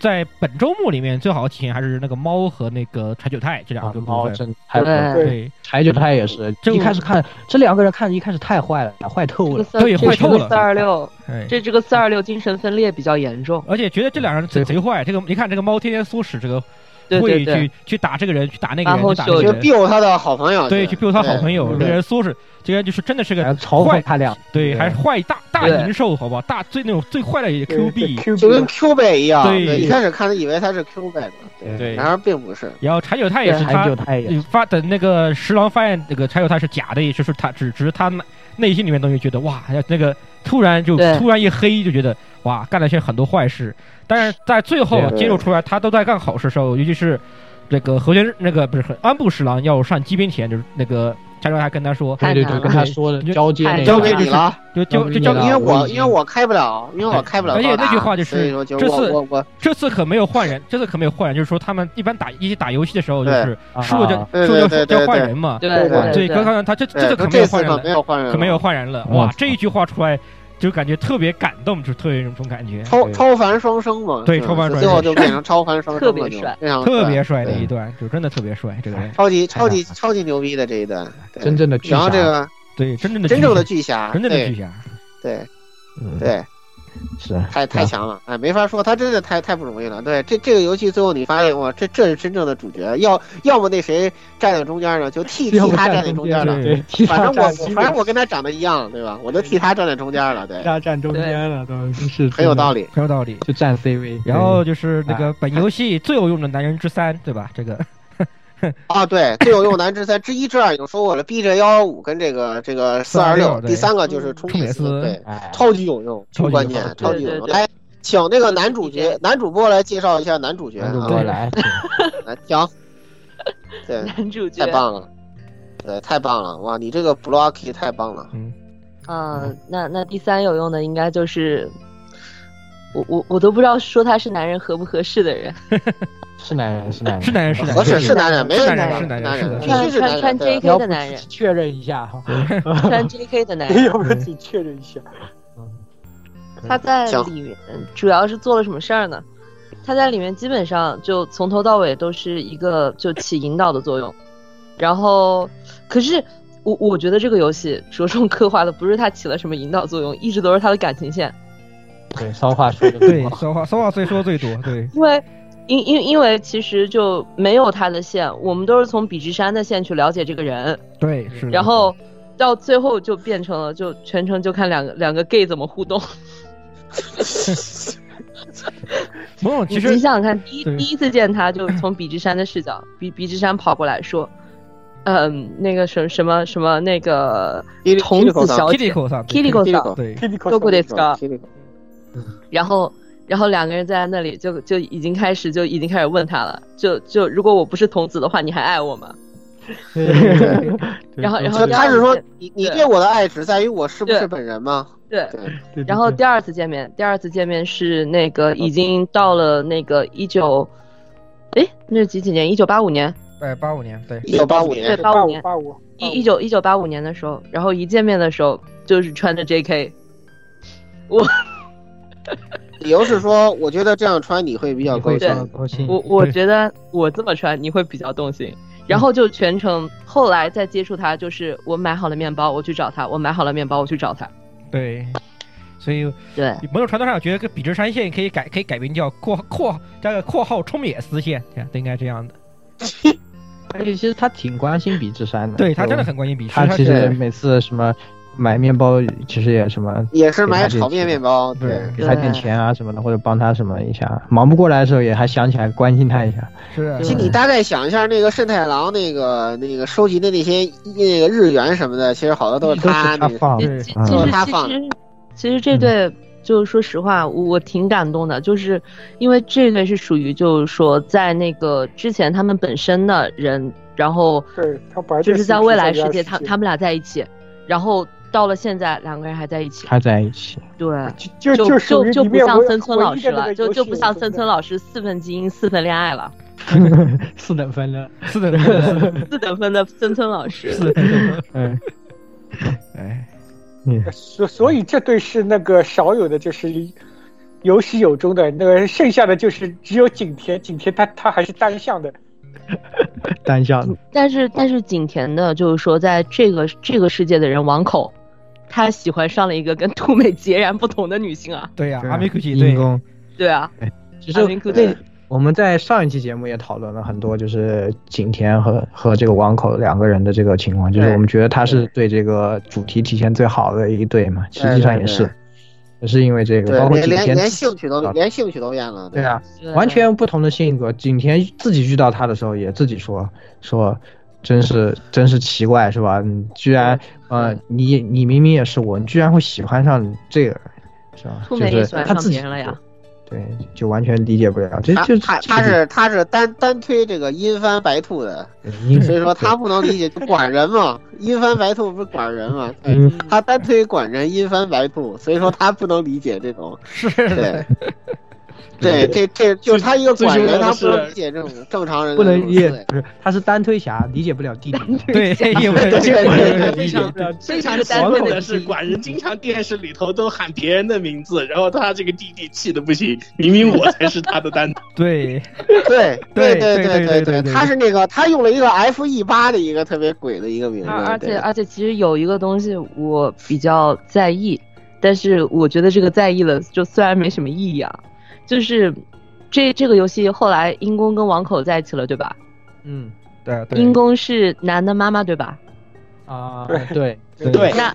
Speaker 8: 在本周末里面最好的体现还是那个猫和那个柴九太这两个部
Speaker 7: 啊猫
Speaker 8: 分。
Speaker 7: 真太
Speaker 12: 对
Speaker 8: 对
Speaker 7: 柴九太也是，
Speaker 8: 这个
Speaker 7: 一开始看这两个人看着一开始太坏了，坏透
Speaker 12: 这个
Speaker 7: 了。
Speaker 12: 三
Speaker 8: 对
Speaker 12: 这
Speaker 8: 坏透
Speaker 12: 这
Speaker 8: 了
Speaker 12: 个四二六，
Speaker 8: 哎，
Speaker 12: 这这个四二六精神分裂比较严重。
Speaker 8: 而且觉得这两人贼
Speaker 7: 对
Speaker 8: 贼坏。这个你看，这个猫天天唆使这个
Speaker 12: 对
Speaker 8: 会
Speaker 12: 对对
Speaker 8: 去去打这个人，去打那个
Speaker 12: 然
Speaker 8: 人，
Speaker 12: 后
Speaker 8: 去打那
Speaker 12: 就
Speaker 8: 个
Speaker 9: 就
Speaker 8: 人，
Speaker 9: biu 他的好朋友，
Speaker 8: 对，去 biu 他好朋友。
Speaker 9: 对
Speaker 8: 这个人唆使，这个人就是真的是
Speaker 7: 然
Speaker 8: 个
Speaker 7: 后嘲
Speaker 8: 坏
Speaker 7: 讽他俩，
Speaker 8: 对，还是坏大大
Speaker 12: 对
Speaker 8: 银兽，好不好？大最那种最坏的 Q 币。
Speaker 10: Q
Speaker 9: 就跟
Speaker 10: B
Speaker 9: Q 呗一样。
Speaker 8: 对
Speaker 9: 对，一开始看他以为他是 Q 呗的，
Speaker 8: 对
Speaker 9: 然而并不是。
Speaker 8: 然后柴九太也
Speaker 7: 对
Speaker 8: 是
Speaker 7: 柴
Speaker 8: 他
Speaker 7: 九太也
Speaker 8: 你发等那个十郎发现那个柴有他是假的，也就是他只只是他内内心里面东西觉得哇，那个突然就
Speaker 12: 对
Speaker 8: 突然一黑就觉得哇，干了些很多坏事，但是在最后
Speaker 7: 对
Speaker 8: 揭露出来他都在干好事的时候，尤其是这个和弦那个不是安部十郎要上机兵前，就是那个柴有他跟他说，
Speaker 7: 对对
Speaker 12: 太
Speaker 7: 对，
Speaker 12: 难
Speaker 7: 跟他说的
Speaker 8: 就
Speaker 7: 交接那
Speaker 12: 太
Speaker 7: 个，啊
Speaker 9: 交给你了，
Speaker 8: 就就就
Speaker 7: 对
Speaker 8: 交
Speaker 7: 对
Speaker 8: 给
Speaker 7: 对
Speaker 9: 因为
Speaker 7: 我
Speaker 9: 我
Speaker 7: 已经
Speaker 9: 因为我开不了，因为我开不了高
Speaker 8: 而
Speaker 9: 达。
Speaker 8: 且那句话就是
Speaker 9: 所以说就
Speaker 8: 这
Speaker 9: 我
Speaker 8: 次
Speaker 9: 我我
Speaker 8: 这次可没有换人，这次可没有换人，就是说他们一般打一起打游戏的时候，就
Speaker 9: 对
Speaker 8: 是
Speaker 7: 啊
Speaker 8: 输了就
Speaker 9: 对
Speaker 8: 输了就
Speaker 9: 对对
Speaker 8: 就
Speaker 9: 对
Speaker 8: 换
Speaker 9: 对
Speaker 8: 人嘛，
Speaker 12: 对
Speaker 9: 对
Speaker 12: 对
Speaker 8: 对，刚刚他这这次
Speaker 9: 对
Speaker 8: 可没
Speaker 9: 这
Speaker 8: 有
Speaker 9: 次
Speaker 8: 换人
Speaker 9: 可
Speaker 8: 了
Speaker 9: 没。有换人了，
Speaker 8: 可没有换人了。
Speaker 7: 我
Speaker 8: 哇，
Speaker 7: 操
Speaker 8: 这一句话出来，就感觉特别感动，就特别有这种感觉，
Speaker 9: 超
Speaker 7: 对
Speaker 9: 超凡双生嘛，
Speaker 8: 对
Speaker 9: 是
Speaker 8: 超凡双生
Speaker 9: 最后就变成超凡双生
Speaker 12: 特
Speaker 9: 了，
Speaker 12: 别
Speaker 9: 就
Speaker 12: 帅
Speaker 9: 非常
Speaker 8: 特别帅的哎
Speaker 9: 对
Speaker 8: 一段，就真的特别帅，这个人，
Speaker 9: 超级
Speaker 7: 太
Speaker 9: 超
Speaker 7: 难
Speaker 9: 级
Speaker 7: 了
Speaker 9: 超级牛逼的这一段，对
Speaker 7: 真正的巨
Speaker 9: 然后
Speaker 7: 侠
Speaker 9: 这个
Speaker 8: 对，真正的
Speaker 9: 真正的
Speaker 8: 巨
Speaker 9: 巨侠，
Speaker 8: 侠真正的巨
Speaker 9: 对
Speaker 8: 侠，
Speaker 9: 对
Speaker 7: 嗯
Speaker 9: 对，
Speaker 7: 是
Speaker 9: 太
Speaker 8: 啊
Speaker 9: 太强了，哎，没法说，他真的太太不容易了。对，这这个游戏最后你发现哇，这这是真正的主角，要要么那谁站在中间呢，就替替
Speaker 7: 要不
Speaker 9: 他站
Speaker 7: 站
Speaker 9: 在中
Speaker 7: 中
Speaker 9: 间
Speaker 7: 间
Speaker 9: 了。
Speaker 7: 对，替
Speaker 9: 反
Speaker 7: 他
Speaker 9: 正我
Speaker 7: 站
Speaker 9: 我反正我跟他长得一样，对吧？我都替他站在中间了，对
Speaker 7: 替，他站中间了，都是
Speaker 9: 很有道
Speaker 7: 理，
Speaker 9: 理。
Speaker 8: 很有道理。
Speaker 7: 就啊站 C 位。
Speaker 8: 然后就是那个本游戏最有用的男人之三，对吧？这个
Speaker 9: 啊，对，最有用男之三之一之二已经说过了，B J 幺幺五跟这个这个四二
Speaker 8: 426
Speaker 9: 六，
Speaker 8: 对
Speaker 9: 第三个就是冲
Speaker 8: 冲铁
Speaker 9: 铁
Speaker 8: 丝
Speaker 9: 丝，对，
Speaker 7: 哎，
Speaker 9: 超级有用，
Speaker 8: 超级有用
Speaker 9: 关键，
Speaker 7: 对
Speaker 9: 超级有用。
Speaker 12: 对对
Speaker 9: 来，请那个男主角、男主播来介绍一下男主角
Speaker 7: 男主
Speaker 9: 啊，
Speaker 7: 播
Speaker 8: 对
Speaker 7: 来，
Speaker 9: 来强，对，
Speaker 12: 男主角
Speaker 9: 太棒了，对，太棒了，哇，你这个 blocky 太棒了，
Speaker 12: 啊、那那第三有用的应该就是，我我我都不知道说他是男人合不合适的人，
Speaker 7: 是男人，是男人，
Speaker 8: 是男人，是男
Speaker 9: 合
Speaker 8: 人，
Speaker 9: 适是男人，
Speaker 12: 是
Speaker 9: 没问
Speaker 8: 男人
Speaker 9: 题，
Speaker 8: 是男人
Speaker 9: 男
Speaker 8: 是
Speaker 9: 人，
Speaker 8: 男人
Speaker 9: 必
Speaker 12: 穿
Speaker 9: 须是男
Speaker 12: 穿穿
Speaker 9: 人，对啊
Speaker 12: JK 的男人，
Speaker 7: 确认 一下哈。
Speaker 12: 穿 JK 的男人，
Speaker 10: 要不要自己确认一下？
Speaker 12: 他在
Speaker 9: 行
Speaker 12: 里面主要是做了什么事儿呢？他在里面基本上就从头到尾都是一个就起引导的作用，然后可是我我觉得这个游戏着重刻画的不是他起了什么引导作用，一直都是他的感情线，
Speaker 7: 对，骚话说的
Speaker 8: 对，说话说话最说最多，对，
Speaker 12: 因为因因因为其实就没有他的线，我们都是从比之山的线去了解这个人，
Speaker 8: 对是。
Speaker 12: 然后到最后就变成了就全程就看两个两个 gay 怎么 互动。
Speaker 8: 某种其
Speaker 12: 你你
Speaker 8: 实
Speaker 12: 想想看，第一
Speaker 8: 对嗯
Speaker 12: 第一次见他就从比之山的视角，比比之山跑过来说，嗯，那个什什么什么那个
Speaker 9: 霹雳
Speaker 12: 童
Speaker 9: 霹雳口
Speaker 12: 子
Speaker 9: 罩
Speaker 12: 小
Speaker 8: k i
Speaker 12: 姐
Speaker 8: t i 上
Speaker 12: Kiriko
Speaker 9: 霹雳
Speaker 12: 桑，
Speaker 9: 口
Speaker 8: 对，
Speaker 12: どこですか
Speaker 9: 霹雳口
Speaker 12: 然后然后两个人在那里就就已经开始就已经开始问他了，就就如果我不是童子的话，你还爱我吗？然后然后
Speaker 9: 就他是说
Speaker 12: 对
Speaker 9: 你你对我的爱只在于我是不是
Speaker 12: 对
Speaker 9: 本人吗？
Speaker 12: 对，
Speaker 9: 对，
Speaker 12: 然后第二次见面，第二次见面是那个已经到了那个一九，哎，那是几几年？一九八五年，
Speaker 8: 哎，八五年，对，
Speaker 9: 一九八五
Speaker 12: 对，
Speaker 9: 年，
Speaker 12: 八五年，
Speaker 10: 八五
Speaker 12: 一一九一九八五年的时候，然后一见面的时候就是穿着 J.K，
Speaker 9: 理由是说我觉得这样穿你会比较高
Speaker 7: 会
Speaker 12: 对
Speaker 9: 兴
Speaker 7: 上。高兴，
Speaker 12: 我我
Speaker 8: 对
Speaker 12: 觉得我这么穿你会比较动心。然后就全程，后来再接触他，就是我买好了面包，我去找他；我买好了面包，我去找他。
Speaker 8: 对，所以
Speaker 12: 对，
Speaker 8: 某种程度上，我觉得跟比之山线可以改，可以改名叫括括加个括号冲野丝线，对应该这样的。
Speaker 7: 而且其实他挺关心比智山的，
Speaker 8: 对他真的很关心比之
Speaker 7: 他
Speaker 8: 山，
Speaker 7: 其实每次什么买面包其实也什么，
Speaker 9: 也是买
Speaker 7: 买
Speaker 9: 炒面面包，对
Speaker 7: 对，给他点钱啊什么的，或者帮他什么一下。忙不过来的时候，也还想起来关心他一下。
Speaker 8: 是啊
Speaker 9: 其实你大概想一下，那个慎太郎那个那个收集的那些那个日元什么的，其实好多都是
Speaker 7: 都是
Speaker 9: 他
Speaker 7: 他
Speaker 9: 那个
Speaker 7: 放的
Speaker 9: 其
Speaker 7: 嗯
Speaker 9: 实都是他
Speaker 12: 其
Speaker 9: 放的。
Speaker 12: 实其实这对，就说实话，我我挺感动的，就是因为这对是属于就是说在那个之前他们本身的人，然后
Speaker 10: 对他本来
Speaker 12: 就是是在
Speaker 10: 属于
Speaker 12: 未
Speaker 10: 这
Speaker 12: 来
Speaker 10: 个
Speaker 12: 世界，
Speaker 10: 世
Speaker 12: 他
Speaker 10: 界
Speaker 12: 他们俩在一起，然后到了现在两个人还在一起，
Speaker 7: 还在一起，
Speaker 12: 对，
Speaker 10: 就
Speaker 12: 就
Speaker 10: 就属于
Speaker 12: 就
Speaker 10: 里
Speaker 12: 不
Speaker 10: 面
Speaker 12: 像
Speaker 10: 唯
Speaker 12: 森村
Speaker 10: 唯
Speaker 12: 老
Speaker 10: 一
Speaker 12: 师
Speaker 10: 的那
Speaker 12: 了，
Speaker 10: 个
Speaker 12: 就
Speaker 10: 游
Speaker 12: 就
Speaker 10: 戏
Speaker 12: 不像
Speaker 10: 真
Speaker 12: 森
Speaker 10: 的
Speaker 12: 村老师四分基因四分恋爱了，
Speaker 7: 四等分了，
Speaker 8: 四等分，
Speaker 12: 四等分的森村老师，
Speaker 7: 嗯，
Speaker 8: 哎，
Speaker 10: 所所以这对是那个少有的，就是有始有终的。那个剩下的就是只有景甜，景甜她她还是单向的。
Speaker 7: 单向的
Speaker 12: 但是但是景甜的，就是说在这个这个世界的人网口，他喜欢上了一个跟兔美截然不同的女性啊。
Speaker 8: 对呀，阿米克西对
Speaker 7: 因，公。
Speaker 12: 对啊，
Speaker 7: 只
Speaker 12: 阿
Speaker 7: 是
Speaker 12: 林克
Speaker 7: 那我们在上一期节目也讨论了很多，就是景甜和和这个王口两个人的这个情况，就是
Speaker 9: 对
Speaker 7: 我们觉得他是对这个主题体现最好的一对嘛，实际上也是
Speaker 9: 对，
Speaker 7: 也是因为这个，
Speaker 9: 对
Speaker 7: 包，括
Speaker 9: 连
Speaker 7: 景
Speaker 9: 连
Speaker 7: 甜
Speaker 9: 连兴趣都
Speaker 7: 啊
Speaker 9: 连兴趣都变了。
Speaker 7: 对啊，
Speaker 12: 对
Speaker 7: 完全不同的性格。景甜自己遇到他的时候也自己说说，真是真是奇怪是吧？你居然呃，你你明明也是我，你居然会喜欢上这个人是吧？
Speaker 12: 兔
Speaker 7: 就
Speaker 12: 美也
Speaker 7: 是
Speaker 12: 喜欢
Speaker 7: 他
Speaker 12: 上
Speaker 7: 自己
Speaker 12: 别人了呀。
Speaker 7: 对，就完全理解不了，这
Speaker 9: 他
Speaker 7: 就
Speaker 9: 他他是他是单单推这个阴翻白兔的，
Speaker 7: 因
Speaker 9: 所以说他不能理解，就管人嘛，阴翻白兔不是管人嘛？对
Speaker 7: 嗯
Speaker 9: 他单推管人阴翻白兔，所以说他不能理解这种。
Speaker 8: 是
Speaker 9: 对，对，这这就是他一个管人，他不能理解这种正常人的
Speaker 7: 不能
Speaker 9: 这种
Speaker 7: 理解
Speaker 9: 思维，
Speaker 7: 不是他是单推侠，理解不了 弟弟。
Speaker 8: 对，也不
Speaker 9: 对对对
Speaker 8: 理解
Speaker 6: 非常非常奇
Speaker 12: 单位
Speaker 6: 怪
Speaker 12: 的
Speaker 6: 的是，管人经常电视里头都喊别人的名字，然后他这个弟弟气的不行，明明我才是他的 单。
Speaker 8: 对，
Speaker 9: 对
Speaker 8: 对
Speaker 9: 对
Speaker 8: 对对
Speaker 9: 对
Speaker 8: 对对
Speaker 9: 他是那个他用了一个 F E 八的一个特别鬼的一个名字，
Speaker 12: 而啊而
Speaker 9: 对
Speaker 12: 且而且，其实有一个东西我比较在意，但是我觉得这个在意了，就虽然没什么意义啊，就是这这个游戏后来英公跟王口在一起了，对吧？
Speaker 7: 嗯
Speaker 8: 对对，
Speaker 12: 英公是男的妈妈，对吧？
Speaker 7: 啊，
Speaker 8: 对
Speaker 7: 对
Speaker 8: 对
Speaker 6: 对
Speaker 12: 那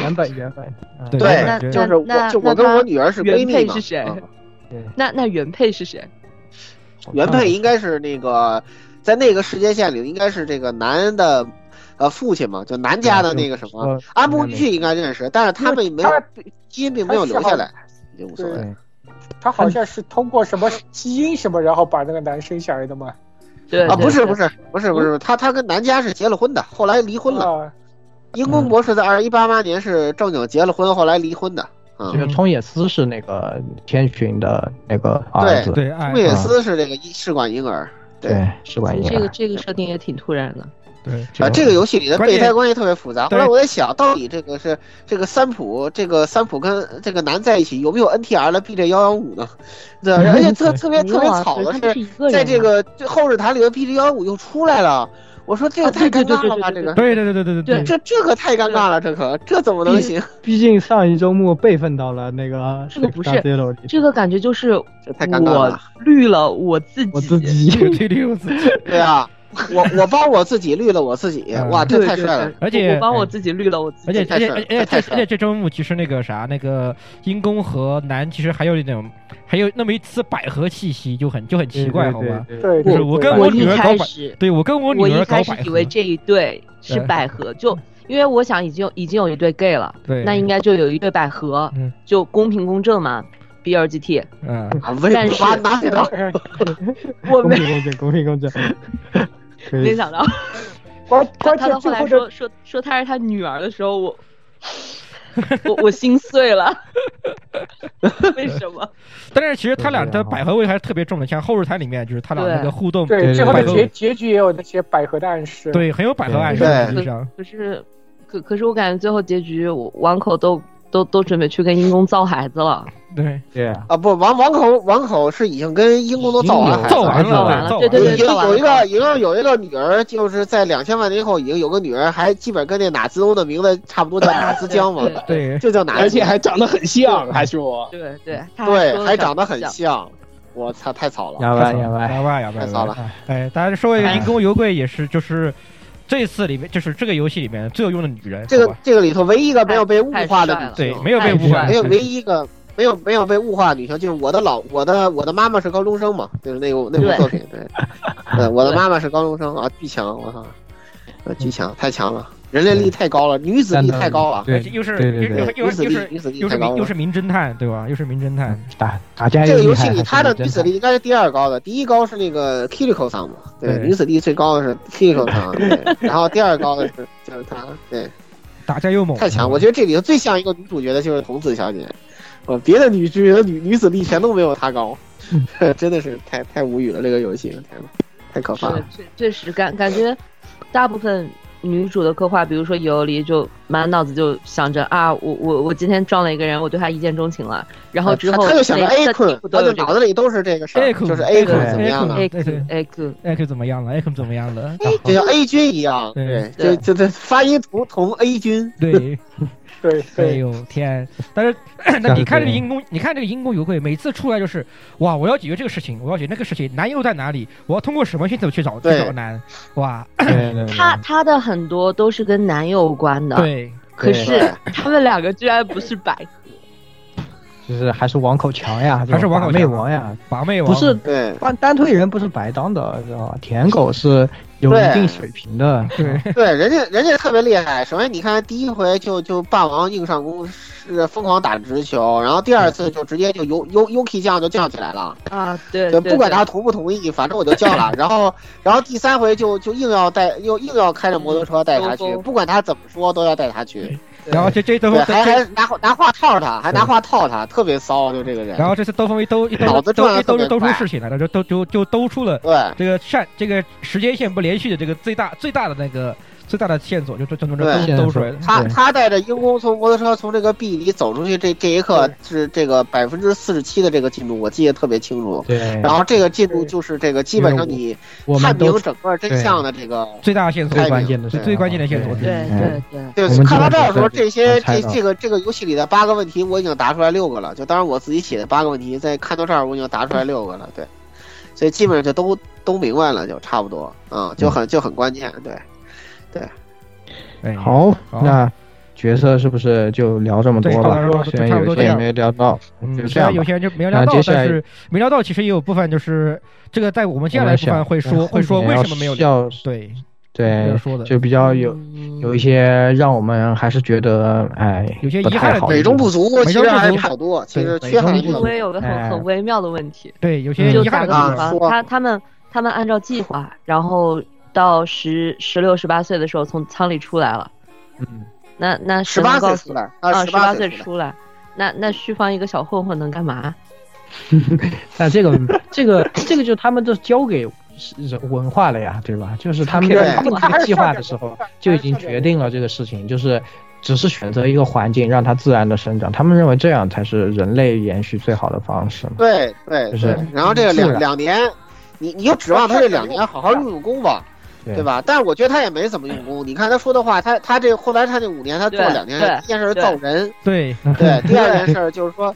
Speaker 7: 原本原本嗯
Speaker 8: 对
Speaker 9: 对，
Speaker 8: 对
Speaker 9: 就是我
Speaker 12: 那
Speaker 9: 就我
Speaker 12: 那
Speaker 9: 跟
Speaker 12: 他
Speaker 9: 我女儿是闺
Speaker 12: 原
Speaker 9: 蜜
Speaker 12: 配
Speaker 9: 嘛。
Speaker 12: 是谁
Speaker 9: 嗯？
Speaker 7: 对
Speaker 12: 那那原配是谁？
Speaker 9: 原配应该是那个在那个时间线里应该是这个男的。呃，父亲嘛，就男家
Speaker 7: 啊
Speaker 9: 的那个什么
Speaker 7: 说
Speaker 9: 安部玉应该认识，但是他们没有
Speaker 10: 他
Speaker 9: 基因并没有留下来，也无所谓。
Speaker 7: 对
Speaker 10: 她好像是通过什么基因什么，然后把那个男生下来的嘛。
Speaker 12: 对嗯
Speaker 9: 啊，不是不
Speaker 12: 是，
Speaker 9: 是不是不是，他他跟南家是结了婚的，后来离婚
Speaker 12: 哦
Speaker 9: 了。
Speaker 10: 啊，
Speaker 9: 英公博士在二一八八年是正经结了婚，后来离婚的。啊
Speaker 7: 就，是冲野司是那个天巡的那个儿
Speaker 9: 对
Speaker 7: 子，
Speaker 8: 对，哎啊爱
Speaker 12: 嗯
Speaker 9: 穆野斯是这个一试管婴儿。对
Speaker 7: 对，试管婴
Speaker 12: 这个
Speaker 7: 儿。
Speaker 12: 这个设定也挺突然的。
Speaker 8: 对
Speaker 9: 啊，这个游戏里的
Speaker 8: 关键
Speaker 9: 备胎关系特别复杂。后
Speaker 8: 对
Speaker 9: 来我在想，到底这个是这个三浦，这个三浦跟这个男在一起有没有 NTR 的 BJ 幺幺五呢？对，而且特特 别
Speaker 12: 没
Speaker 9: 特
Speaker 12: 有
Speaker 9: 别
Speaker 12: 啊，
Speaker 9: 草
Speaker 12: 可
Speaker 9: 的
Speaker 12: 是他
Speaker 9: 是
Speaker 12: 是，一个人啊，
Speaker 9: 在这个这后日谈里的 BJ 幺幺五又出来了。我说这个
Speaker 12: 啊
Speaker 9: 太
Speaker 12: 对
Speaker 9: 尴
Speaker 12: 对对
Speaker 9: 尬了吧，
Speaker 12: 对
Speaker 9: 这个
Speaker 12: 对
Speaker 8: 对对对对对
Speaker 9: 这这个太尴尬了，这可这怎么能行？
Speaker 7: 毕竟上一周末备份到了那个
Speaker 12: 这个不是
Speaker 7: Sub-Zero 里
Speaker 12: 这个感觉就是
Speaker 9: 这太尴尬了
Speaker 12: 我。绿了我自己，
Speaker 7: 我自己
Speaker 8: 对， 对对，我自己
Speaker 9: 对啊，我我帮我自己绿了我自己
Speaker 8: 嗯，
Speaker 9: 哇，
Speaker 12: 对
Speaker 9: 这太帅了
Speaker 12: 对。对
Speaker 8: 而且
Speaker 12: 我帮我自己绿了我自
Speaker 8: 而
Speaker 12: 己。
Speaker 8: 且而且
Speaker 9: 太帅了
Speaker 8: 而且而且
Speaker 9: 太帅
Speaker 8: 而
Speaker 9: 了
Speaker 8: 且这周目其实那个啥，那个英公和男其实还有那种，还有那么一丝百合气息，就很就很奇怪，好吧？
Speaker 10: 对，
Speaker 7: 对，
Speaker 8: 就是
Speaker 10: 对
Speaker 8: 我
Speaker 10: 对
Speaker 8: 跟
Speaker 12: 我
Speaker 8: 女
Speaker 12: 一
Speaker 8: 儿搞
Speaker 12: 开
Speaker 8: 百，
Speaker 12: 始，
Speaker 8: 对我跟我
Speaker 12: 我
Speaker 8: 女
Speaker 12: 一
Speaker 8: 儿搞
Speaker 12: 开始
Speaker 8: 百
Speaker 12: 以
Speaker 8: 合
Speaker 12: 为，这一对是
Speaker 8: 对
Speaker 12: 百合，就因为我想已经已经有一对 gay 了，
Speaker 8: 对，
Speaker 12: 那应该就有一对百合
Speaker 8: 嗯，
Speaker 12: 就公平公正嘛。B L G T，
Speaker 8: 嗯，
Speaker 9: 啊，为
Speaker 12: 但是
Speaker 9: 拿拿给他，
Speaker 12: 我
Speaker 7: 公
Speaker 12: 没
Speaker 7: 平公正，公平公正。 可以
Speaker 12: 没想到，
Speaker 10: 关
Speaker 12: 他
Speaker 10: 关
Speaker 12: 他
Speaker 10: 键
Speaker 12: 到后
Speaker 10: 最
Speaker 12: 来
Speaker 10: 后
Speaker 12: 说
Speaker 10: 的
Speaker 12: 说说她是他女儿的时候， 我我我心碎了，为什么？
Speaker 8: 但是其实他俩
Speaker 7: 对
Speaker 8: 的
Speaker 7: 然后
Speaker 8: 百合味还是特别重的，像后日谈里面就是他俩
Speaker 12: 对
Speaker 8: 那个互动，
Speaker 7: 对
Speaker 10: 对
Speaker 7: 对
Speaker 10: 最后的
Speaker 8: 百合
Speaker 10: 结结局也有那些百合的暗示。，
Speaker 8: 对，很有百合暗示，
Speaker 9: 对
Speaker 8: 实际
Speaker 6: 啊
Speaker 8: 上，
Speaker 12: 可是，可可是我感觉最后结局，我王口都都都准备去跟英公造孩子了，
Speaker 8: 对，
Speaker 7: 对啊，
Speaker 9: 啊，不，王王口王口是已经跟英公都造完孩子
Speaker 8: 造完
Speaker 9: 了。
Speaker 12: 造
Speaker 8: 了，
Speaker 12: 完
Speaker 8: 造
Speaker 12: 对对
Speaker 9: 已
Speaker 12: 对，
Speaker 9: 经
Speaker 12: 造完
Speaker 9: 有一
Speaker 12: 了
Speaker 9: 个，已经有一个女儿，就是在两千万年以后，已经有个女儿，还基本跟那哪兹翁的名字差不多，叫哪兹江嘛，
Speaker 8: 对，
Speaker 9: 就叫哪兹，
Speaker 6: 而且还长得很像，还是我。
Speaker 12: 对对，他
Speaker 9: 对，
Speaker 12: 说
Speaker 9: 还
Speaker 12: 长
Speaker 9: 长得很像。我操，太草了！
Speaker 7: 哑巴哑
Speaker 8: 哑
Speaker 7: 巴，
Speaker 8: 巴哑巴，
Speaker 9: 太骚了
Speaker 8: 哎，大家说一个银宫油贵也是，就是这次里面就是这个游戏里面最有用的女人，
Speaker 9: 这个这个里头唯一一个没有被物化的女性，
Speaker 8: 对，没有
Speaker 10: 哎
Speaker 8: 被物化，
Speaker 9: 没有唯一一个没有没有被物化的女性，就是我的老我的我的妈妈是高中生嘛，就是那部那部作品， 对，嗯，我的妈妈是高中生啊，巨强，我操，呃，巨强，太强了。人类力太高了，女子力太高了，
Speaker 8: 对，又是又又
Speaker 9: 是
Speaker 8: 又是
Speaker 9: 女子力
Speaker 8: 又是
Speaker 9: 太高
Speaker 8: 又是名侦探，对吧？又是名侦探，
Speaker 7: 打打架
Speaker 9: 这个游戏里他的女子力应该是第二高的，第一高是那个 Kiriko 桑嘛，对，女子力最高的是 Kiriko 桑， 对，然后第二高的是就是他，对，
Speaker 8: 打架
Speaker 6: 哦
Speaker 8: 又猛，
Speaker 9: 太
Speaker 6: 嗯
Speaker 9: 强！我觉得这里头最像一个女主角的就是童子小姐，我别的女主角女女子力全都没有她高， 真的是太太无语了，这个游戏，天呐，太可怕了，
Speaker 12: 确确实感感觉大部分。女主的刻画，比如说尤里，就满脑子就想着啊，我我我今天撞了一个人，我对他一见钟情了。然后之后
Speaker 9: 呃他就想着 A 困，
Speaker 12: 他
Speaker 9: 就脑子里都是这个事儿，就是
Speaker 8: A
Speaker 9: 困怎么样嗯了
Speaker 12: ，A 困 A 困
Speaker 8: A 困怎么样了，A 困怎么样了，
Speaker 9: 就像 A 君一样，对，就就这发音图同 A 君，
Speaker 8: 对
Speaker 10: 对
Speaker 8: 对，呦天！但是那你看这个阴公，你看这个阴公游会，每次出来就是哇，我要解决这个事情，我要解决那个事情，难又在哪里？我要通过什么线索去找去找难？哇！
Speaker 12: 他他的很多都是跟男有关的，
Speaker 8: 对。
Speaker 12: 可是他们两个居然不是百
Speaker 7: 就是还是王口强呀，
Speaker 8: 还是王口啊
Speaker 7: 妹王呀，
Speaker 8: 把妹
Speaker 7: 不是
Speaker 9: 对
Speaker 7: 单单推人不是白当的，知道吧？舔狗是有一定水平的，
Speaker 8: 对
Speaker 9: 对，人家人家特别厉害。首先你看第一回就就霸王硬上弓是疯狂打直球，然后第二次就直接就 U U U K 酱就叫起来了。
Speaker 12: 啊，对，
Speaker 9: 对，不管他同不同意，反正我就叫了。然后，然后第三回就就硬要带，又硬要开着摩托车带他去，不管他怎么说都要带他去。
Speaker 8: 然后这这兜
Speaker 9: 对， 还还拿拿话套他，还拿话套他，特别骚，就这个人。
Speaker 8: 然后这次兜风一兜一兜
Speaker 9: 脑子
Speaker 8: 兜
Speaker 9: 转
Speaker 8: 一
Speaker 9: 得
Speaker 8: 兜就
Speaker 9: 特别
Speaker 8: 兜出
Speaker 9: 快
Speaker 8: 事情来了，就兜就就兜出了
Speaker 9: 对
Speaker 8: 这个善这个时间线不连续的这个最大最大的那个最大的线索，就就就就兜
Speaker 9: 对
Speaker 8: 兜出来了。
Speaker 9: 他
Speaker 8: 对
Speaker 9: 他带着鹰弓从摩托车从这个 B 里走出去，这这一刻是这个百分之四十七的这个进度，我记得特别清楚。
Speaker 7: 对
Speaker 9: 然后这个进度就是这个基本上你
Speaker 7: 我
Speaker 9: 探
Speaker 7: 们都
Speaker 9: 明整个真相的这个
Speaker 8: 最大的线索，
Speaker 9: 最关键
Speaker 7: 的
Speaker 8: 是最关键的线索。
Speaker 12: 对
Speaker 7: 嗯
Speaker 12: 对对。
Speaker 9: 对
Speaker 7: 我们，
Speaker 9: 看到
Speaker 7: 基
Speaker 9: 这
Speaker 7: 本
Speaker 9: 儿的
Speaker 7: 上
Speaker 9: 时候，
Speaker 7: 都是
Speaker 9: 这些
Speaker 7: 猜
Speaker 9: 这
Speaker 7: 到
Speaker 9: 这个这个游戏里的八个问题，我已经答出来六个了。就当然我自己写的八个问题，在看到这儿我已经答出来六个了。对，所以基本上就都都明白了，就差不多啊、就
Speaker 7: 嗯
Speaker 9: 很就很关键。对，对，
Speaker 8: 哎
Speaker 7: 好，那角色是不是就聊这么多
Speaker 8: 对
Speaker 7: 吧
Speaker 8: 差不多？
Speaker 7: 虽然有些也没聊到，就
Speaker 8: 嗯，
Speaker 7: 这
Speaker 8: 虽然
Speaker 7: 样
Speaker 8: 有
Speaker 7: 吧。
Speaker 8: 些人就没聊
Speaker 7: 那
Speaker 8: 到
Speaker 7: 接，下来
Speaker 8: 但是没聊到其实也有部分就是这个，在我们接下来部分会
Speaker 7: 我
Speaker 8: 说
Speaker 7: 们想
Speaker 8: 会说为什么没有聊
Speaker 7: 要
Speaker 8: 对
Speaker 7: 对
Speaker 8: 要说的，
Speaker 7: 就比较有
Speaker 12: 嗯
Speaker 7: 有一些让我们还是觉得哎，
Speaker 8: 有些
Speaker 7: 不
Speaker 8: 遗
Speaker 7: 太
Speaker 8: 憾的
Speaker 7: 好
Speaker 8: 地
Speaker 9: 美中不足，其实还是
Speaker 8: 美中不足
Speaker 9: 好多，其实
Speaker 8: 对
Speaker 9: 缺憾还
Speaker 7: 美中
Speaker 9: 是很
Speaker 7: 不足
Speaker 9: 多
Speaker 12: 我也有个很
Speaker 7: 哎
Speaker 12: 很微妙的问题，
Speaker 8: 对有些
Speaker 12: 就
Speaker 8: 遗
Speaker 12: 打
Speaker 8: 憾
Speaker 12: 个
Speaker 8: 的
Speaker 12: 比
Speaker 7: 啊
Speaker 8: 地方
Speaker 12: 方，嗯他他们他们按照计划，然后到十十六十八岁的时候从仓里出来了，
Speaker 7: 嗯，
Speaker 12: 那那
Speaker 9: 十
Speaker 12: 谁
Speaker 9: 八
Speaker 12: 能
Speaker 9: 岁
Speaker 12: 告
Speaker 9: 出
Speaker 12: 诉
Speaker 9: 来
Speaker 12: 啊
Speaker 9: 十
Speaker 12: 十八
Speaker 9: 岁
Speaker 12: 出来，那那旭方一个小混混能干嘛？
Speaker 7: 但这个这个这个就他们都交给文化了呀，对吧？就是他们
Speaker 9: 对
Speaker 7: 在定这个计划的时候就已经决定了这个事情，就是只是选择一个环境让它自然的生长，他们认为这样才是人类延续最好的方式嘛。
Speaker 9: 对对
Speaker 7: 就
Speaker 9: 对
Speaker 7: 是，啊
Speaker 9: 然后这个
Speaker 7: 自
Speaker 9: 两
Speaker 7: 然
Speaker 9: 两年，你你就指望他这两年好好用用功吧，
Speaker 7: 对
Speaker 9: 对吧？但是我觉得他也没怎么用功。你看他说的话，他他这后来他这五年他做
Speaker 12: 对
Speaker 9: 两件
Speaker 12: 对
Speaker 9: 事，第一件事是造人，
Speaker 8: 对
Speaker 9: 对，第二件事儿就是说，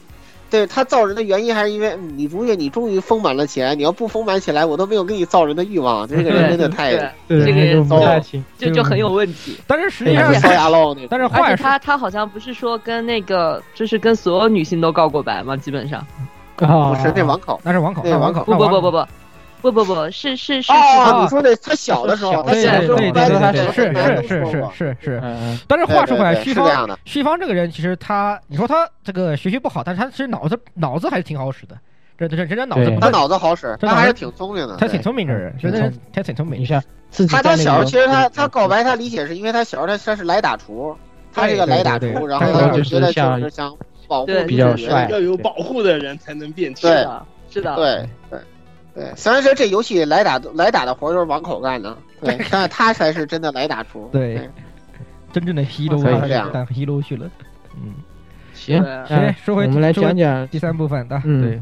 Speaker 9: 对他造人的原因还是因为嗯你如月你终于丰满了起来，你要不丰满起来，我都没有给你造人的欲望。这个人真的太
Speaker 12: 对，这个
Speaker 7: 就
Speaker 12: 人
Speaker 7: 不
Speaker 9: 糟
Speaker 7: 太
Speaker 9: 了，
Speaker 7: 行。
Speaker 12: 就就很有问
Speaker 7: 嗯
Speaker 12: 题。
Speaker 8: 哦但是实际上
Speaker 9: 还是烧牙喽那种。
Speaker 8: 但是话
Speaker 12: 而
Speaker 8: 也
Speaker 12: 且
Speaker 8: 说
Speaker 12: 他他好像不是说跟那个，就是跟所有女性都告过白吗？基本上，
Speaker 7: 啊
Speaker 9: 不是这网口
Speaker 8: 啊那是网口，啊
Speaker 9: 对
Speaker 8: 那
Speaker 9: 网口
Speaker 8: 口，
Speaker 12: 不不不不
Speaker 8: 不，
Speaker 12: 不，不不不，是是是
Speaker 9: 哦，
Speaker 12: 是，
Speaker 9: 你说的他小的时候，他
Speaker 8: 对
Speaker 9: 小的
Speaker 8: 对
Speaker 9: 时候
Speaker 8: 对对
Speaker 9: 掰的
Speaker 8: 对
Speaker 9: 时候，
Speaker 8: 是
Speaker 9: 男的
Speaker 8: 是
Speaker 9: 时
Speaker 8: 是
Speaker 9: 候
Speaker 8: 是是是。
Speaker 7: 嗯，
Speaker 8: 但是话说回来，
Speaker 9: 对对对
Speaker 8: 旭
Speaker 9: 是这样
Speaker 8: 方
Speaker 9: 的
Speaker 8: 旭方这个人，其实他，你说他这个学习不好，但是他其实脑子脑子还是挺好使的，这这人家脑子
Speaker 7: 对
Speaker 8: 不
Speaker 9: 他
Speaker 8: 但
Speaker 9: 脑子好使，
Speaker 8: 这
Speaker 9: 他还是挺聪明的，
Speaker 8: 他
Speaker 9: 对
Speaker 8: 挺聪明的人，觉
Speaker 7: 挺
Speaker 8: 得人
Speaker 7: 聪
Speaker 8: 他挺聪明
Speaker 7: 你。像自己
Speaker 9: 他
Speaker 7: 在
Speaker 9: 他
Speaker 7: 那
Speaker 9: 小时候
Speaker 7: 个嗯
Speaker 9: 其实他他告白他理解是因为他小时候他他是来打厨，他是个来打
Speaker 8: 哎对对
Speaker 9: 厨，
Speaker 8: 对
Speaker 9: 然后
Speaker 8: 他
Speaker 9: 他
Speaker 8: 就是
Speaker 9: 就觉得
Speaker 7: 像
Speaker 9: 就是想保护
Speaker 12: 对
Speaker 9: 女
Speaker 7: 比较
Speaker 9: 主角
Speaker 7: 帅
Speaker 6: 要有保护的人才能变
Speaker 9: 对
Speaker 6: 强。
Speaker 12: 的，是的，
Speaker 9: 对对对，虽然说这游戏来打来打的活都是网口干的，对，但是他才是真的来打厨。
Speaker 8: 对真正的 hero，
Speaker 7: 哦可以
Speaker 8: 他
Speaker 9: 这样
Speaker 8: 当 hero 去了。嗯，
Speaker 7: 行，
Speaker 8: 行
Speaker 7: 那，
Speaker 8: 说回
Speaker 7: 我们来
Speaker 8: 说回
Speaker 7: 讲讲
Speaker 8: 第三部分的，
Speaker 7: 嗯
Speaker 8: 对，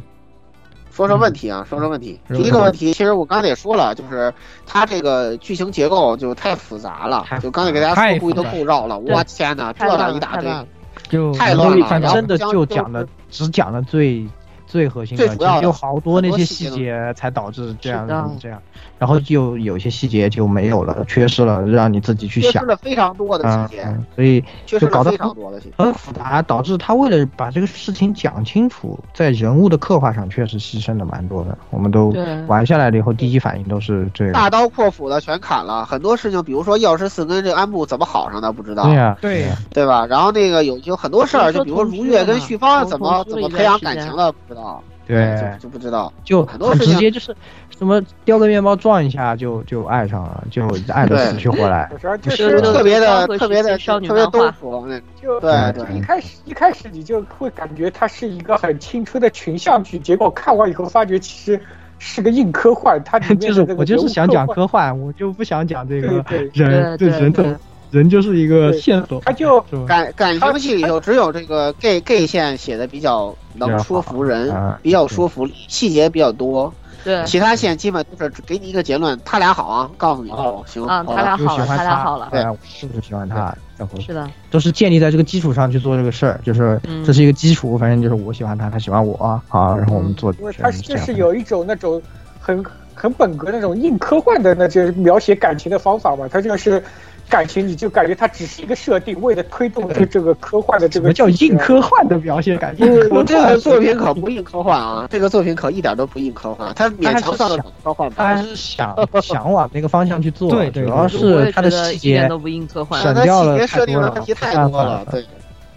Speaker 9: 说说问题啊，说说问题。
Speaker 8: 嗯
Speaker 9: 第一个问题，其实我刚才也说了，就是它这个剧情结构就太复杂了
Speaker 7: 太，复杂
Speaker 9: 就刚才给大家
Speaker 8: 太
Speaker 9: 说故意
Speaker 8: 复
Speaker 9: 都
Speaker 8: 杂
Speaker 9: 够绕了。我天哪，这
Speaker 12: 太乱
Speaker 9: 倒
Speaker 12: 了
Speaker 9: 一大
Speaker 12: 太
Speaker 9: 堆
Speaker 12: 乱，了
Speaker 8: 就
Speaker 9: 太乱了
Speaker 7: 真
Speaker 9: 然后
Speaker 7: 的
Speaker 9: 将就
Speaker 7: 就讲的只讲了最最核心
Speaker 9: 最
Speaker 7: 的，
Speaker 9: 主要
Speaker 7: 就
Speaker 9: 的
Speaker 7: 有好多那
Speaker 9: 很多
Speaker 7: 些
Speaker 9: 细
Speaker 7: 细
Speaker 9: 节都
Speaker 7: 节才导致这样
Speaker 9: 是的
Speaker 7: 这样，然后就有些细节就没有了，缺失了，让你自己去
Speaker 9: 缺失
Speaker 7: 想。
Speaker 9: 了非常多的
Speaker 7: 啊、
Speaker 9: 细节，
Speaker 7: 嗯所以
Speaker 9: 缺
Speaker 7: 就
Speaker 9: 失
Speaker 7: 搞
Speaker 9: 了
Speaker 7: 得
Speaker 9: 非常
Speaker 7: 很
Speaker 9: 多的细节。
Speaker 7: 很复杂，导致他为了把这个事情讲清楚，在人物的刻画上确实牺牲了蛮多的。我们都
Speaker 9: 对
Speaker 7: 玩下来了以后，第一反应都是这个。
Speaker 9: 大刀阔斧的全砍了，很多事情，比如说药师寺跟这个安部怎么好上的不知道，
Speaker 7: 对呀
Speaker 8: 对，
Speaker 9: 对吧？然后那个有有很多事儿，
Speaker 12: 比
Speaker 9: 就
Speaker 12: 如说
Speaker 9: 比如说
Speaker 12: 同居
Speaker 9: 如月跟
Speaker 12: 嘛
Speaker 9: 旭芳
Speaker 12: 同
Speaker 9: 怎么
Speaker 12: 同居
Speaker 9: 怎
Speaker 12: 了
Speaker 9: 么培
Speaker 12: 一段
Speaker 9: 养
Speaker 12: 时
Speaker 9: 感
Speaker 12: 间
Speaker 9: 情了不知道，
Speaker 7: 对
Speaker 9: 就就不知道，
Speaker 7: 就
Speaker 9: 很多
Speaker 7: 很
Speaker 9: 事
Speaker 7: 直
Speaker 9: 情
Speaker 7: 接，就是什么叼个面包撞一下就就爱上了，就爱的死去活来
Speaker 10: 我。觉得就
Speaker 9: 就是是特别的
Speaker 12: 昭和
Speaker 9: 特
Speaker 12: 时
Speaker 9: 别
Speaker 12: 期
Speaker 9: 的
Speaker 12: 少女
Speaker 9: 特别
Speaker 12: 漫画
Speaker 9: 东服那种，
Speaker 10: 就
Speaker 7: 嗯
Speaker 9: 对
Speaker 10: 就
Speaker 9: 对
Speaker 10: 一开始一开始你就会感觉它是一个很青春的群像剧，结果看完以后发觉其实是个硬科幻，它里面
Speaker 7: 就是
Speaker 10: 的那个
Speaker 7: 我就是
Speaker 10: 人物
Speaker 7: 想讲
Speaker 10: 刻画
Speaker 7: 科幻，我就不想讲这个
Speaker 10: 对
Speaker 7: 人，这
Speaker 12: 对对
Speaker 7: 人怎么人就是一个
Speaker 10: 对
Speaker 7: 线索，
Speaker 10: 它就是
Speaker 7: 吧？
Speaker 9: 感感情戏里头只有这个 gay gay 线写的比较能说服人
Speaker 7: 啊，
Speaker 9: 比较说服力，细节比较多，
Speaker 12: 对
Speaker 9: 其他线基本都是只给你一个结论，他俩好啊，告诉你哦，行，
Speaker 12: 啊，
Speaker 9: 好
Speaker 12: 他俩
Speaker 9: 了
Speaker 7: 就
Speaker 12: 好
Speaker 7: 喜
Speaker 12: 了，
Speaker 7: 欢
Speaker 12: 他俩好了，
Speaker 9: 对
Speaker 7: 哎，我是不是喜欢他？然后
Speaker 12: 是的，
Speaker 7: 都是建立在这个基础上去做这个事儿，就是
Speaker 12: 嗯
Speaker 7: 这是一个基础，反正就是我喜欢他，他喜欢我啊，然后我
Speaker 12: 嗯
Speaker 7: 们做
Speaker 10: 因为
Speaker 7: 这
Speaker 10: 它
Speaker 7: 样
Speaker 10: 就
Speaker 7: 这样
Speaker 10: 是有一种那种很很本格那种硬科幻的那就是描写感情的方法嘛，它就是感情，你就感觉它只是一个设定，为了推动这这个科幻的这
Speaker 7: 什
Speaker 10: 个啊
Speaker 7: 么叫
Speaker 10: 剧情
Speaker 7: 硬科幻的描写感觉？硬科
Speaker 9: 我
Speaker 7: 幻
Speaker 9: 这个作品可不硬科幻啊，这个作品可一点都不硬科幻，它勉强算得上科幻
Speaker 7: 他还
Speaker 9: 吧。
Speaker 7: 是想想往那个方向去做，
Speaker 8: 对对
Speaker 7: 主要
Speaker 8: 对
Speaker 12: 我
Speaker 7: 是
Speaker 12: 也
Speaker 7: 他
Speaker 12: 觉
Speaker 7: 的
Speaker 12: 得
Speaker 7: 细
Speaker 12: 一点
Speaker 7: 节
Speaker 12: 都不硬科幻
Speaker 7: 是，
Speaker 9: 它细节设定的问题太多了，对，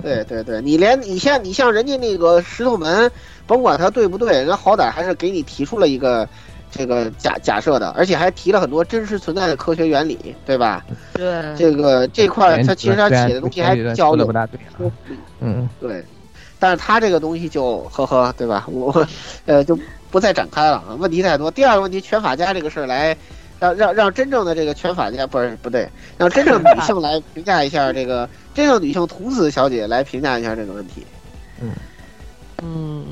Speaker 9: 对对对，你连你像你像人家那个石头门，甭管它对不对，人家好歹还是给你提出了一个这个假假设的，而且还提了很多真实存在的科学原理，对吧？
Speaker 12: 对，
Speaker 9: 这个这块它其实它
Speaker 7: 虽然
Speaker 9: 写的东西
Speaker 7: 虽
Speaker 9: 还
Speaker 7: 然
Speaker 9: 比较
Speaker 7: 说得
Speaker 9: 有
Speaker 7: 不大对啊，
Speaker 9: 说服力
Speaker 7: 嗯，
Speaker 9: 对，但是他这个东西就呵呵，对吧？我呃就不再展开了，啊，问题太多。第二个问题，拳法家这个事儿来，让让让真正的这个拳法家不是不对，让真正女性来评价一下这个真正女性童子小姐来评价一下这个问题。
Speaker 12: 嗯，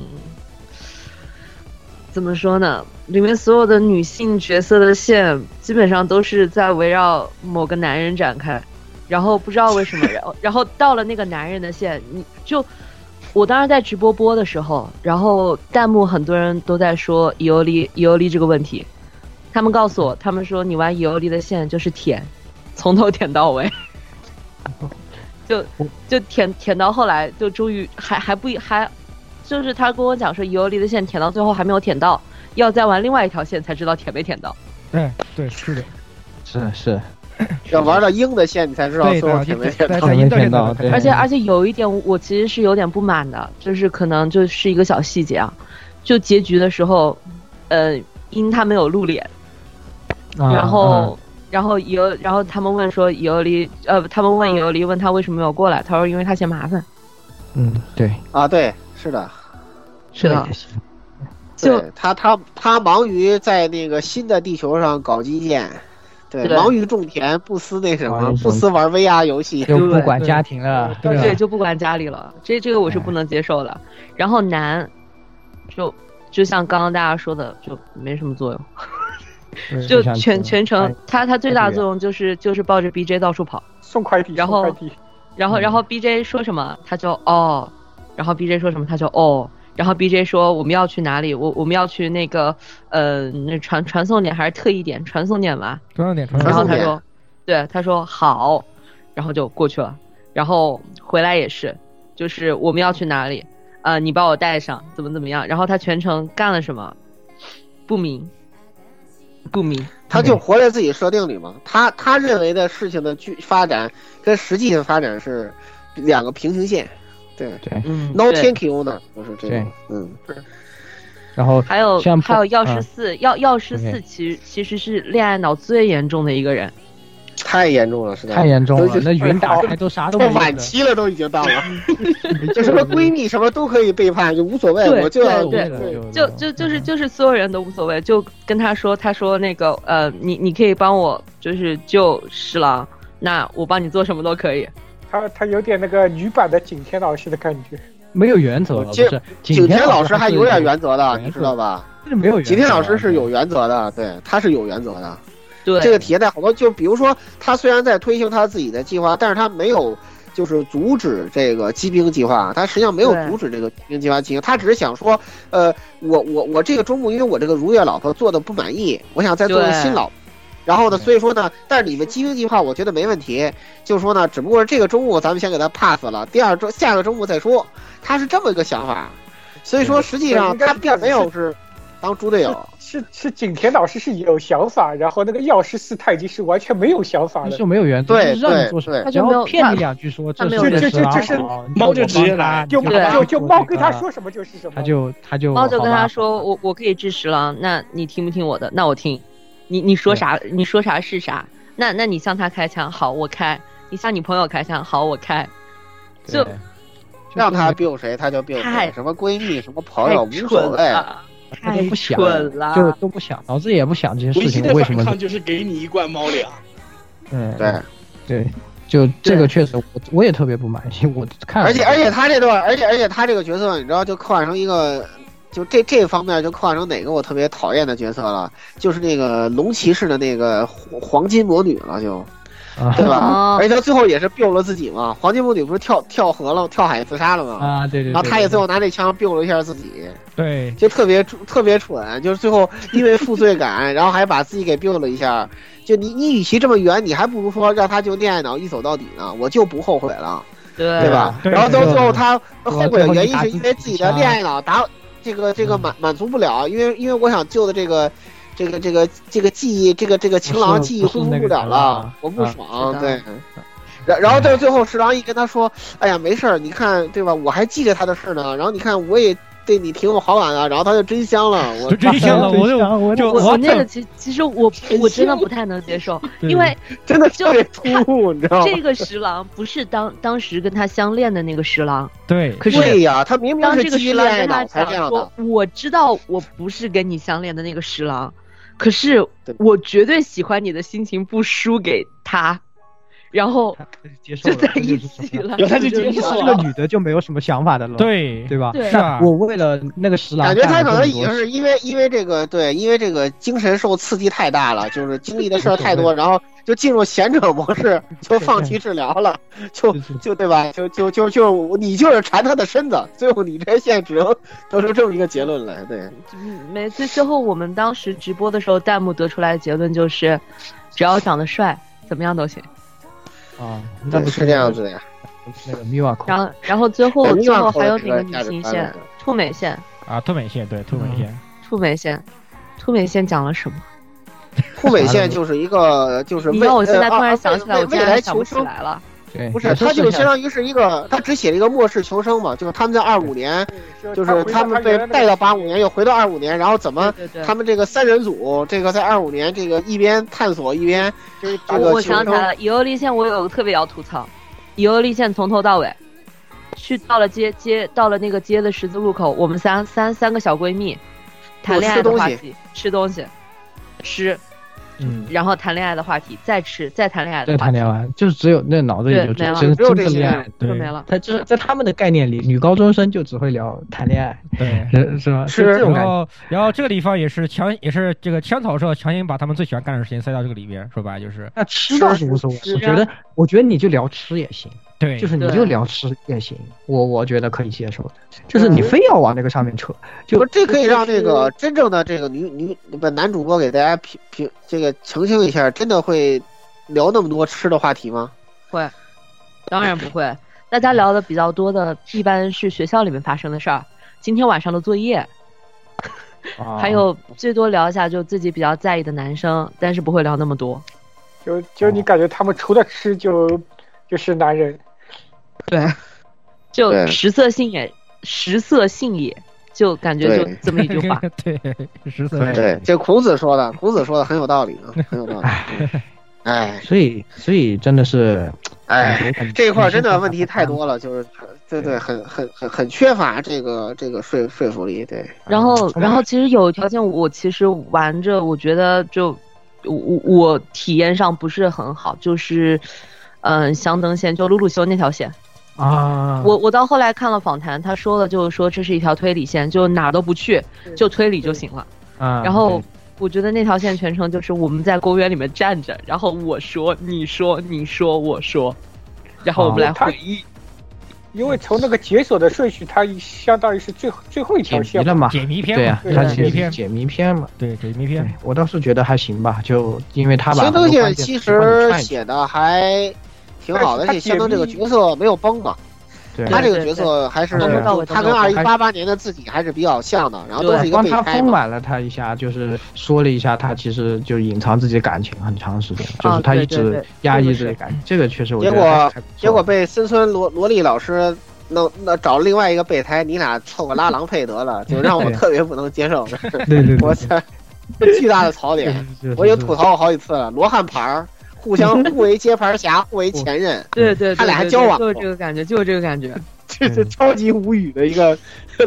Speaker 12: 怎么说呢？里面所有的女性角色的线基本上都是在围绕某个男人展开，然后不知道为什么，然后然后到了那个男人的线，你就我当时在直播播的时候，然后弹幕很多人都在说 E 伊欧利伊欧利这个问题，他们告诉我，他们说你玩伊 E 欧利的线就是舔，从头舔到尾。 就就舔舔到后来，就终于还还不还就是他跟我讲说，尤离的线舔到最后还没有舔到，要再玩另外一条线才知道舔没舔到。
Speaker 8: 哎，对，是的，
Speaker 7: 是是，
Speaker 9: 要玩到鹰的线，你才知道
Speaker 8: 对
Speaker 9: 最后
Speaker 8: 的，
Speaker 9: 舔
Speaker 8: 就
Speaker 9: 没
Speaker 8: 在
Speaker 9: 舔
Speaker 8: 在
Speaker 7: 到
Speaker 8: 在阴道
Speaker 7: 没
Speaker 8: 里
Speaker 7: 见到
Speaker 8: 头
Speaker 7: 对
Speaker 12: 而且啊而且有一点我，我其实是有点不满的，就是可能就是一个小细节啊，就结局的时候，呃，因他没有露脸，
Speaker 7: 啊
Speaker 12: 然后。然后尤，然后他们问说尤离，呃，他们问尤离，问他为什么没有过来，他说因为他嫌麻烦。
Speaker 7: 嗯嗯对，
Speaker 9: 啊？对，是的。
Speaker 12: 是的，就
Speaker 9: 对他，他他忙于在那个新的地球上搞基建，对，
Speaker 12: 对
Speaker 9: 忙于种田，不思那什
Speaker 7: 忙
Speaker 9: 么
Speaker 7: 于，
Speaker 9: 不
Speaker 7: 种
Speaker 9: 思玩 VR 游戏。
Speaker 7: 就不
Speaker 12: 对
Speaker 7: 管
Speaker 8: 对
Speaker 7: 家庭了，
Speaker 10: 对
Speaker 7: 吧
Speaker 12: 对，就不管家里了，这这个我是不能接受的。然后男，就就像刚刚大家说的，就没什么作用，
Speaker 7: 对
Speaker 12: 就
Speaker 7: 想
Speaker 12: 全
Speaker 7: 听
Speaker 12: 全程
Speaker 7: 哎
Speaker 12: 他他最大
Speaker 7: 太
Speaker 12: 的作用就是就是抱着 BJ 到处跑，
Speaker 10: 送快递，
Speaker 12: 然
Speaker 10: 送快
Speaker 12: 后
Speaker 10: 递
Speaker 12: 然后然后 BJ 说什么他就哦，然后 BJ 说什么他就哦，然后 BJ 说我们要去哪里，我我们要去那个呃那传传送点还是特异点传送点吧，
Speaker 8: 传送点，传
Speaker 12: 然后
Speaker 8: 送
Speaker 12: 他
Speaker 8: 点，
Speaker 12: 说，对，他说好，然后就过去了，然后回来也是，就是我们要去哪里，呃，你把我带上，怎么怎么样，然后他全程干了什么，不明，不明，
Speaker 9: 他就活在自己设定里嘛。他他认为的事情的剧发展跟实际的发展是两个平行线。对
Speaker 12: 嗯，
Speaker 9: ，No
Speaker 12: 对
Speaker 9: thank you 呢，就是这
Speaker 7: 对
Speaker 9: 个。嗯，
Speaker 7: 然后
Speaker 12: 还有
Speaker 7: 像
Speaker 12: 还有药
Speaker 7: 啊
Speaker 12: 师寺，药药师寺
Speaker 7: OK
Speaker 12: 其实其实是恋爱脑最严重的一个人，
Speaker 9: 太严重了，实在
Speaker 7: 太严重
Speaker 9: 都
Speaker 7: 了，那云打开都啥都没
Speaker 9: 到
Speaker 7: 有
Speaker 9: 晚
Speaker 7: 的
Speaker 9: 期了，都已经到了，
Speaker 7: 没
Speaker 9: 就
Speaker 7: 劲
Speaker 9: 什么
Speaker 7: 了
Speaker 9: 闺蜜什么都可以背叛，就无所谓，
Speaker 12: 对
Speaker 9: 我就要
Speaker 12: 对对
Speaker 7: 对对
Speaker 12: 就就
Speaker 7: 嗯
Speaker 12: 就是就是所有人都无所谓，就跟他说，他说那个呃，你你可以帮我就是救侍郎，那我帮你做什么都可以，
Speaker 10: 他他有点那个女版的景天老师的感觉，
Speaker 7: 没有原则了，不
Speaker 9: 景
Speaker 7: 是
Speaker 9: 景
Speaker 7: 天
Speaker 9: 天老师还有点原则的，
Speaker 7: 原
Speaker 9: 你知
Speaker 7: 则
Speaker 9: 道吧？
Speaker 7: 是没有原则的，
Speaker 9: 景天老师是有原则的，对，他是有原则的。
Speaker 12: 对，
Speaker 9: 这个体现在好多，就比如说他虽然在推行他自己的计划，但是他没有就是阻止这个骑兵计划，他实际上没有
Speaker 12: 对
Speaker 9: 阻止这个骑兵计划进行，他只是想说，呃，我我我这个中部，因为我这个如月老婆做的不满意，我想再做个
Speaker 12: 对
Speaker 9: 新老婆。然后呢，所以说呢，但是你们骑兵计划我觉得没问题，就是说呢，只不过这个中部咱们先给他 pass 了，第二周下个周末再说，他是这么一个想法，所以说实际上
Speaker 10: 应该
Speaker 9: 他
Speaker 10: 是
Speaker 9: 并没有是当猪队友。
Speaker 10: 是是景田老师是有想法，然后那个药师四太已经是完全没有想法了，
Speaker 7: 就没有原则，
Speaker 9: 对
Speaker 7: 就是让你
Speaker 9: 对
Speaker 7: 做什么，
Speaker 9: 对他
Speaker 12: 就
Speaker 7: 然
Speaker 12: 没有
Speaker 7: 后骗
Speaker 12: 他
Speaker 7: 你两句说
Speaker 12: 他
Speaker 7: 这是
Speaker 12: 没有
Speaker 7: 我
Speaker 10: 就
Speaker 7: 的
Speaker 10: 就
Speaker 7: 事
Speaker 10: 就
Speaker 7: 儿
Speaker 10: 是
Speaker 7: 啊，
Speaker 6: 猫就直接来
Speaker 7: 来，
Speaker 10: 就
Speaker 7: 你
Speaker 10: 就
Speaker 7: 帮
Speaker 10: 就
Speaker 7: 我
Speaker 10: 猫
Speaker 7: 这
Speaker 10: 跟
Speaker 7: 个
Speaker 10: 他说什么就是什么，
Speaker 7: 啊他就他就
Speaker 12: 猫就跟
Speaker 7: 好
Speaker 12: 他
Speaker 7: 吧
Speaker 12: 说：“我我可以治十郎，那你听不听我的？那我听。你你说啥？你说啥是啥？那那你向他开枪，好，我开；你向你朋友开枪，好，我开。就
Speaker 7: 对
Speaker 9: 让他 biu 谁他就 biu 谁，
Speaker 12: 太
Speaker 9: 什么闺蜜什么朋
Speaker 12: 太
Speaker 9: 友无所
Speaker 12: 蠢
Speaker 9: 谓。
Speaker 12: 了，
Speaker 7: 他就
Speaker 12: 太
Speaker 7: 不想
Speaker 12: 蠢了。
Speaker 7: 就都不想，脑子也不想这些事
Speaker 6: 唯一
Speaker 7: 情
Speaker 6: 的
Speaker 7: 为什
Speaker 6: 反
Speaker 7: 么
Speaker 6: 抗就是给你一罐猫粮。
Speaker 7: 嗯
Speaker 9: 对，
Speaker 7: 对，就这
Speaker 12: 对
Speaker 7: 个确实我我也特别不满意，我看了
Speaker 9: 而且而且他这段，而且而且他这个角色，你知道就刻画成一个，就这这方面就刻画成哪个我特别讨厌的角色了，就是那个龙骑士的那个黄黄金魔女了就，
Speaker 7: 啊
Speaker 9: 对吧
Speaker 12: 哦？
Speaker 9: 而且他最后也是 biu 了自己嘛，黄金魔女不是跳跳河了，跳海自杀了嘛？
Speaker 7: 啊对对，
Speaker 9: 然后
Speaker 7: 对
Speaker 9: 他也
Speaker 7: 对
Speaker 9: 最后拿那枪 biu 了一下自己，
Speaker 8: 对，
Speaker 9: 就特别蠢特别蠢，就是最后因为负罪感，然后还把自己给 biu 了一下。就你你与其这么圆，你还不如说让他就恋爱脑一走到底呢，我就不后悔了。
Speaker 12: 对
Speaker 9: 对吧？
Speaker 8: 对
Speaker 9: 然后到
Speaker 7: 对
Speaker 9: 最后他
Speaker 7: 对
Speaker 9: 后悔的原因是因为自己的恋爱脑达这个这
Speaker 12: 嗯
Speaker 9: 个满满足不了，因为因为我想救的这个这个这个这个记忆这个这个情郎记忆恢复不了了，我不爽，
Speaker 12: 啊
Speaker 9: 对。然然后到最后，十郎一跟他说：“哎呀，没事儿，你看对吧？我还记着他的事呢。然后你看，我也对你挺有好感啊的。然后他就真香了，我
Speaker 8: 就真香 了，我就
Speaker 7: 我
Speaker 8: 就
Speaker 12: 我我
Speaker 8: 我
Speaker 12: 那个其其实我我真的不太能接受，因为
Speaker 9: 真的
Speaker 12: 就
Speaker 9: 特别突兀，你知道吗
Speaker 12: 这个十郎不是当当时跟他相恋的那个十郎，
Speaker 8: 对
Speaker 12: 可？”是
Speaker 9: 对呀，他明明
Speaker 12: 当
Speaker 9: 是
Speaker 12: 这个
Speaker 9: 基于
Speaker 12: 十
Speaker 9: 恋
Speaker 12: 郎
Speaker 9: 爱
Speaker 12: 跟
Speaker 9: 脑
Speaker 12: 他
Speaker 9: 才
Speaker 12: 讲
Speaker 9: 这样的
Speaker 12: 说，，我知道我不是跟你相恋的那个十郎，可是
Speaker 9: 对
Speaker 12: 我绝对喜欢你的心情不输给他，然后
Speaker 7: 接受
Speaker 12: 就
Speaker 7: 了
Speaker 12: 在
Speaker 7: 这
Speaker 12: 一
Speaker 7: 是什么
Speaker 12: 起了。
Speaker 6: 然后他就
Speaker 7: 这个
Speaker 6: 接受
Speaker 7: 这
Speaker 6: 了
Speaker 7: 个，女的就没有什么想法的了，
Speaker 8: 对
Speaker 7: 对吧？
Speaker 12: 对
Speaker 8: 是啊，
Speaker 7: 我为了那个十郎
Speaker 9: 感觉他
Speaker 7: 干了
Speaker 9: 可
Speaker 7: 这
Speaker 9: 能
Speaker 7: 么
Speaker 9: 已
Speaker 7: 多
Speaker 9: 经是因为因为这个对，因为这个精神受刺激太大了，就是经历的事儿太 多，然后就进入贤者模式，就放弃治疗了，就
Speaker 7: 事情
Speaker 9: 就对吧？就就就就你就是缠他的身子，最后你这现在只能得出这么一个结论来，对，
Speaker 12: 嗯没最最后我们当时直播的时候，弹幕得出来的结论就是，只要长得帅，怎么样都行。
Speaker 7: 啊，那不
Speaker 9: 对是这样子的呀。
Speaker 7: 那个 Miracle，
Speaker 12: 然
Speaker 9: 啊
Speaker 12: 后然后最后
Speaker 9: 对
Speaker 12: 最后
Speaker 9: ，Miracle
Speaker 12: 还有哪个
Speaker 9: 的
Speaker 12: 女
Speaker 9: 价值
Speaker 12: 性
Speaker 9: 观
Speaker 12: 线
Speaker 9: 来着？
Speaker 12: 兔美线，
Speaker 8: 啊，兔美线对兔
Speaker 7: 嗯
Speaker 8: 美线，
Speaker 12: 兔美线，兔美线讲了什么？
Speaker 9: 护美 线就是一个就是
Speaker 12: 你
Speaker 9: 未
Speaker 12: 让我现
Speaker 9: 呃
Speaker 12: 在突
Speaker 9: 啊
Speaker 12: 然
Speaker 9: 啊
Speaker 12: 想起来，
Speaker 9: 未
Speaker 12: 我竟
Speaker 9: 未来
Speaker 12: 然想
Speaker 9: 求
Speaker 12: 不起
Speaker 9: 生
Speaker 12: 来了。
Speaker 7: 对，
Speaker 9: 不是，他就是相当于是一个，他只写了一个末世求生嘛，就是他们在二五年，就是他们被带到八五年，又回到二五年，然后怎么
Speaker 12: 对对
Speaker 9: 他
Speaker 12: 对，
Speaker 9: 们这个三人组，这个在二五年，这个一边探索一边这
Speaker 12: 我
Speaker 9: 个
Speaker 12: 我想起来了，以欧立线我有个特别要吐槽，以欧立线从头到尾，去到了街街到了那个街的十字路口，我们三三三个小闺蜜谈恋爱的话
Speaker 9: 吃
Speaker 12: 题，吃东西，吃，
Speaker 7: 嗯，
Speaker 12: 然后谈恋爱的话题，再吃，再谈恋爱的
Speaker 7: 对
Speaker 12: 话
Speaker 7: 谈
Speaker 12: 题
Speaker 7: 恋，爱，就是只有那脑子里
Speaker 12: 对
Speaker 7: 就
Speaker 12: 没
Speaker 7: 真
Speaker 12: 了
Speaker 7: 真
Speaker 9: 只有这
Speaker 7: 的
Speaker 9: 些
Speaker 7: 恋爱。
Speaker 12: 就
Speaker 8: 对
Speaker 12: 没了。
Speaker 7: 他就是在他们的概念里，女高中生就只会聊谈恋爱，
Speaker 8: 对。
Speaker 7: 是是吧？
Speaker 9: 是
Speaker 7: 就这种
Speaker 8: 然
Speaker 7: 感觉。
Speaker 8: 后，然后这个地方也是强，也是这个香草社强行把他们最喜欢干的事情塞到这个里边，说白了就是，
Speaker 7: 那吃倒是无所谓，我觉
Speaker 9: 啊
Speaker 7: 得，我觉得你就聊吃也行，
Speaker 8: 对，
Speaker 7: 就是你
Speaker 12: 对
Speaker 7: 就聊吃也行，我我觉得可以接受的。就是你非要往那个上面 扯，就
Speaker 9: 不是，这可以让这个真正的这个女女不男主播给大家评评这个澄清一下，真的会聊那么多吃的话题吗？
Speaker 12: 当然不会。大家聊的比较多的，一般是学校里面发生的事儿，今天晚上的作业，
Speaker 9: 哦
Speaker 7: 啊
Speaker 12: 还有最多聊一下就自己比较在意的男生，但是不会聊那么多。
Speaker 10: 就就你感觉他们除了吃就就是男人，
Speaker 12: 就
Speaker 9: 对
Speaker 12: 食色性也，食色性也，就感觉就
Speaker 9: 对
Speaker 12: 这么一句 话。
Speaker 8: 对，十四
Speaker 7: 对
Speaker 9: 对，这孔子说的，孔子说的很有道理啊，很有道理。哎
Speaker 7: 所以所以真的是，
Speaker 9: 哎，
Speaker 7: 我感觉
Speaker 9: 这一块真的问题太多了，就是对对，很很很很缺乏这个这个说说服力。对，
Speaker 12: 然后，
Speaker 9: 嗯
Speaker 12: 然后其实有一条件，我其实玩着，我觉得就我我我体验上不是很好，就是嗯，香灯线就鲁鲁修那条线，
Speaker 7: 啊，
Speaker 12: 我我到后来看了访谈，他说了就是说这是一条推理线，就哪儿都不去，就推理就行了。
Speaker 7: 啊，
Speaker 12: 然后我觉得那条线全程就是我们在公园里面站着，然后我说你说你说我说，然后我
Speaker 6: 哦
Speaker 12: 们来
Speaker 10: 它
Speaker 12: 回忆。
Speaker 10: 因为从那个解锁的顺序，它相当于是最后最后一条
Speaker 7: 解
Speaker 10: 线
Speaker 7: 谜了嘛，
Speaker 10: 解
Speaker 8: 谜
Speaker 7: 对呀、
Speaker 10: 对
Speaker 7: 它
Speaker 10: 解
Speaker 7: 其
Speaker 10: 谜
Speaker 7: 实是
Speaker 10: 篇
Speaker 7: 解谜篇嘛，
Speaker 8: 对，解谜篇。
Speaker 7: 我倒是觉得还行吧，就因为他把
Speaker 9: 仙
Speaker 7: 很多
Speaker 9: 灯
Speaker 7: 关
Speaker 9: 写
Speaker 7: 键词
Speaker 9: 其
Speaker 7: 帮你
Speaker 9: 实
Speaker 7: 串一
Speaker 9: 写的还挺好的，而
Speaker 7: 但
Speaker 9: 且
Speaker 7: 是他
Speaker 9: 仙灯这个
Speaker 7: 解
Speaker 9: 角色没有崩嘛。
Speaker 7: 对
Speaker 9: 他这个角
Speaker 7: 对对
Speaker 9: 色还是
Speaker 7: 从头到尾
Speaker 9: 他
Speaker 7: 都
Speaker 9: 跟
Speaker 7: 没有
Speaker 9: 二零
Speaker 7: 崩
Speaker 9: 八八年的自己还是比较像的，然后
Speaker 7: 对，
Speaker 9: 都是一个
Speaker 7: 帮
Speaker 9: 备
Speaker 7: 他
Speaker 9: 胎
Speaker 7: 丰
Speaker 9: 嘛。
Speaker 7: 满了他一下，就是说了一下他其实就隐藏自己的感情很长时间，就是他
Speaker 9: 哦对
Speaker 7: 一
Speaker 9: 对对
Speaker 7: 直压抑
Speaker 9: 这个
Speaker 7: 自己
Speaker 9: 是
Speaker 7: 的感情，这个确实我
Speaker 9: 结
Speaker 7: 觉得还
Speaker 9: 果
Speaker 7: 是还
Speaker 9: 结果被森村罗罗莉老师弄那找了另外一个备胎，你俩凑个拉郎配得了，就让我
Speaker 7: 对
Speaker 9: 特别不能接受。
Speaker 7: 对对对
Speaker 9: 我操，这巨大的槽 点
Speaker 7: 是是，
Speaker 9: 我已经吐槽过好几次了。罗汉牌儿互相互为接盘侠，互为前任，
Speaker 12: 对对对，
Speaker 9: 他俩还
Speaker 12: 对对
Speaker 9: 交往
Speaker 12: 就
Speaker 9: 过
Speaker 12: 是，这个感觉，就是这个感觉。
Speaker 9: 这
Speaker 8: 嗯
Speaker 9: 是超级无语的 一个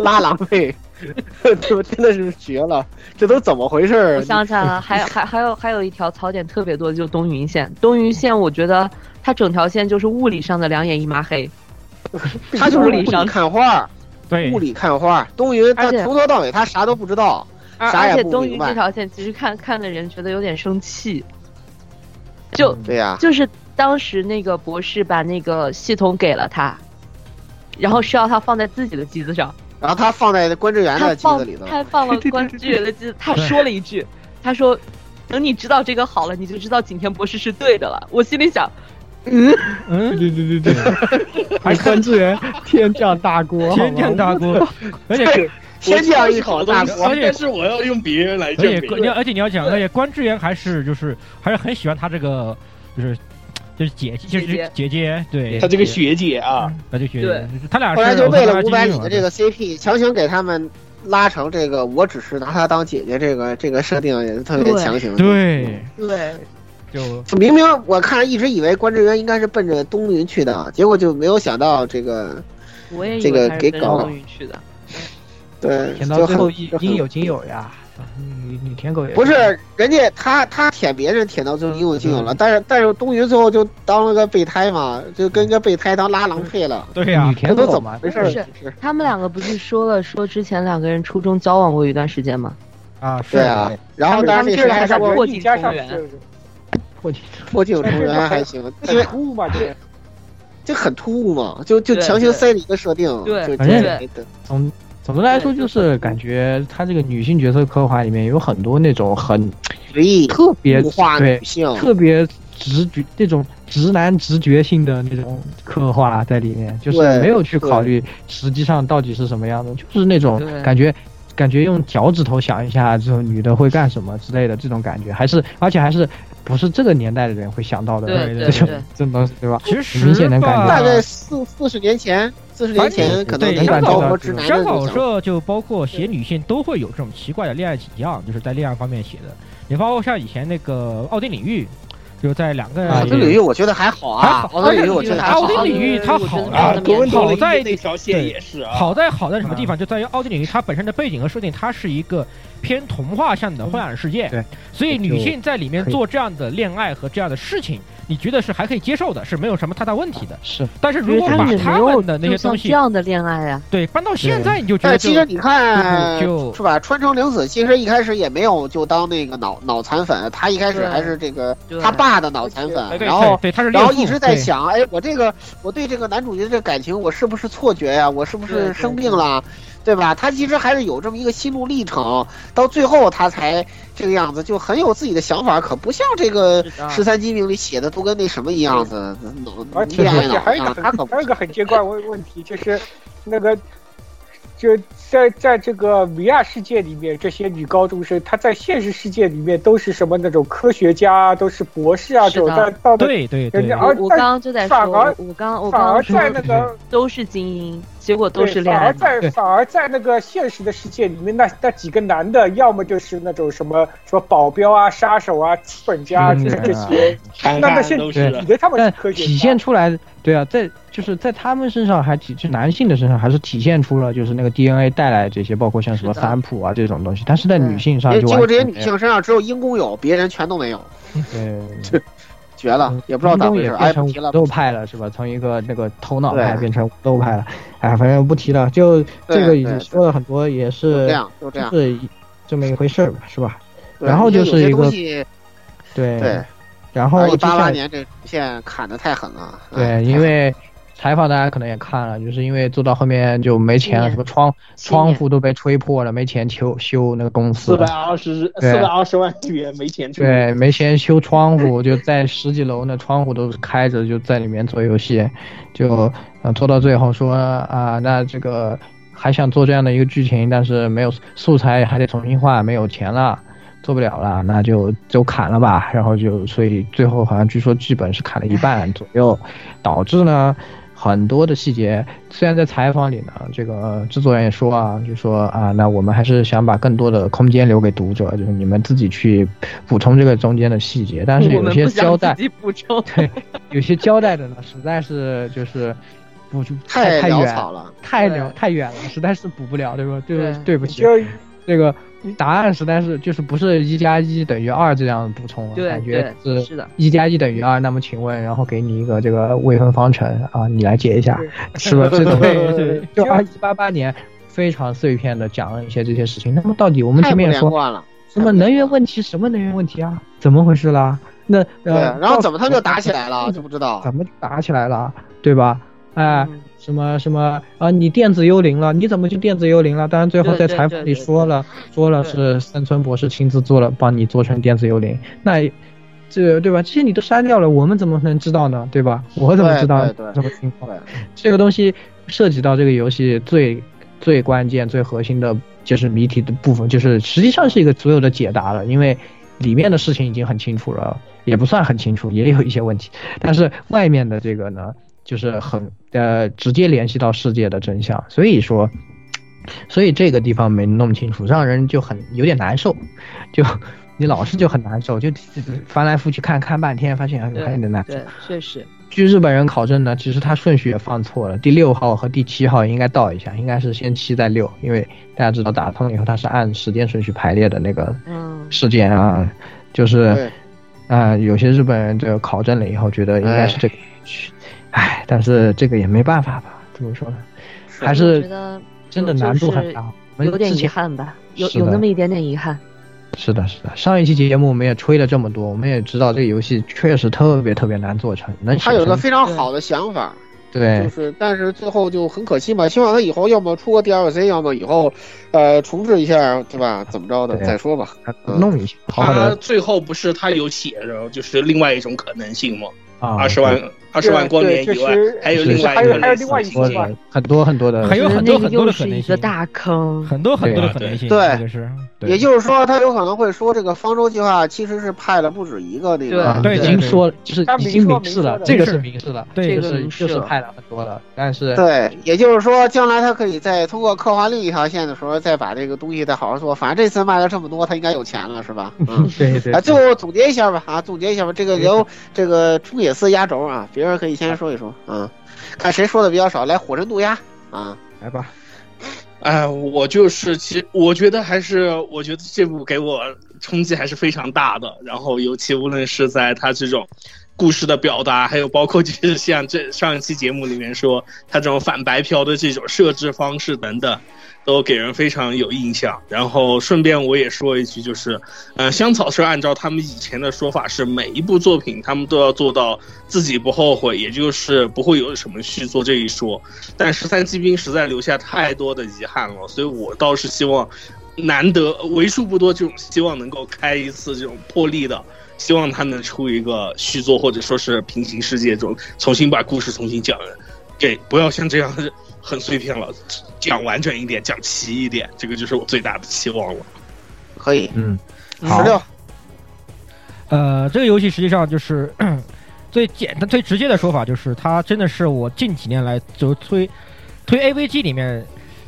Speaker 9: 拉郎配， 这真的是绝了，这都怎么回事儿？
Speaker 12: 我想起来了，还还还有还有一条槽点特别多的，就是东云线。东云线，我觉得它整条线就是物理上的两眼一抹黑，
Speaker 9: 他就是
Speaker 12: 物
Speaker 9: 物
Speaker 12: 理
Speaker 9: 理
Speaker 12: 上的。
Speaker 9: 看花儿，
Speaker 8: 对
Speaker 9: 物理看花儿。东云他
Speaker 12: 而且
Speaker 9: 从头到尾他啥都不知道，
Speaker 12: 而
Speaker 9: 啥
Speaker 12: 而
Speaker 9: 也
Speaker 12: 且
Speaker 9: 不
Speaker 12: 东
Speaker 9: 明
Speaker 12: 云这
Speaker 9: 白。
Speaker 12: 条线，其实看看的人觉得有点生气，就
Speaker 9: 对呀，
Speaker 12: 就是当时那个博士把那个系统给了他，然后是要他放在自己的机子上，
Speaker 9: 然后他放在观致园
Speaker 12: 他
Speaker 9: 的机
Speaker 12: 放
Speaker 9: 子里头，
Speaker 12: 他放了关之源的机子，他说了一句，他说：“等你知道这个好了，你就知道景天博士是对的了。”我心里想，嗯，
Speaker 8: 嗯，
Speaker 7: 对对对对， 还关 之源天降大锅，
Speaker 8: 天降大锅，而且
Speaker 9: 天降一口大
Speaker 8: 而
Speaker 9: 锅。
Speaker 8: 且
Speaker 6: 但是我要用别人来
Speaker 8: 而且
Speaker 6: 证
Speaker 8: 关你要
Speaker 6: 明。
Speaker 8: 而且你要讲，而且关之源还是就是还是很喜欢他这个就是就是姐就是
Speaker 12: 姐姐
Speaker 8: 姐姐对，
Speaker 6: 他这个学姐啊，
Speaker 8: 那就学
Speaker 12: 对
Speaker 8: 姐，他俩
Speaker 9: 后来
Speaker 8: 是
Speaker 9: 就为了
Speaker 8: 我
Speaker 9: 五
Speaker 8: 和
Speaker 9: 百
Speaker 8: 他
Speaker 9: 里的这个 CP，强行给他们拉成这个我只是拿她当姐姐这个这个设定也是特别
Speaker 12: 对
Speaker 9: 强行。，
Speaker 8: 对
Speaker 12: 对，
Speaker 8: 就
Speaker 9: 明明我看一直以为关之源应该是奔着东云去的，啊结果就没有想到这个
Speaker 12: 我也以为
Speaker 9: 这个
Speaker 12: 他是
Speaker 9: 给
Speaker 12: 奔着
Speaker 9: 搞了
Speaker 12: 东云去的。
Speaker 9: 对，就
Speaker 7: 舔到最
Speaker 9: 很
Speaker 7: 后应
Speaker 9: 就很
Speaker 7: 应有尽有呀，嗯你你舔狗也
Speaker 9: 不是，人家他他舔别人舔到最后应有尽有了，但是但是东云最后就当了个备胎嘛，就跟个备胎当拉郎配了，
Speaker 6: 嗯
Speaker 8: 对啊呀
Speaker 7: 女，
Speaker 9: 这
Speaker 7: 舔
Speaker 9: 都
Speaker 7: 狗
Speaker 9: 怎么
Speaker 7: 嘛，
Speaker 9: 回事
Speaker 12: 不
Speaker 9: 儿？
Speaker 12: 是
Speaker 9: 是
Speaker 12: 他们两个不是说了说之前两个人初中交往过一段时间吗？
Speaker 8: 啊是
Speaker 9: 对啊，然后
Speaker 12: 他
Speaker 9: 当然那
Speaker 12: 们他们
Speaker 9: 谁
Speaker 12: 这
Speaker 9: 还
Speaker 12: 还
Speaker 9: 是
Speaker 12: 是
Speaker 9: 我
Speaker 12: 过
Speaker 10: 一
Speaker 12: 境
Speaker 10: 加
Speaker 12: 重
Speaker 10: 上
Speaker 12: 圆，
Speaker 10: 去
Speaker 7: 破镜
Speaker 9: 破镜重圆还行，因为
Speaker 10: 突兀嘛，这
Speaker 9: 就很突兀嘛，就就
Speaker 12: 对
Speaker 9: 强行
Speaker 12: 对
Speaker 9: 塞了一个设定，
Speaker 12: 对
Speaker 9: 就就
Speaker 7: 反正
Speaker 9: 给的
Speaker 7: 总总的来说就是感觉他这个女性角色刻画里面有很多那种很
Speaker 9: 随意
Speaker 7: 特别
Speaker 9: 物化
Speaker 7: 对
Speaker 9: 女性，
Speaker 7: 特别直觉那种直男直觉性的那种刻画在里面，就是
Speaker 9: 对
Speaker 7: 没有去考虑实际上到底是什么样的，就是那种
Speaker 12: 对
Speaker 7: 感觉。感觉用脚趾头想一下，啊这种女的会干什么之类的，这种感觉还是，而且还是不是这个年代的人会想到的
Speaker 12: 对
Speaker 7: 这种
Speaker 12: 对对
Speaker 7: 这种东西，对吧？
Speaker 8: 其实
Speaker 7: 明显能感
Speaker 8: 吧
Speaker 7: 觉到
Speaker 9: 大概四四十年前，四十年前可能
Speaker 8: 对
Speaker 9: 没有
Speaker 7: 香港
Speaker 9: 高国直男的
Speaker 8: 香
Speaker 9: 那
Speaker 8: 港
Speaker 9: 种想法
Speaker 8: 社就包括写女性都会有这种奇怪的恋爱倾向，就是在恋爱方面写的。你包括像以前那个奥丁领域，就在两个
Speaker 7: 啊
Speaker 8: 人
Speaker 9: 奥
Speaker 7: 也
Speaker 9: 丁领域我觉得还好啊，奥丁领域我觉得还
Speaker 8: 奥
Speaker 9: 好，
Speaker 8: 丁领域它好
Speaker 6: 啊，
Speaker 8: 了，
Speaker 6: 格温多
Speaker 8: 好
Speaker 6: 利
Speaker 8: 在
Speaker 6: 那条线也是啊，
Speaker 8: 好在好在什么地方？就在于奥丁领域它本身的背景和设定，它是一个偏童话向
Speaker 10: 嗯
Speaker 8: 的灰暗世界，
Speaker 7: 对，
Speaker 8: 所以女性在里面
Speaker 7: 可以
Speaker 8: 做这样的恋爱和这样的事情，你觉得是还可以接受的，是没有什么太大问题的。
Speaker 10: 啊
Speaker 7: 是
Speaker 8: 但是
Speaker 12: 因
Speaker 8: 如
Speaker 12: 为
Speaker 8: 果
Speaker 12: 他
Speaker 8: 把
Speaker 12: 们也没
Speaker 8: 他
Speaker 12: 有
Speaker 8: 们的那些
Speaker 12: 就像
Speaker 8: 东
Speaker 12: 这
Speaker 8: 西，
Speaker 12: 样的恋爱呀、
Speaker 8: 对，搬到现在你就觉
Speaker 9: 但
Speaker 8: 得
Speaker 9: 是呃其实呃你
Speaker 6: 嗯
Speaker 9: 看，
Speaker 8: 就是
Speaker 9: 吧？川城玲子其实一开始也没有就当那个脑脑残粉，她一开始
Speaker 12: 对
Speaker 9: 还是这个
Speaker 12: 对
Speaker 9: 她爸的脑残
Speaker 8: 哎
Speaker 9: 粉，
Speaker 8: 对
Speaker 9: 然后
Speaker 8: 对对他是
Speaker 9: 然后
Speaker 8: 恋父
Speaker 9: 一直在
Speaker 8: 对
Speaker 9: 想，哎，我这个我对这个男主角这感情，我是不是错觉呀、我是不
Speaker 12: 对
Speaker 9: 是
Speaker 12: 对
Speaker 9: 生病了？对吧？她其实还是有这么一个心路历程，到最后她才这个样子，就很有自己的想法，可不像这个
Speaker 12: 是的啊
Speaker 9: 十三机名里写的都跟那什么一样子，脑
Speaker 10: 而且
Speaker 9: 恋爱
Speaker 10: 而且
Speaker 9: 脑
Speaker 10: 还有一个
Speaker 9: 啊，她可
Speaker 10: 很
Speaker 9: 不
Speaker 10: 还有一个很奇怪问问题，就是那个就在在这个米亚世界里面，这些女高中生她在现实世界里面都是什么那种科学家啊，都是博士啊，
Speaker 12: 是
Speaker 10: 这种
Speaker 12: 的
Speaker 10: 但到的
Speaker 8: 对对
Speaker 10: 人
Speaker 8: 对
Speaker 10: 家，
Speaker 12: 我
Speaker 10: 而
Speaker 12: 我
Speaker 10: 但
Speaker 12: 刚刚就在说，
Speaker 10: 反而
Speaker 12: 我我刚我
Speaker 10: 反
Speaker 12: 刚
Speaker 10: 而
Speaker 12: 刚说
Speaker 10: 在那个
Speaker 12: 都是精英，结果都
Speaker 10: 对
Speaker 12: 是恋爱脑
Speaker 10: 反而在反而在那个现实的世界里面，那那几个男的，要么就是那种什么什么保镖啊、杀手啊、资本家啊，
Speaker 7: 嗯
Speaker 10: 就是这
Speaker 7: 啊
Speaker 10: 些。
Speaker 6: 看
Speaker 10: 那那
Speaker 6: 看
Speaker 10: 些
Speaker 6: 都
Speaker 10: 你
Speaker 6: 是啊。
Speaker 10: 觉得他们是
Speaker 7: 但
Speaker 10: 科学
Speaker 7: 体
Speaker 10: 家
Speaker 7: 现出来，对啊，在就是在他们身上还体，就男性的身上还是体现出了就是那个 DNA 带来这些，包括像什么
Speaker 12: 是的
Speaker 7: 三浦啊这种东西，但是在女性上
Speaker 9: 因为
Speaker 7: 就
Speaker 9: 结
Speaker 7: 完
Speaker 9: 果这些
Speaker 7: 全
Speaker 9: 女
Speaker 7: 没有
Speaker 9: 性身上只有鹰公有，别人全都没有，
Speaker 7: 对，
Speaker 9: 绝了，啊也不知道咋回事。
Speaker 7: 嗯
Speaker 9: 哎，
Speaker 7: 变成
Speaker 9: 不
Speaker 7: 武
Speaker 9: 提了，
Speaker 7: 斗派了是吧？从一个那个头脑派
Speaker 9: 对
Speaker 7: 变成武斗派了，哎，反正不提了。就这个
Speaker 9: 对
Speaker 7: 已
Speaker 9: 对
Speaker 7: 经说了很多，也
Speaker 9: 就是这样，就这样。
Speaker 7: 就是一这么一回事儿吧，是吧？
Speaker 9: 对
Speaker 7: 然后
Speaker 9: 因为
Speaker 7: 就
Speaker 9: 有
Speaker 7: 是
Speaker 9: 些
Speaker 7: 一个
Speaker 9: 东西，
Speaker 7: 对
Speaker 9: 对，
Speaker 7: 然后接
Speaker 9: 八
Speaker 7: 下
Speaker 9: 八
Speaker 7: 来
Speaker 9: 年这主线砍的太狠了，哎
Speaker 7: 对，因为采访大家可能也看了，就是因为做到后面就没钱了，
Speaker 9: 今年
Speaker 7: 什么窗
Speaker 9: 今年
Speaker 7: 窗户都被吹破了，没钱修修那个公司
Speaker 6: 四百
Speaker 7: 了。
Speaker 6: 二十
Speaker 7: 对
Speaker 6: 四百二十万元没钱出。
Speaker 7: 对，没钱修窗户，就在十几楼那窗户都开着，就在里面做游戏，就呃做到最后说啊、那这个还想做这样的一个剧情，但是没有素材，还得重新画，没有钱了，做不了了，那就就砍了吧。然后就所以最后好像据说剧本是砍了一半左右，导致呢。很多的细节，虽然在采访里呢，这个制作人也说啊，就说啊，那我们还是想把更多的空间留给读者，就是你们自己去补充这个中间的细节。但是
Speaker 12: 嗯我
Speaker 7: 有
Speaker 12: 们
Speaker 7: 些
Speaker 12: 不想
Speaker 7: 交代
Speaker 12: 自，己补 充。
Speaker 7: 有些交代的呢，实在是就是补
Speaker 9: 太
Speaker 7: 太
Speaker 9: 潦
Speaker 7: 远
Speaker 9: 草了，
Speaker 7: 太了太远了，实在是补不了，对吧？对
Speaker 9: 对
Speaker 7: 吧对不起
Speaker 10: 就，
Speaker 7: 这个答案实在是就是不是一加一等于二这样补充了，
Speaker 12: 对
Speaker 7: 感觉
Speaker 12: 对
Speaker 7: 是
Speaker 12: 是的
Speaker 7: 一加一等于二。那么请问，然后给你一个这个未分方程啊，你来解一下， 是吧？这种
Speaker 8: 对对
Speaker 7: 就二一八八年非常碎片的讲了一些这些事情。那么到底我
Speaker 9: 我
Speaker 7: 们前面也
Speaker 9: 连
Speaker 7: 说
Speaker 9: 贯了，
Speaker 7: 什么能源问题，什么能源问题啊？怎么回事啦？那
Speaker 9: 对，
Speaker 7: 呃，
Speaker 9: 然后
Speaker 7: 到嗯
Speaker 9: 怎么他们就打起来了，
Speaker 7: 到底
Speaker 9: 就不知道，
Speaker 7: 怎么打起来了，对吧？哎，
Speaker 10: 嗯
Speaker 7: 什么什么啊？你电子幽灵了？你怎么就电子幽灵了？当然，最后在
Speaker 12: 对
Speaker 7: 采
Speaker 12: 对
Speaker 7: 访
Speaker 12: 对
Speaker 7: 里
Speaker 12: 对
Speaker 7: 说了，说了是山村博士亲自做了，帮你做成电子幽灵。那这对吧？这些你都删掉了，我们怎么能知道呢？对吧？我怎么
Speaker 9: 对
Speaker 7: 知道
Speaker 9: 对对
Speaker 7: 这么情况？
Speaker 9: 对，
Speaker 7: 这个东西涉及到这个游戏最最关键、最核心的就是谜题的部分，就是实际上是一个所有的解答了，因为里面的事情已经很清楚了，也不算很清楚，也有一些问题，但是外面的这个呢，就是很呃直接联系到世界的真相，所以说。所以这个地方没弄清楚，让人就很有点难受，就 你老是就很难受，就翻来覆去看看半天，发现哎呦还有点难受。
Speaker 12: 对，确实，
Speaker 7: 据日本人考证呢，其实他顺序也放错了，第六号和第七号应该倒一下，应该是先七再六，因为大家知道打通了以后，它是按时间顺序排列的那个
Speaker 12: 嗯
Speaker 7: 事件啊，就是
Speaker 9: 对
Speaker 7: 啊、有些日本人就考证了以后，觉得应该是这个顺序，哎，但是这个也没办法吧，怎么说呢，还
Speaker 12: 我
Speaker 7: 是
Speaker 12: 觉得
Speaker 7: 真的难度很大。我
Speaker 12: 有
Speaker 7: 们
Speaker 12: 点
Speaker 7: 之
Speaker 12: 遗
Speaker 7: 前
Speaker 12: 憾吧，有
Speaker 7: 是的
Speaker 12: 有那么一点点遗憾。
Speaker 7: 是的，是的，上一期节目我们也吹了这么多，我们也知道这个游戏确实特别特别难做成，能
Speaker 9: 他有
Speaker 7: 写
Speaker 9: 一个
Speaker 7: 成
Speaker 9: 非常好的想法，
Speaker 7: 对
Speaker 9: 就是，但是最后就很可惜嘛。希望他以后要么出个 DLC，要么以后，呃，重置一下，对吧？怎么着的，
Speaker 7: 对
Speaker 9: 再说吧。嗯
Speaker 7: 弄一下，好好
Speaker 6: 他
Speaker 7: 的
Speaker 6: 最后不是他有写着，就是另外一种可能性吗？
Speaker 7: 啊，
Speaker 6: 二十万二十万光年以
Speaker 10: 对
Speaker 6: 外
Speaker 10: 就是，
Speaker 6: 还有
Speaker 7: 是
Speaker 6: 另外一
Speaker 10: 还
Speaker 6: 个
Speaker 10: 有还有
Speaker 6: 类似
Speaker 10: 另外
Speaker 6: 的
Speaker 10: 一
Speaker 6: 情
Speaker 10: 个
Speaker 6: 节
Speaker 10: 吧。
Speaker 7: 很多很多的，
Speaker 8: 还有很多
Speaker 12: 那
Speaker 8: 很
Speaker 12: 个
Speaker 8: 多
Speaker 12: 又
Speaker 8: 的
Speaker 12: 是
Speaker 8: 可
Speaker 12: 一
Speaker 8: 能
Speaker 12: 个
Speaker 8: 性，
Speaker 12: 大坑，
Speaker 8: 很多很多的
Speaker 6: 对
Speaker 8: 可能性，
Speaker 9: 对
Speaker 8: 这个是，对
Speaker 9: 也就是说，他有可能会说这个方舟计划其实是派了不止一个那个
Speaker 7: 啊，
Speaker 8: 对
Speaker 7: 已
Speaker 8: 对
Speaker 7: 经
Speaker 8: 对
Speaker 7: 说了，就是
Speaker 10: 他
Speaker 7: 已
Speaker 10: 明
Speaker 7: 经
Speaker 10: 说
Speaker 7: 明
Speaker 10: 明
Speaker 7: 示
Speaker 10: 说
Speaker 7: 了，
Speaker 10: 的
Speaker 7: 这个
Speaker 8: 是
Speaker 7: 是明示了，
Speaker 8: 对
Speaker 7: 就
Speaker 12: 这个
Speaker 7: 是
Speaker 12: 明示
Speaker 7: 就是
Speaker 12: 了
Speaker 7: 派了很多了，但是。
Speaker 9: 对，也就是说，将来他可以再通过刻画另一条线的时候，再把这个东西再好好做。反正这次卖了这么多，他应该有钱了，是吧？嗯
Speaker 7: 对对
Speaker 9: 啊，
Speaker 7: 对
Speaker 9: 最后总结一下吧，啊，总结一下吧，这个由这个中野寺压轴啊，别人可以先说一说啊，看谁说的比较少，来火神渡鸦啊，
Speaker 7: 来吧，
Speaker 6: 哎，我就是，其实我觉得还是，我觉得这部给我冲击还是非常大的。然后，尤其无论是在他这种故事的表达，还有包括就是 像这上一期节目里面说他这种反白嫖的这种设置方式等等，都给人非常有印象。然后顺便我也说一句，就是，呃，香草是按照他们以前的说法，是每一部作品他们都要做到自己不后悔，也就是不会有什么续作这一说。但十三骑兵实在留下太多的遗憾了，所以我倒是希望，难得为数不多这种希望能够开一次这种破例的，希望他能出一个续作或者说是平行世界中重新把故事重新讲完，给不要像这样很碎片了，讲完整一点，讲齐一点，这个就是我最大的期望了。
Speaker 9: 可以，
Speaker 7: 嗯，好
Speaker 9: 十六，
Speaker 8: 呃，这个游戏实际上就是最简单、最直接的说法，就是它真的是我近几年来就推推 AVG 里面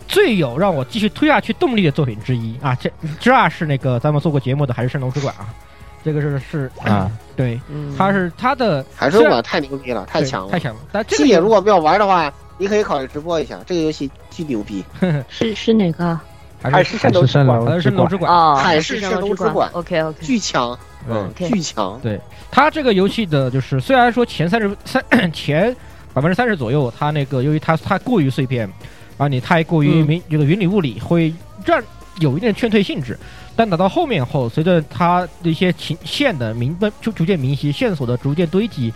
Speaker 8: 最有让我继续推下去动力的作品之一啊。这之二是那个咱们做过节目的海市蜃楼之馆啊，这个是是
Speaker 7: 啊，
Speaker 8: 对，
Speaker 12: 嗯，
Speaker 8: 它是它的
Speaker 9: 海之馆太牛逼了，太
Speaker 8: 对
Speaker 9: 强了
Speaker 8: 太。强了。但这
Speaker 9: 七
Speaker 8: 个
Speaker 9: 姐如果没有玩的话，你可以考虑直播一下，这个游戏巨牛逼，
Speaker 12: 是是哪个
Speaker 8: 还
Speaker 10: 海
Speaker 8: 是
Speaker 10: 市蜃楼之馆，
Speaker 8: 海
Speaker 7: 楼
Speaker 8: 市
Speaker 7: 之
Speaker 8: 蜃楼
Speaker 7: 馆
Speaker 8: 之馆，
Speaker 12: 啊？
Speaker 9: 海市
Speaker 12: 市
Speaker 9: 蜃楼之馆
Speaker 12: OK OK，
Speaker 9: 巨强，
Speaker 8: 嗯
Speaker 9: 嗯，
Speaker 12: OK
Speaker 9: 巨强。
Speaker 8: 它这个游戏的就是虽然说前三十三 前百分之三十左右，它那个由于它它过于碎片，啊，你太过于
Speaker 12: 嗯
Speaker 8: 明这个云里雾里，会让有一定的劝退性质。但打到后面后，随着它的一些情线的明白，就逐渐明晰，线索的逐渐堆积，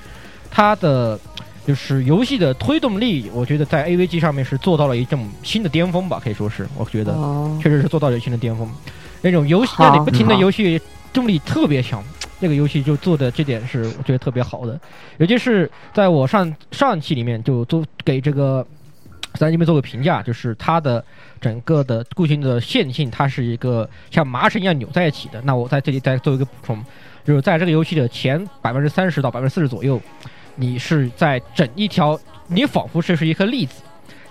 Speaker 8: 它的就是游戏的推动力，我觉得在 AVG 上面是做到了一种新的巅峰吧，可以说是，我觉得、
Speaker 12: 哦
Speaker 8: 确实是做到了新的巅峰。那种游戏让你
Speaker 12: 好
Speaker 8: 不停的
Speaker 12: 好
Speaker 8: 游戏动力特别强，这个游戏就做的这点是我觉得特别好的，尤其是在我上上一期里面就都给这个咱这边做个评价，就是它的整个的固性的线性，它是一个像麻绳一样扭在一起的。那我在这里再做一个补充，就是在这个游戏的前百分之三十到百分之四十左右，你是在整一条，你仿佛是是一颗粒子，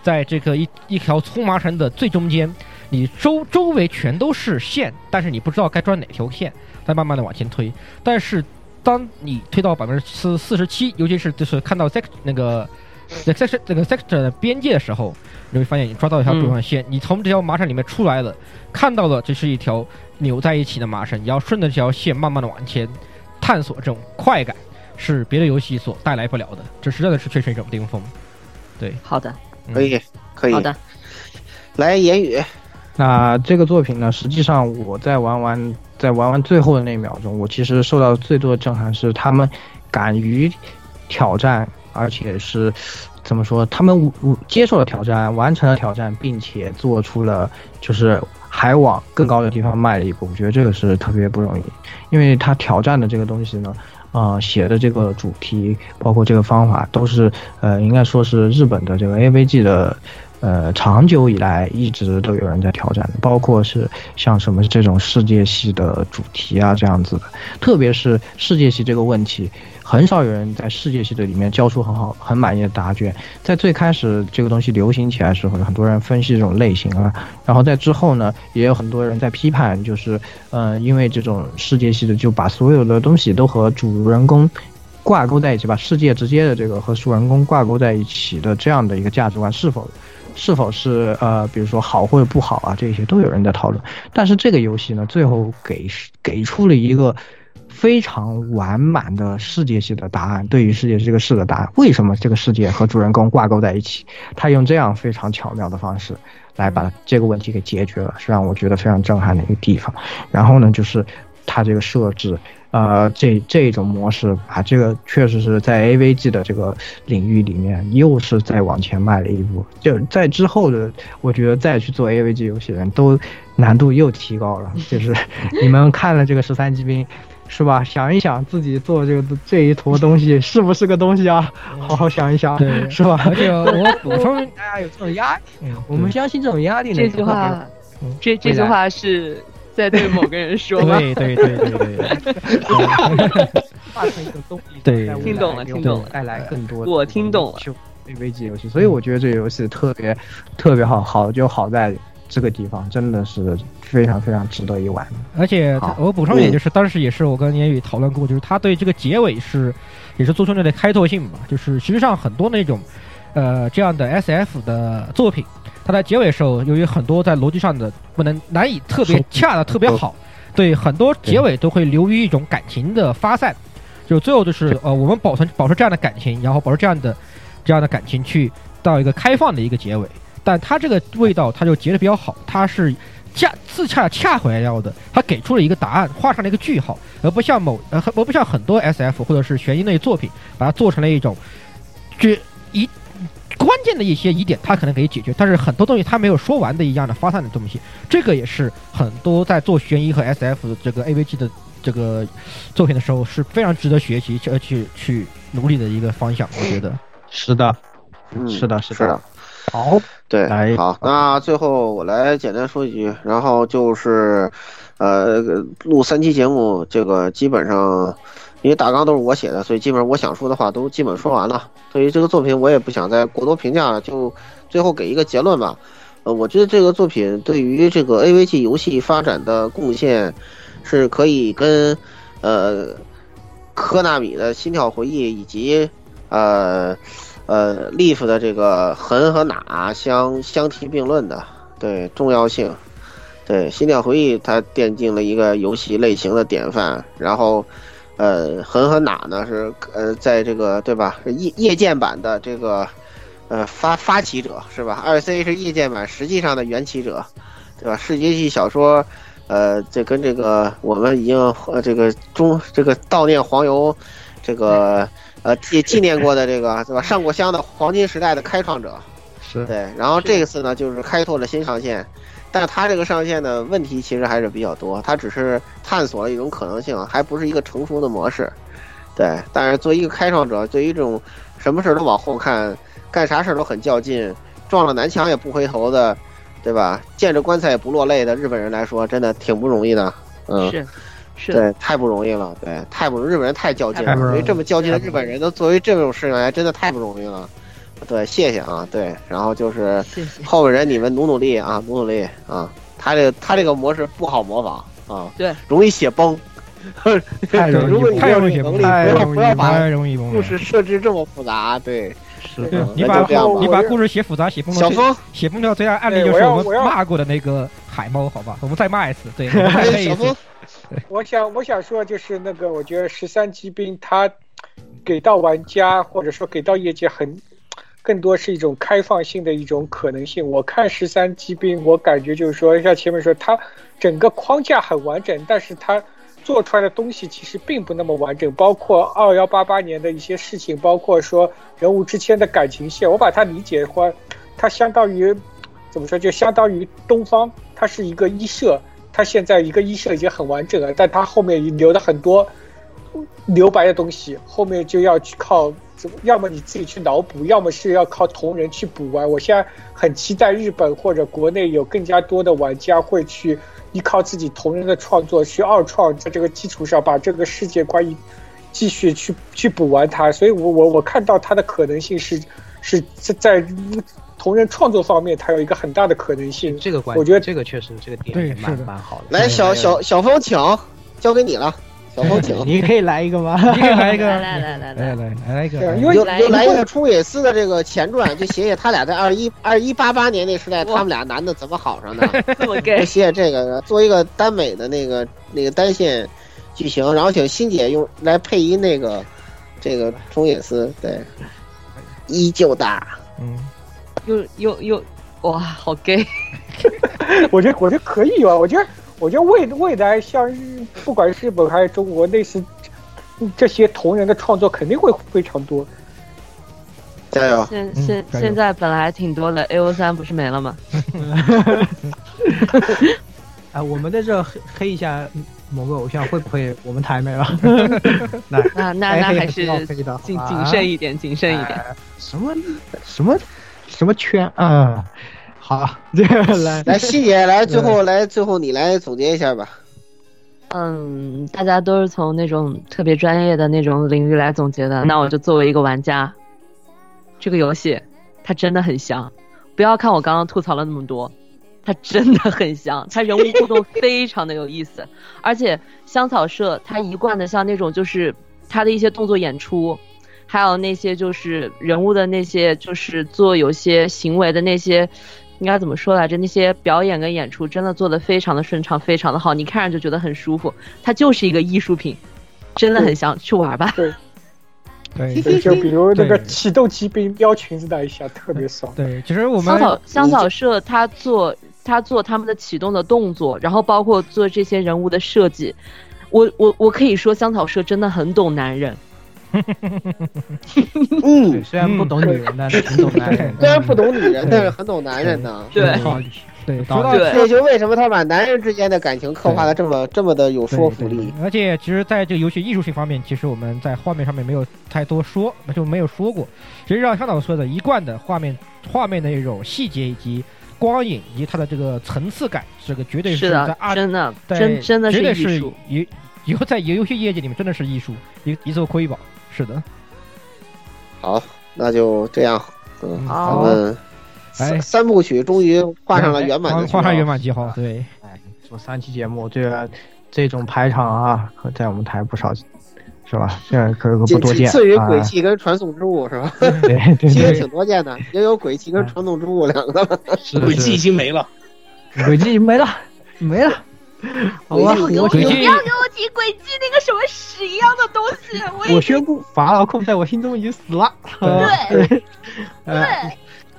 Speaker 8: 在这个一一条粗麻绳的最中间，你周周围全都是线，但是你不知道该抓哪条线，再慢慢的往前推。但是当你推到百分之四四十七，尤其是就是看到 sect 那个 section 这个 sector 的边界的时候，你会发现你抓到一条主上线，你从这条麻绳里面出来了，看到了这是一条扭在一起的麻绳，你要顺着这条线慢慢的往前探索，这种快感是别的游戏所带来不了的，这实在的是确实是一种巅峰。对，
Speaker 12: 好的，
Speaker 9: 可以，可以。
Speaker 12: 好的，
Speaker 9: 来言语，
Speaker 7: 那这个作品呢，实际上我在玩完，在玩完最后的那一秒钟，我其实受到最多的震撼是他们敢于挑战，而且是怎么说，他们接受了挑战，完成了挑战，并且做出了就是还往更高的地方迈了一步。我觉得这个是特别不容易，因为他挑战的这个东西呢，啊、写的这个主题，包括这个方法，都是呃，应该说是日本的这个 AVG 的呃，长久以来一直都有人在挑战的，包括是像什么这种世界系的主题啊这样子的，特别是世界系这个问题，很少有人在世界系的里面交出很好、很满意的答卷。在最开始这个东西流行起来的时候，很多人分析这种类型啊，然后在之后呢，也有很多人在批判，就是嗯、呃因为这种世界系的就把所有的东西都和主人公挂钩在一起，把世界直接的这个和主人公挂钩在一起的这样的一个价值观，是否是否是呃，比如说好或者不好啊，这些都有人在讨论。但是这个游戏呢，最后给给出了一个非常完满的世界系的答案，对于世界这个事的答案，为什么这个世界和主人公挂钩在一起？他用这样非常巧妙的方式来把这个问题给解决了，是让我觉得非常震撼的一个地方。然后呢，就是它这个设置，呃，这这种模式，把这个确实是在 AVG 的这个领域里面，又是再往前迈了一步。就在之后的，我觉得再去做 AVG 游戏的人都难度又提高 了。就是你们看了这个十三机兵。是吧？想一想自己做这个这一坨东西是不是个东西啊？好好想一想，
Speaker 8: 对
Speaker 7: 是吧？
Speaker 8: 而且我补 充，嗯
Speaker 7: 大家有这种压，我们相信这种压力呢。
Speaker 12: 这句话，这这
Speaker 7: 未
Speaker 12: 句
Speaker 7: 来
Speaker 12: 话是在对某个 人说吗？
Speaker 8: 对对对对对，
Speaker 7: 化成一种动力，
Speaker 8: 对
Speaker 7: 在未来
Speaker 12: 听懂了
Speaker 7: 给我
Speaker 12: 听懂
Speaker 7: 们
Speaker 12: 了
Speaker 7: 带来更多。
Speaker 12: 我听懂了。
Speaker 7: 危机游戏，所以我觉得这个游戏特别特别好，好就好在这个地方，真的是非常非常值得一玩。
Speaker 8: 而且他我补充一点，就是当时也是我跟言语讨论过，就是他对这个结尾是也是做出了点开拓性嘛，就是实际上很多那种呃这样的 SF 的作品，它在结尾时候由于很多在逻辑上的不能难以特别恰的特别好，对很多结尾都会流于一种感情的发散，就最后就是呃我们保存保持这样的感情，然后保持这样的这样的感情去到一个开放的一个结尾。但它这个味道，它就结的比较好，它是恰自恰恰回来要的，它给出了一个答案，画上了一个句号，而不像某呃，而不像很多 S F 或者是悬疑类作品，把它做成了一种这一关键的一些疑点，它可能可以解决，但是很多东西它没有说完的一样的发散的东西，这个也是很多在做悬疑和 S F 这个 A V G 的这个作品的时候是非常值得学习呃去去努力的一个方向，我觉得。
Speaker 7: 是的，
Speaker 9: 嗯，
Speaker 7: 是的，是
Speaker 9: 是的
Speaker 7: 的。。好，
Speaker 9: 对，
Speaker 7: 来
Speaker 9: 好，那最后我来简单说几句，然后就是，呃，录三期节目，这个基本上，呃因为大纲都是我写的，所以基本上我想说的话都基本说完了。对于这个作品，我也不想再过多评价了，就最后给一个结论吧。呃，我觉得这个作品对于这个 AVG 游戏发展的贡献，是可以跟，呃，科纳米的《心跳回忆》以及，呃。呃，Leaf 的这个痕和哪相相提并论的，对重要性，对《心跳回忆》它奠定了一个游戏类型的典范。然后，呃，痕和哪呢是呃在这个对吧业业界版的这个呃发发起者是吧？二 C 是业界版实际上的缘起者，对吧？世界系小说呃，这跟这个我们已经呃这个中这个悼念黄油，这个呃纪纪念过的这个对吧？上过香的黄金时代的开创者，
Speaker 7: 是
Speaker 9: 对。然后这一次呢，就是开拓了新上限，但是它这个上限呢，问题其实还是比较多，它只是探索了一种可能性，还不是一个成熟的模式。对，但是作为一个开创者，对于这种什么事儿都往后看，干啥事儿都很较劲，撞了南墙也不回头的，对吧？见着棺材也不落泪的日本人来说，真的挺不容易的。嗯，
Speaker 12: 是，是
Speaker 9: 对，太不容易了，对，太不容易，日本人太较劲
Speaker 7: 太
Speaker 9: 了，
Speaker 7: 不容易
Speaker 9: 所以这么较劲的日本人都作为这种事情来，真的太不容易了。对，谢谢啊，对，然后就是后边人你们努努力啊，努努力啊，他这个他这个模式不好模仿啊，
Speaker 12: 对，
Speaker 9: 容易写 崩。
Speaker 7: 太容易
Speaker 9: 如果你没有这个能力，不要
Speaker 7: 太容易
Speaker 9: 不要把
Speaker 8: 太容易崩
Speaker 9: 故事设置这么复杂，对，
Speaker 7: 是
Speaker 8: 对
Speaker 9: 嗯
Speaker 8: 你
Speaker 9: 那
Speaker 8: 把
Speaker 9: 就这样吧
Speaker 8: 你把故事写复杂、写崩
Speaker 9: 小
Speaker 8: 掉最，
Speaker 9: 峰
Speaker 8: 写崩掉最大案例就
Speaker 10: 对
Speaker 8: 是
Speaker 10: 我要
Speaker 8: 我
Speaker 10: 我
Speaker 8: 们
Speaker 10: 要
Speaker 8: 骂过的那个海猫，好吧？我们再骂一次， 对，我们再
Speaker 9: 哎
Speaker 8: 黑一
Speaker 9: 小
Speaker 8: 次
Speaker 9: 峰，
Speaker 10: 我想我想说就是那个，我觉得十三级兵它给到玩家或者说给到业界很更多是一种开放性的一种可能性。我看十三级兵，我感觉就是说，像前面说，它整个框架很完整，但是它做出来的东西其实并不那么完整，包括哦二幺八八年的一些事情，包括说人物之间的感情线，我把它理解为它相当于怎么说，就相当于东方，它是一个一社，它现在一个一社已经很完整了，但它后面留了很多留白的东西，后面就要去靠，怎么要么你自己去脑补，要么是要靠同人去补完。我现在很期待日本或者国内有更加多的玩家会去依靠自己同人的创作去二创，在这个基础上把这个世界观一继续去去补完它。所以我我我看到它的可能性是是是在同人创作方面，它有一个很大的可能性。
Speaker 7: 这个关，
Speaker 10: 我觉得
Speaker 7: 这个确实这个点
Speaker 8: 对
Speaker 7: 也蛮
Speaker 8: 是的
Speaker 7: 蛮好的。
Speaker 9: 来小小小峰请，交给你了，小峰请，
Speaker 7: 你可以来一个吗？
Speaker 8: 你可以来一 个，
Speaker 11: 来来来来
Speaker 8: 来
Speaker 11: 来
Speaker 8: 来来来一
Speaker 10: 对
Speaker 8: 个，
Speaker 10: 因为
Speaker 9: 就
Speaker 11: 来
Speaker 9: 就来一个出野寺的这个前传，就写写他俩在二一二一八八年那时代，他们俩男的怎么好上的，
Speaker 12: 这么
Speaker 9: 就
Speaker 12: gay，
Speaker 9: 写写这个，做一个耽美的那个那个单线剧情，然后请欣姐用来配音那个这个中野寺，对，依旧大，
Speaker 8: 嗯，
Speaker 12: 又又又，哇，好 gay，
Speaker 10: 我觉得我觉得可以吧，我觉得我觉得未未来像日不管是日本还是中国，类似这些同人的创作肯定会非常多。
Speaker 9: 加油！
Speaker 12: 现
Speaker 8: 嗯
Speaker 12: 现
Speaker 8: 加油
Speaker 12: 现在本来挺多的，A O 三不是没了吗？
Speaker 7: 啊，我们在这黑黑一下某个偶像，会不会我们台没 了？那
Speaker 12: 那那
Speaker 7: 哎
Speaker 12: 那
Speaker 7: 黑
Speaker 12: 还
Speaker 7: 的
Speaker 12: 是
Speaker 7: 要黑啊的
Speaker 12: 谨
Speaker 7: 好吧
Speaker 12: 谨慎一点，谨慎一点。
Speaker 7: 什么什么什么圈啊？好，这个来
Speaker 9: 来，欣姐来，最后来，最后你来总结一下吧。
Speaker 12: 嗯，大家都是从那种特别专业的那种领域来总结的。那我就作为一个玩家，这个游戏它真的很香。不要看我刚刚吐槽了那么多，它真的很香，它人物互动非常的有意思，而且香草社它一贯的像那种就是它的一些动作演出，还有那些就是人物的那些就是做有些行为的那些。应该怎么说来着？那些表演跟演出真的做得非常的顺畅，非常的好，你看着就觉得很舒服。它就是一个艺术品，真的很香，去玩吧。
Speaker 8: 对
Speaker 10: 对就比如那个
Speaker 8: 对
Speaker 10: 启动骑兵撩裙子那一下特别爽。
Speaker 8: 对，其实我
Speaker 12: 香
Speaker 8: 们
Speaker 12: 草香草社他做他做他们的启动的动作，然后包括做这些人物的设计，我我我可以说香草社真的很懂男人，
Speaker 7: 对
Speaker 9: 嗯，
Speaker 7: 虽然不懂女人，但是挺懂男 人。
Speaker 9: 虽然不懂女人，但是很懂男人呢。
Speaker 12: 对
Speaker 7: 好，
Speaker 8: 嗯对，
Speaker 7: 道
Speaker 8: 说
Speaker 7: 理
Speaker 8: 到
Speaker 12: 对
Speaker 9: 这也就是为什么他把男人之间的感情刻画的这么这么的有说服力。
Speaker 8: 而且其实在这个游戏艺术性方面，其实我们在画面上面没有太多说，就没有说过。其实像香导说的，一贯的画面画面的一种细节以及光影以及它的这个层次感，这个绝对
Speaker 12: 是
Speaker 8: 在
Speaker 12: 的，
Speaker 8: 二
Speaker 12: 真的
Speaker 8: 在
Speaker 12: 真真的
Speaker 8: 绝对
Speaker 12: 艺
Speaker 8: 是
Speaker 12: 术。
Speaker 8: 以以后在游戏业界里面真的是艺术一一座瑰宝。是的，
Speaker 9: 好，那就这样，嗯，
Speaker 8: 嗯
Speaker 9: 咱
Speaker 7: 哦
Speaker 12: 好
Speaker 9: 们
Speaker 8: 哎
Speaker 9: 三三部曲终于画上了圆满的句啊
Speaker 8: 画上圆
Speaker 9: 号。
Speaker 8: 满记号，对，
Speaker 7: 哎，做三期节目，这个这种排场啊，可在我们台不少，是吧？这个可可
Speaker 9: 仅
Speaker 7: 不多
Speaker 9: 仅
Speaker 7: 见
Speaker 9: 次于
Speaker 7: 啊
Speaker 9: 鬼。泣跟传送之物是吧？
Speaker 7: 对 对
Speaker 9: 其实
Speaker 7: 对，
Speaker 9: 挺多见的，也有鬼泣跟传送之物两个了。
Speaker 7: 是的
Speaker 6: 轨迹已
Speaker 7: 是
Speaker 6: 经没了，
Speaker 7: 的轨迹没了，没了。好啊吧，
Speaker 9: 轨迹
Speaker 7: 我
Speaker 8: 轨
Speaker 7: 宣
Speaker 8: 迹
Speaker 11: 不要给我提轨迹那个什么屎一样的东西，我
Speaker 7: 我宣布，法老控在我心中已经死了。
Speaker 8: 对
Speaker 7: 啊
Speaker 11: 对
Speaker 7: 呃，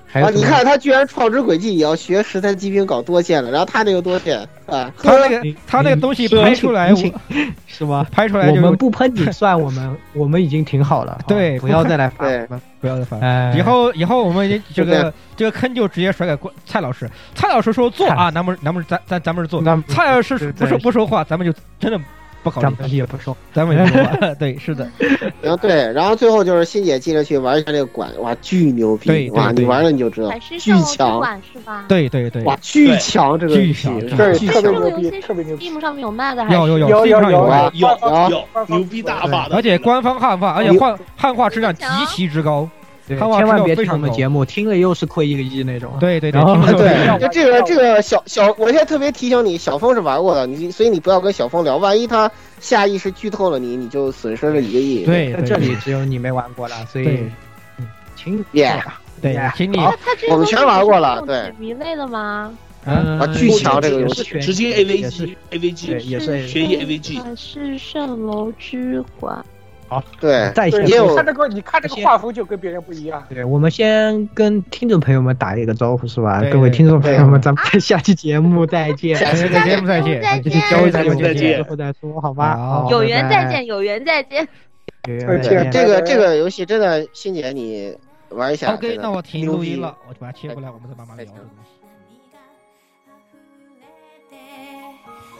Speaker 7: 还有
Speaker 9: 啊！
Speaker 7: 什么
Speaker 9: 你看他居然创制轨迹也要学十三机兵搞多线了，然后他那个多线啊，
Speaker 7: 他那个他那个东西拍出来，
Speaker 19: 你 是吧？
Speaker 7: 拍出来
Speaker 19: 我
Speaker 7: 就
Speaker 19: 们不喷你算我们，我们已经挺 好了。啊
Speaker 7: 对，
Speaker 19: 不要再来
Speaker 7: 烦
Speaker 19: 我们，
Speaker 7: 不要再烦。
Speaker 19: 哎
Speaker 7: 以后以后我们已经这
Speaker 19: 就这
Speaker 7: 个
Speaker 19: 样
Speaker 7: 这个坑就直接甩给郭蔡老师，蔡老师说做啊，咱们咱们咱咱咱们是做，蔡老师不说不说话，咱们就真的不考虑，
Speaker 19: 咱们也不说，
Speaker 7: 咱们也不说话， 对，是的，
Speaker 9: 然后对，然后最后就是欣姐进了去玩一下这个管，哇，巨牛
Speaker 7: 对
Speaker 9: 逼！
Speaker 7: 对
Speaker 9: 哇，你
Speaker 7: 对
Speaker 9: 玩了你就知道
Speaker 1: 还，是
Speaker 9: 巨
Speaker 1: 上
Speaker 9: 强
Speaker 1: 主，管是吧？
Speaker 7: 对对对，
Speaker 9: 哇，巨强这个
Speaker 7: 巨
Speaker 9: 游戏
Speaker 7: 强，
Speaker 9: 对
Speaker 1: 哎
Speaker 9: 巨
Speaker 1: 这
Speaker 9: 强
Speaker 1: 个游戏是 Steam 上面有卖的还是？
Speaker 7: 有有
Speaker 9: 有
Speaker 7: 有有啊有有
Speaker 9: 有
Speaker 7: 有
Speaker 9: 有
Speaker 6: 牛逼大发的，
Speaker 7: 而且官方汉化，而且汉汉化质量极其之高，
Speaker 19: 哦对
Speaker 7: 汉化质
Speaker 19: 千万
Speaker 7: 量
Speaker 19: 别
Speaker 7: 非
Speaker 19: 听我
Speaker 7: 常
Speaker 19: 们
Speaker 7: 高。
Speaker 19: 节目，听了又是亏一个亿那种。
Speaker 7: 对啊对对，
Speaker 19: 然后
Speaker 7: 听说
Speaker 9: 对，就这个这个小小，我现在特别提醒你，小峰是玩过的，你所以你不要跟小峰聊，万一他下意识剧透了你，你就损失了一个亿。
Speaker 7: 对
Speaker 19: 在这里只有你没玩过了，所以嗯
Speaker 7: 对
Speaker 19: 请
Speaker 9: 耶，
Speaker 7: 对，请你
Speaker 12: 他这
Speaker 9: 我们全玩过了，对
Speaker 12: 解。谜类的吗？
Speaker 7: 嗯
Speaker 9: 啊，巨强这个游
Speaker 19: 也
Speaker 9: 戏
Speaker 19: 是，全
Speaker 6: 直接
Speaker 19: 也是
Speaker 6: AVG AVG
Speaker 19: 对也是
Speaker 6: 学一 AVG。
Speaker 12: 啊是蜃楼之环，
Speaker 9: 对，
Speaker 19: 在线
Speaker 8: 对，
Speaker 9: 也
Speaker 8: 你
Speaker 9: 有
Speaker 8: 看这个，你看这个画风就跟别人不一样。
Speaker 19: 对，我们先跟听众朋友们打一个招呼，是吧？
Speaker 7: 对
Speaker 19: 各位
Speaker 7: 对
Speaker 19: 听众朋友们，咱们下期节目再见，
Speaker 7: 下期节目再见，
Speaker 19: 这期
Speaker 12: 见
Speaker 19: 交易咱们
Speaker 6: 再见
Speaker 19: 之后再说，好吧？
Speaker 7: 好
Speaker 19: 好
Speaker 12: 有缘再，见，
Speaker 19: 拜
Speaker 12: 有缘再见。
Speaker 19: 拜有缘再
Speaker 9: 对
Speaker 19: 见。
Speaker 9: 这个这个游戏真的，欣姐你玩一下。
Speaker 7: OK，
Speaker 9: 真的
Speaker 7: 那我停
Speaker 9: 牛
Speaker 7: 录
Speaker 9: 逼
Speaker 7: 音了，我把它切过来，我们再慢慢聊这个东西。